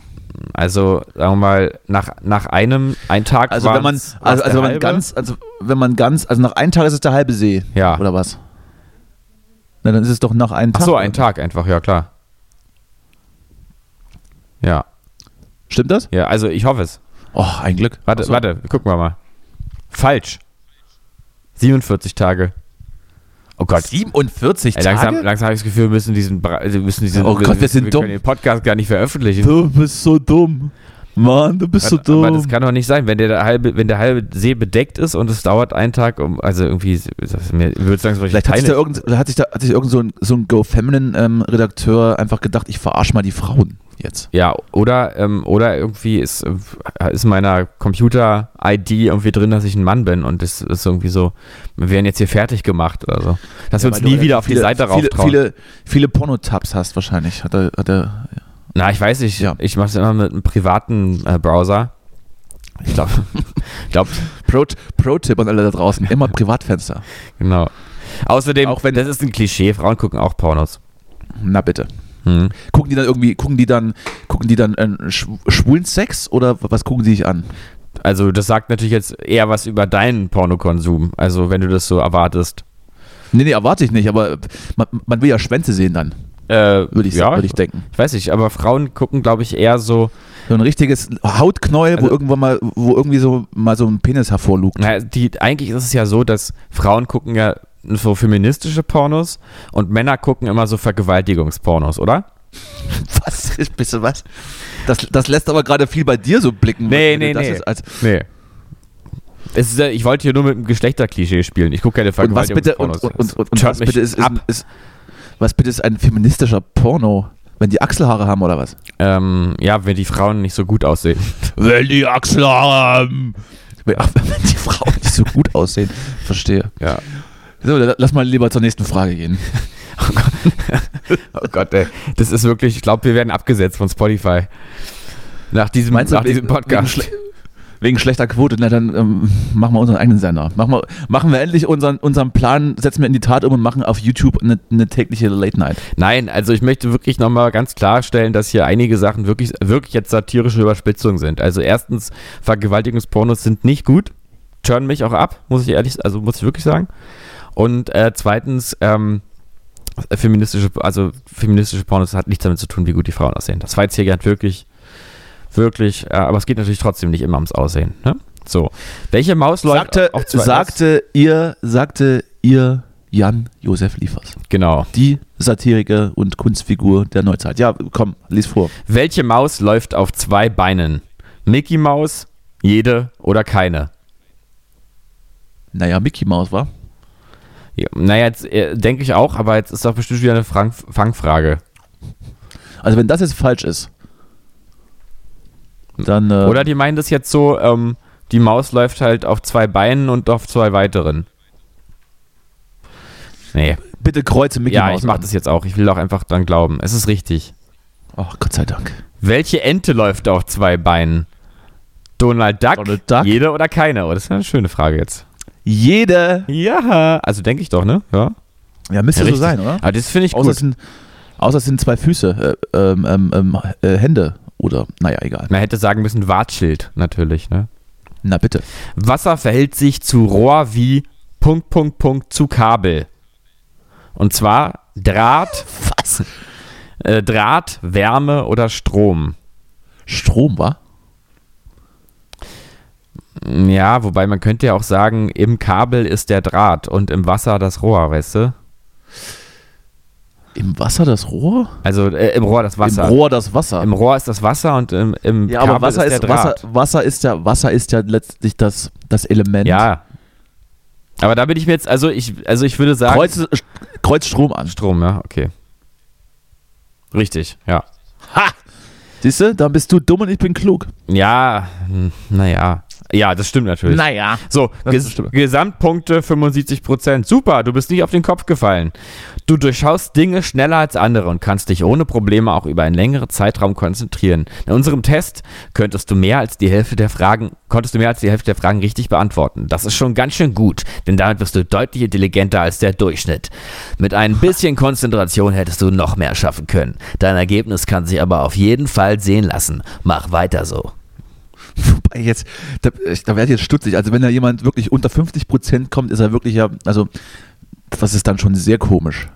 Speaker 6: Also, sagen wir mal, nach, nach einem, ein Tag
Speaker 5: Also wenn man,
Speaker 6: war's- war's
Speaker 5: also,
Speaker 6: der
Speaker 5: also wenn man
Speaker 6: halbe.
Speaker 5: ganz, also wenn man ganz, also nach einem Tag ist es der halbe See.
Speaker 6: Ja.
Speaker 5: Oder was? Na, dann ist es doch nach einem
Speaker 6: Ach
Speaker 5: Tag.
Speaker 6: so, ein Tag einfach, ja klar. Ja,
Speaker 5: Stimmt das?
Speaker 6: ja, also ich hoffe es.
Speaker 5: Oh, ein Glück.
Speaker 6: Warte,
Speaker 5: Ach so.
Speaker 6: warte, gucken wir mal. Falsch. 47 Tage. Oh Gott.
Speaker 5: 47
Speaker 6: Ey,
Speaker 5: Tage?
Speaker 6: langsam langsam habe ich das Gefühl, wir müssen diesen, Bra- also wir müssen diesen
Speaker 5: Oh Gott, wir sind dumm.
Speaker 6: können den Podcast gar nicht veröffentlichen.
Speaker 5: Du bist so dumm. Mann, du bist so dumm.
Speaker 6: Aber das kann doch nicht sein, wenn der halbe, wenn der halbe See bedeckt ist und es dauert einen Tag, um, also irgendwie, das- mir würde sagen,
Speaker 5: Vielleicht hat sich, da irgend, oder hat sich da hat sich irgend so ein, so ein Go-Feminine-Redakteur einfach gedacht, ich verarsche mal die Frauen jetzt.
Speaker 6: ja, oder, ähm, oder irgendwie ist, äh, ist meiner Computer-ID irgendwie drin, dass ich ein Mann bin und das ist irgendwie so, wir werden jetzt hier fertig gemacht oder so. Dass wir uns
Speaker 5: Weil du
Speaker 6: nie wieder auf die
Speaker 5: viele-
Speaker 6: Seite
Speaker 5: viele,
Speaker 6: rauftrauen.
Speaker 5: viele, viele Pornotabs hast wahrscheinlich. Hat er, hat er,
Speaker 6: Na, ich weiß nicht.
Speaker 5: Ja.
Speaker 6: Ich mache es immer mit einem privaten äh, Browser. Ich glaube, glaub,
Speaker 5: Pro- Pro-Tipp an alle da draußen, immer Privatfenster.
Speaker 6: genau. Außerdem,
Speaker 5: Auch
Speaker 6: auch wenn das ist ein Klischee, Frauen gucken auch Pornos.
Speaker 5: Na bitte.
Speaker 6: Hm.
Speaker 5: Gucken die dann irgendwie, gucken die dann, gucken die dann äh, schw- schwulen Sex oder was gucken die sich an?
Speaker 6: Also das sagt natürlich jetzt eher was über deinen Pornokonsum. Also wenn du das so erwartest.
Speaker 5: Nee, nee, erwarte ich nicht, aber man, man will ja Schwänze sehen dann,
Speaker 6: Äh,
Speaker 5: würde ich,
Speaker 6: ja,
Speaker 5: würd ich denken.
Speaker 6: ich weiß nicht, aber Frauen gucken, glaube ich, eher so.
Speaker 5: So ein richtiges Hautknäuel, wo
Speaker 6: Also-
Speaker 5: irgendwann mal, wo irgendwie so mal so ein Penis hervorlugt.
Speaker 6: Na, die, eigentlich ist es ja so, dass Frauen gucken ja so feministische Pornos und Männer gucken immer so Vergewaltigungspornos, oder?
Speaker 5: Was? Bist du was? Das, das lässt aber gerade viel bei dir so blicken.
Speaker 6: Nee,
Speaker 5: wenn du
Speaker 6: nee,
Speaker 5: das
Speaker 6: nee.
Speaker 5: jetzt als,
Speaker 6: Nee. Es ist, ja- ich wollte hier nur mit einem Geschlechterklischee spielen. Ich gucke keine
Speaker 5: und was bitte, und,
Speaker 6: Vergewaltigungspornos.
Speaker 5: und,
Speaker 6: Das
Speaker 5: und, und, und
Speaker 6: stört
Speaker 5: was
Speaker 6: mich
Speaker 5: bitte ist, ist,
Speaker 6: ab.
Speaker 5: ist, was bitte ist ein feministischer Porno, wenn die Achselhaare haben oder was?
Speaker 6: Ähm, ja, wenn die Frauen nicht so gut aussehen.
Speaker 5: Wenn die ähm, Achselhaare haben. Wenn die Frauen nicht so gut aussehen. Verstehe.
Speaker 6: Ja.
Speaker 5: So, dann lass mal lieber zur nächsten Frage gehen.
Speaker 6: Oh Gott, ey. Das ist wirklich, ich glaube, wir werden abgesetzt von Spotify. Nach diesem,
Speaker 5: Meinst du,
Speaker 6: nach diesem
Speaker 5: wegen-
Speaker 6: Podcast.
Speaker 5: wegen Wegen schlechter Quote, na dann ähm, machen wir unseren eigenen Sender. Machen wir, machen wir endlich unseren, unseren Plan, setzen wir in die Tat um und machen auf YouTube eine, eine tägliche Late Night.
Speaker 6: Nein, also ich möchte wirklich nochmal ganz klarstellen, dass hier einige Sachen wirklich, wirklich jetzt satirische Überspitzungen sind. Also erstens, Vergewaltigungspornos sind nicht gut, turn mich auch ab, muss ich ehrlich, also muss ich wirklich sagen. Und äh, zweitens, ähm, feministische, also feministische Pornos hat nichts damit zu tun, wie gut die Frauen aussehen. Das war jetzt hier gerade wirklich, wirklich, äh, aber es geht natürlich trotzdem nicht immer ums Aussehen. Ne? So, welche Maus läuft
Speaker 5: Sagte,
Speaker 6: auf zwei-
Speaker 5: sagte ihr, sagte ihr Jan Josef Liefers.
Speaker 6: genau.
Speaker 5: Die Satiriker und Kunstfigur der Neuzeit. Ja, komm, lies vor.
Speaker 6: Welche Maus läuft auf zwei Beinen? Mickey Maus, jede oder keine?
Speaker 5: Naja, Mickey Maus, war.
Speaker 6: Ja, naja, jetzt äh, denke ich auch, aber jetzt ist doch bestimmt wieder eine Frank Fangfrage.
Speaker 5: Also wenn das jetzt falsch ist, dann äh,
Speaker 6: Oder die meinen das jetzt so, ähm, die Maus läuft halt auf zwei Beinen und auf zwei weiteren. Nee,
Speaker 5: bitte kreuze Mickey
Speaker 6: ja,
Speaker 5: Maus.
Speaker 6: ich mach
Speaker 5: an.
Speaker 6: das jetzt auch. Ich will doch einfach dran glauben. Es ist richtig.
Speaker 5: Oh, Gott sei Dank.
Speaker 6: Welche Ente läuft auf zwei Beinen? Donald Duck,
Speaker 5: Donald Duck?
Speaker 6: jede oder keine? Oh, das ist eine schöne Frage jetzt.
Speaker 5: Jede.
Speaker 6: Ja, also denke ich doch, ne? Ja.
Speaker 5: Ja, müsste so
Speaker 6: Richtig.
Speaker 5: sein, oder?
Speaker 6: Aber das finde ich
Speaker 5: Außer
Speaker 6: gut.
Speaker 5: es sind, außer es sind zwei Füße, äh, ähm, ähm, ähm, äh, Hände oder, naja, egal.
Speaker 6: Man hätte sagen müssen Wartschild, natürlich. Ne?
Speaker 5: Na bitte.
Speaker 6: Wasser verhält sich zu Rohr wie Punkt, Punkt, Punkt zu Kabel. Und zwar Draht,
Speaker 5: Was?
Speaker 6: äh, Draht, Wärme oder Strom.
Speaker 5: Strom, war?
Speaker 6: Ja, wobei man könnte ja auch sagen, im Kabel ist der Draht und im Wasser das Rohr, weißt du?
Speaker 5: Im Wasser das Rohr?
Speaker 6: Also äh, im Rohr das Wasser.
Speaker 5: Im Rohr das Wasser.
Speaker 6: Im Rohr ist das Wasser und im, im
Speaker 5: ja,
Speaker 6: Kabel
Speaker 5: aber Wasser ist,
Speaker 6: der Draht.
Speaker 5: Wasser, Wasser ist ja Wasser ist ja letztlich das, das Element.
Speaker 6: Ja. Aber da bin ich mir jetzt, also ich, also ich würde sagen.
Speaker 5: Kreuz, äh, Kreuz Strom an.
Speaker 6: Strom, ja, okay. Richtig, ja.
Speaker 5: Siehst du, dann bist du dumm und ich bin klug.
Speaker 6: Ja, hm, naja. Ja, das stimmt natürlich.
Speaker 5: Naja.
Speaker 6: So,
Speaker 5: ist
Speaker 6: ges
Speaker 5: stimmt.
Speaker 6: Gesamtpunkte 75%. Super, du bist nicht auf den Kopf gefallen. Du durchschaust Dinge schneller als andere und kannst dich ohne Probleme auch über einen längeren Zeitraum konzentrieren. In unserem Test könntest du mehr als die Hälfte der Fragen, konntest du mehr als die Hälfte der Fragen richtig beantworten. Das ist schon ganz schön gut, denn damit wirst du deutlich intelligenter als der Durchschnitt. Mit ein bisschen Konzentration hättest du noch mehr schaffen können. Dein Ergebnis kann sich aber auf jeden Fall sehen lassen. Mach weiter so.
Speaker 5: Ey, Jetzt, da, ich- da werde ich jetzt stutzig. Also wenn da jemand wirklich unter 50 Prozent kommt, ist er wirklich ja, also das ist dann schon sehr komisch.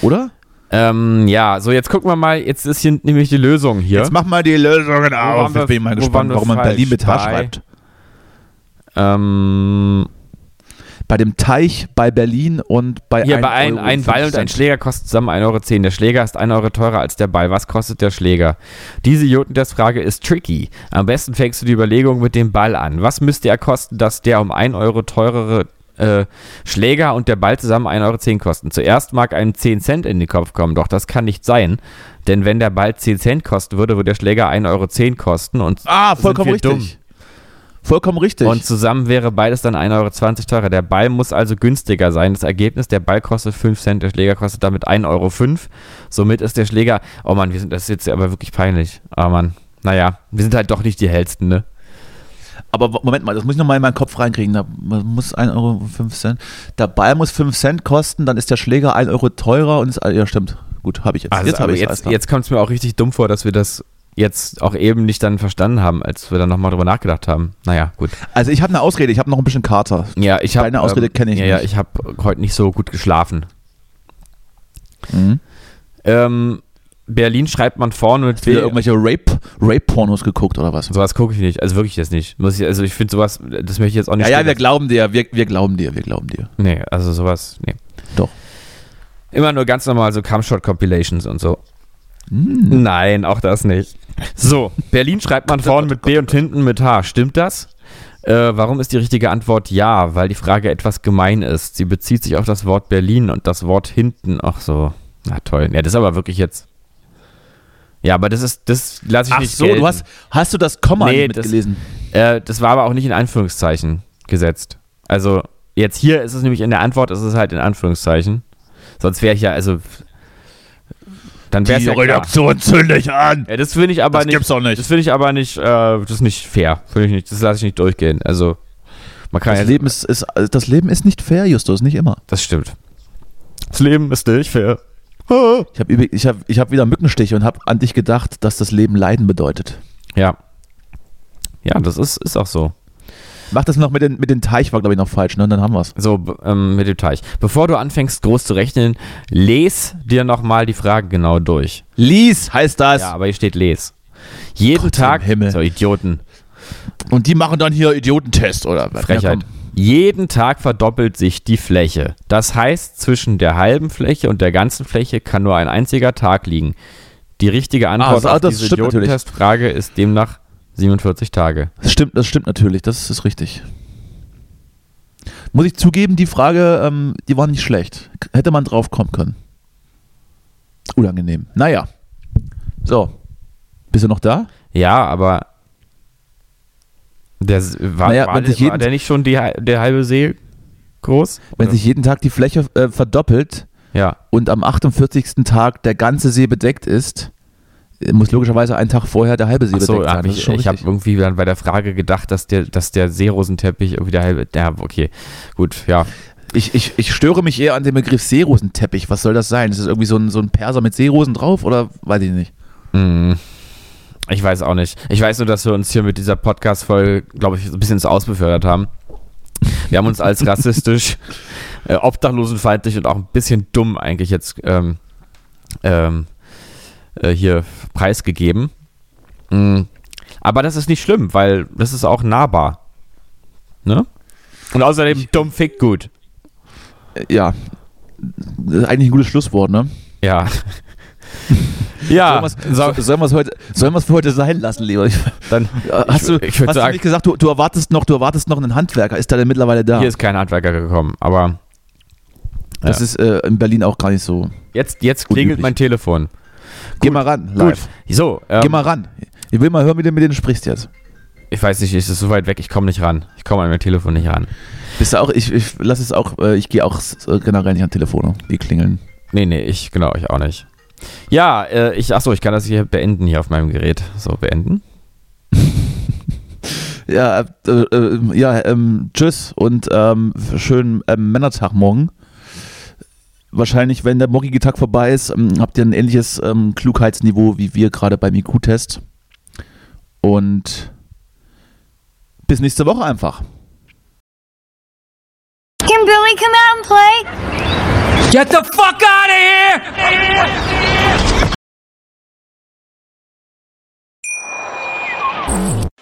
Speaker 5: Oder?
Speaker 6: Ähm, ja, so jetzt gucken wir mal, jetzt ist hier nämlich die Lösung hier.
Speaker 5: Jetzt mach mal die Lösungen
Speaker 6: waren
Speaker 5: auf.
Speaker 6: wir-
Speaker 5: ich bin mal
Speaker 6: wo waren
Speaker 5: gespannt,
Speaker 6: wir
Speaker 5: warum man
Speaker 6: falsch?
Speaker 5: Berlin mit H
Speaker 6: Bei-
Speaker 5: schreibt.
Speaker 6: Ähm,
Speaker 5: Bei dem Teich, bei Berlin und bei
Speaker 6: hier bei
Speaker 5: einem
Speaker 6: ein, ein Ball und ein Schläger kosten zusammen 1,10 Euro. Der Schläger ist 1 Euro teurer als der Ball. Was kostet der Schläger? Diese Jotentest-Frage ist tricky. Am besten fängst du die Überlegung mit dem Ball an. Was müsste er kosten, dass der um 1 Euro teurere äh, Schläger und der Ball zusammen 1,10 Euro kosten? Zuerst mag einem 10 Cent in den Kopf kommen, doch das kann nicht sein. Denn wenn der Ball 10 Cent kosten würde, würde der Schläger 1,10 Euro kosten. Und
Speaker 5: Ah,
Speaker 6: sind
Speaker 5: vollkommen
Speaker 6: wir
Speaker 5: richtig.
Speaker 6: dumm.
Speaker 5: Vollkommen richtig.
Speaker 6: Und zusammen wäre beides dann 1,20 Euro teurer. Der Ball muss also günstiger sein. Das Ergebnis, der Ball kostet 5 Cent, der Schläger kostet damit 1,05 Euro. Somit ist der Schläger, oh Mann, wir sind, das ist jetzt aber wirklich peinlich. Oh Mann, naja, wir sind halt doch nicht die Hellsten, ne?
Speaker 5: Aber w- Moment mal, das muss ich nochmal in meinen Kopf reinkriegen. Da muss 1,05 Euro. Der Ball muss 5 Cent kosten, dann ist der Schläger 1 Euro teurer und ist. Ja, stimmt. Gut, habe ich jetzt.
Speaker 6: Also,
Speaker 5: jetzt habe
Speaker 6: aber
Speaker 5: ich
Speaker 6: jetzt, jetzt kommt es mir auch richtig dumm vor, dass wir das jetzt auch eben nicht dann verstanden haben, als wir dann nochmal drüber nachgedacht haben. Naja, gut.
Speaker 5: Also, ich habe eine Ausrede, ich habe noch ein bisschen Kater.
Speaker 6: Ja, ich habe
Speaker 5: Deine Ausrede kenne ich
Speaker 6: ja, Ja,
Speaker 5: nicht.
Speaker 6: ich habe heute nicht so gut geschlafen.
Speaker 5: Mhm.
Speaker 6: Ähm, Berlin schreibt man vorne mit
Speaker 5: Wieder irgendwelche Rape- Rape-Pornos geguckt oder was?
Speaker 6: Sowas gucke ich nicht, also wirklich jetzt nicht. Muss ich, also ich finde sowas, das möchte ich jetzt auch nicht.
Speaker 5: Ja, ja,
Speaker 6: stehen
Speaker 5: wir glauben dir, wir, wir glauben dir, wir glauben dir.
Speaker 6: lassen. Nee, also sowas, nee.
Speaker 5: Doch.
Speaker 6: Immer nur ganz normal so Cumshot-Compilations und so.
Speaker 5: Hm.
Speaker 6: Nein, auch das nicht. So, Berlin schreibt man vorne mit B und hinten mit H. Stimmt das? Äh, warum ist die richtige Antwort ja? Weil die Frage etwas gemein ist. Sie bezieht sich auf das Wort Berlin und das Wort hinten. Ach so. Na toll. Ja, das ist aber wirklich jetzt. Ja, aber das ist, das lasse ich
Speaker 5: Ach
Speaker 6: nicht
Speaker 5: so,
Speaker 6: gelten.
Speaker 5: du hast, hast du das Komma
Speaker 6: Nee,
Speaker 5: nicht
Speaker 6: das-
Speaker 5: mitgelesen?
Speaker 6: Äh, das war aber auch nicht in Anführungszeichen gesetzt. Also Jetzt hier ist es nämlich in der Antwort, ist es halt in Anführungszeichen. Sonst wäre ich ja, also. Dann wäre es ja klar.
Speaker 5: zünde ich an.
Speaker 6: Ja, das finde ich aber
Speaker 5: Das
Speaker 6: nicht.
Speaker 5: gibt's doch nicht.
Speaker 6: Das finde ich aber nicht, äh, das ist nicht fair. Finde ich nicht, das lasse ich nicht durchgehen. Also, man kann
Speaker 5: Das
Speaker 6: ja-
Speaker 5: Leben ist, ist, das Leben ist nicht fair, Justus, nicht immer.
Speaker 6: Das stimmt. Das Leben ist nicht fair.
Speaker 5: Ich habe ich hab, ich hab wieder Mückenstiche und habe an dich gedacht, dass das Leben Leiden bedeutet.
Speaker 6: Ja. Ja, das ist, ist auch so.
Speaker 5: Mach das noch mit den, mit den Teich, war glaube ich noch falsch, ne? Und dann haben wir's.
Speaker 6: So, b- ähm, mit dem Teich. Bevor du anfängst, groß zu rechnen, les dir nochmal die Fragen genau durch.
Speaker 5: Lies heißt das.
Speaker 6: Ja, aber hier steht les. Jeden
Speaker 5: Gott im
Speaker 6: Tag,
Speaker 5: Himmel.
Speaker 6: so Idioten,
Speaker 5: Und die machen dann hier Idiotentest oder was?
Speaker 6: Frechheit.
Speaker 5: Ja,
Speaker 6: Jeden Tag verdoppelt sich die Fläche. Das heißt, zwischen der halben Fläche und der ganzen Fläche kann nur ein einziger Tag liegen. Die richtige Antwort
Speaker 5: so, ah,
Speaker 6: auf
Speaker 5: das
Speaker 6: diese
Speaker 5: stimmt natürlich.
Speaker 6: Idiotentestfrage ist demnach 47 Tage.
Speaker 5: komm. Das stimmt, das stimmt natürlich, das ist richtig. Muss ich zugeben, die Frage, ähm, die war nicht schlecht. K- Hätte man drauf kommen können. Unangenehm. Naja. So. Bist du noch da?
Speaker 6: Ja, aber der s- war,
Speaker 5: Naja,
Speaker 6: war,
Speaker 5: wenn sich
Speaker 6: der, war
Speaker 5: jeden-
Speaker 6: der nicht schon die, hal- der halbe See groß?
Speaker 5: Wenn
Speaker 6: Oder-
Speaker 5: sich jeden Tag die Fläche äh, verdoppelt
Speaker 6: ja,
Speaker 5: und am 48. Tag der ganze See bedeckt ist, äh, muss logischerweise einen Tag vorher der halbe See
Speaker 6: so,
Speaker 5: bedeckt sein.
Speaker 6: hab
Speaker 5: Das ist
Speaker 6: ich,
Speaker 5: schon
Speaker 6: ich habe
Speaker 5: richtig.
Speaker 6: irgendwie dann bei der Frage gedacht, dass der, dass der Seerosenteppich irgendwie der halbe. Ja, okay, gut, ja.
Speaker 5: Ich, ich, ich störe mich eher an dem Begriff Seerosenteppich. Was soll das sein? Ist das irgendwie so ein, so ein Perser mit Seerosen drauf oder weiß ich nicht?
Speaker 6: Hm. Ich weiß auch nicht. Ich weiß nur, dass wir uns hier mit dieser Podcast-Folge, glaube ich, so ein bisschen ins Ausbefördert haben. Wir haben uns als rassistisch, äh, obdachlosenfeindlich und auch ein bisschen dumm eigentlich jetzt ähm, ähm, äh, hier preisgegeben. Hm. Aber das ist nicht schlimm, weil das ist auch nahbar. Ne? Und außerdem dumm fickt gut.
Speaker 5: Äh, Ja. Das ist eigentlich ein gutes Schlusswort, ne?
Speaker 6: Ja. ja, so,
Speaker 5: Sollen wir es sollen wir's heute, sollen wir's für heute sein lassen, lieber? Ich,
Speaker 6: dann
Speaker 5: äh, hast du,
Speaker 6: ich würd
Speaker 5: hast du
Speaker 6: sagen-
Speaker 5: nicht gesagt, du, du erwartest noch, du erwartest noch einen Handwerker? Ist der denn mittlerweile da?
Speaker 6: hier ist kein Handwerker gekommen, aber
Speaker 5: das ist äh, in Berlin auch gar nicht so.
Speaker 6: Jetzt, jetzt
Speaker 5: Gut
Speaker 6: klingelt
Speaker 5: üblich.
Speaker 6: mein Telefon.
Speaker 5: Geh mal ran, live.
Speaker 6: So, ähm,
Speaker 5: Geh mal ran. Ich will mal hören, wie du mit denen sprichst jetzt.
Speaker 6: ich weiß nicht, ist es ist so weit weg, ich komme nicht ran. Ich komme an mein Telefon nicht ran.
Speaker 5: Bist du auch, ich, ich lass es auch, äh, ich gehe auch äh, generell nicht an Telefone, die klingeln.
Speaker 6: Nee, nee, ich, genau, ich auch nicht. Ja, äh, ich, achso, ich kann das hier beenden hier auf meinem Gerät. So, beenden.
Speaker 5: Ja, äh, äh, ja ähm, tschüss und ähm, schönen ähm, Männertag morgen. Wahrscheinlich, wenn der morgige Tag vorbei ist, ähm, habt ihr ein ähnliches ähm, Klugheitsniveau wie wir gerade beim IQ-Test. Und bis nächste Woche einfach.
Speaker 7: Can Billy come out and play?
Speaker 3: Get the fuck out of here!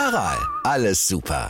Speaker 1: Aral, alles super.